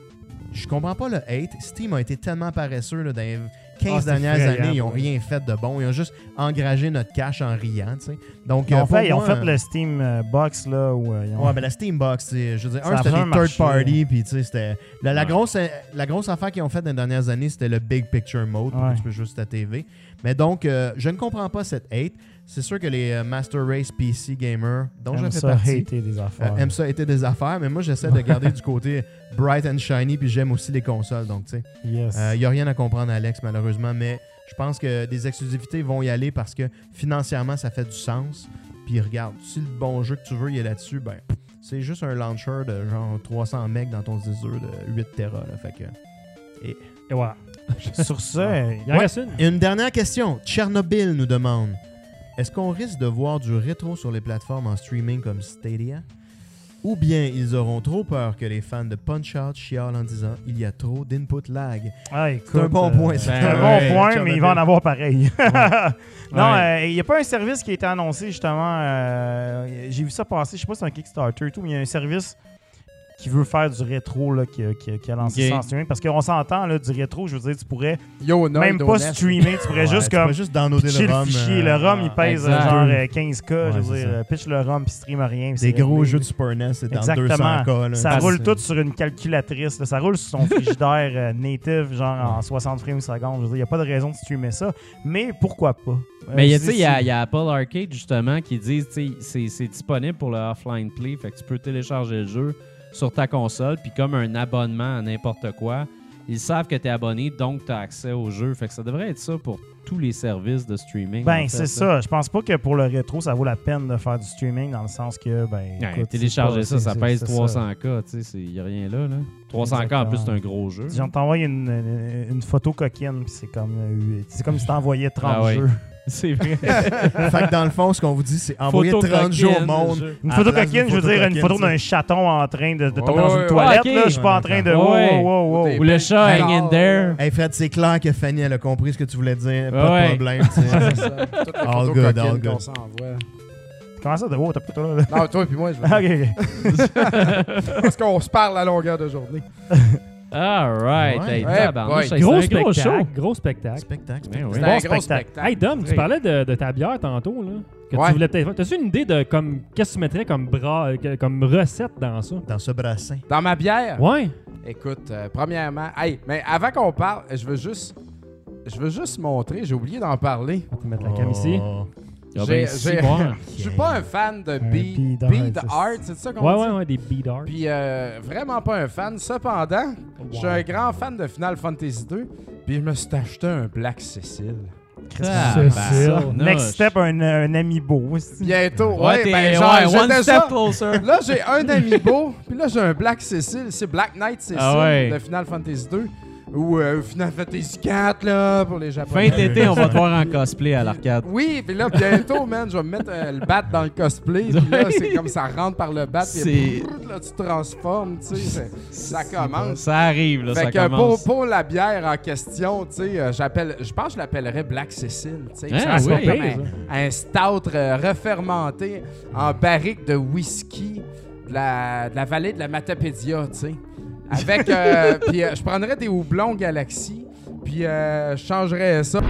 je comprends pas le hate. Steam a été tellement paresseux là, dans les 15 Ah, c'est dernières effrayant, années. Ils ont ouais. rien fait de bon. Ils ont juste engragé notre cash en riant, tu sais. Donc, Ils euh, ont pour fait, ils ont moi, fait euh, le Steam euh, Box, là, où euh, ils ont- Ouais, ben la Steambox, tu sais, je veux dire, Ça un, a c'était des vraiment third marché, party, puis tu sais, c'était. La, la Ouais. grosse, euh, la grosse affaire qu'ils ont faite dans les dernières années, c'était le Big Picture Mode, pour que Ouais. tu peux juste ta TV. Mais donc, euh, je ne comprends pas cette hate. C'est sûr que les euh, Master Race PC Gamer, dont je aiment fais ça partie, hater des affaires. euh, aime ça été des affaires, mais moi j'essaie de garder du côté bright and shiny, puis j'aime aussi les consoles, donc tu sais. Yes. Il n'y Euh, a rien à comprendre, Alex, malheureusement, mais je pense que des exclusivités vont y aller parce que financièrement ça fait du sens. Puis regarde, si le bon jeu que tu veux il est là-dessus, ben c'est juste un launcher de genre 300 megs dans ton 10 de 8 Tera, là, fait que. Et voilà. Sur ça, Il en Ouais. reste une. Et une dernière question. Tchernobyl nous demande Est-ce qu'on risque de voir du rétro sur les plateformes en streaming comme Stadia Ou bien ils auront trop peur que les fans de Punch Out chialent en disant Il y a trop d'input lag ah, écoute, C'est un bon euh, point, ça. C'est un Ben bon ouais, point, mais il va en avoir pareil. non, Ouais. euh, il n'y a pas un service qui a été annoncé, justement. euh, J'ai vu ça passer, je sais pas si c'est un Kickstarter et tout, mais il y a un service qui veut faire du rétro, là, qui, a- qui a- qui a lancé Ok. ça en streaming. Parce qu'on s'entend, là, du rétro, je veux dire, tu pourrais Yo, non, même pas Donest. streamer, tu pourrais Ouais, juste tu comme peux juste downloader pitcher le le ROM. fichier. Le euh, ROM, il pèse euh, exact. genre euh, 15K, je Ouais, veux c'est dire. ça. euh, Pitch le ROM, puis stream à rien. puis Des c'est gros réglé. jeux de Super NES, c'est dans 200 Exactement. cas. là. Ça Ah, roule c'est- tout sur une calculatrice. là. Ça roule sur son frigidaire euh, native, genre en 60 frames secondes. Il n'y a pas de raison de streamer ça. Mais pourquoi pas? Euh, Mais il y a, je tu sais, dis, il y a- si- il y a Apple Arcade justement qui disent tu sais, c'est c'est disponible pour le offline play, fait que tu peux télécharger le jeu sur ta console, puis comme un abonnement à n'importe quoi, ils savent que tu es abonné, donc tu as accès au jeu. Fait que ça devrait être ça pour tous les services de streaming. en Ben, fait, c'est là. ça. Je pense pas que pour le rétro, ça vaut la peine de faire du streaming dans le sens que, ben. Ouais, écoute, télécharger c'est ça, pas- ça c'est- pèse c'est 300K, tu sais, il n'y a rien là. là. 300K en plus, c'est un gros jeu. Genre, t'envoies une, une- une photo coquine, puis c'est comme, euh, c'est comme si t'envoyais 30 Ah ouais. jeux. C'est vrai. fait que dans le fond, ce qu'on vous dit, c'est envoyer Photo 30 jours au coquine, monde. jeu. Une À photo la place coquine, d'une je veux photo dire, une coquine, photo tu sais. d'un chaton en train de, de tomber Ouais, dans une ouais, toilette. ouais, là. ok. Je suis pas en train de. Ouais. Wow, wow, wow, wow. Ou le chat Ah, hang in there. Hey Fred, c'est clair que Fanny, elle a compris ce que tu voulais dire. Pas Ouais. de problème. tu sais. C'est ça. Toutes les All photos good, coquines all good. qu'on s'envoie. Comment ça, de wow, t'as pas toi là? Non, toi et puis moi, je veux Ah, dire. ok, ok. Parce qu'on se parle à longueur de journée. All right. Ouais. Hey, Ouais, tabarnouche, boy. hey, Gros c'est un gros spectacle. show. Gros spectacle. Spectacle. Ben oui. C'est Bon un gros spectacle. spectacle. Hey Dom, tu Oui. parlais de, de ta bière tantôt, là. Que Ouais. tu voulais peut-être. T'as-tu une idée de comme qu'est-ce que tu mettrais comme bras, euh, que- comme recette dans ça? Dans ce brassin. Dans ma bière, Ouais. Écoute, euh, premièrement, hey, mais avant qu'on parle, je veux juste, je veux juste montrer, j'ai oublié d'en parler. On va te mettre la cam ici. Oh. Ah ben, J'ai- si, j'ai- moi. Je suis pas un fan de Be, beat Be the artist. Art, c'est ça qu'on Ouais, dit? ouais, ouais, des beaters. Puis euh, vraiment pas un fan. Cependant, je suis un grand fan de Final Fantasy 2, puis je me suis acheté un Black Cécile. Tabarnouche. Next step, un, un ami beau. Bientôt, Ouais, ouais, t'es- ben, ouais, genre, j'étais one ça. step closer. Là, j'ai un Amiibo, puis là, j'ai un Black Cécile. C'est Black Knight Cécile Ah ouais. de Final Fantasy 2 ou euh, Final Fantasy 4 là pour les japonais. Fin d'été, on va te voir en cosplay à l'arcade. Oui, puis là, bientôt, man, je vais me mettre euh, le bat dans le cosplay. Puis là, c'est comme ça rentre par le bat. Puis C'est- brrr, là, tu te transformes, tu sais. Ça commence. Ça arrive, là, Fait ça que pour, commence. pour la bière en question, tu sais, euh, j'appelle, je pense que je l'appellerais Black Cécile, tu sais. Hein, ça serait oui. comme un, un stout euh, refermenté en barrique de whisky de la, de la vallée de la Matapédia, tu sais. Avec, euh, puis euh, je prendrais des houblons Galaxy, puis euh, je changerais ça.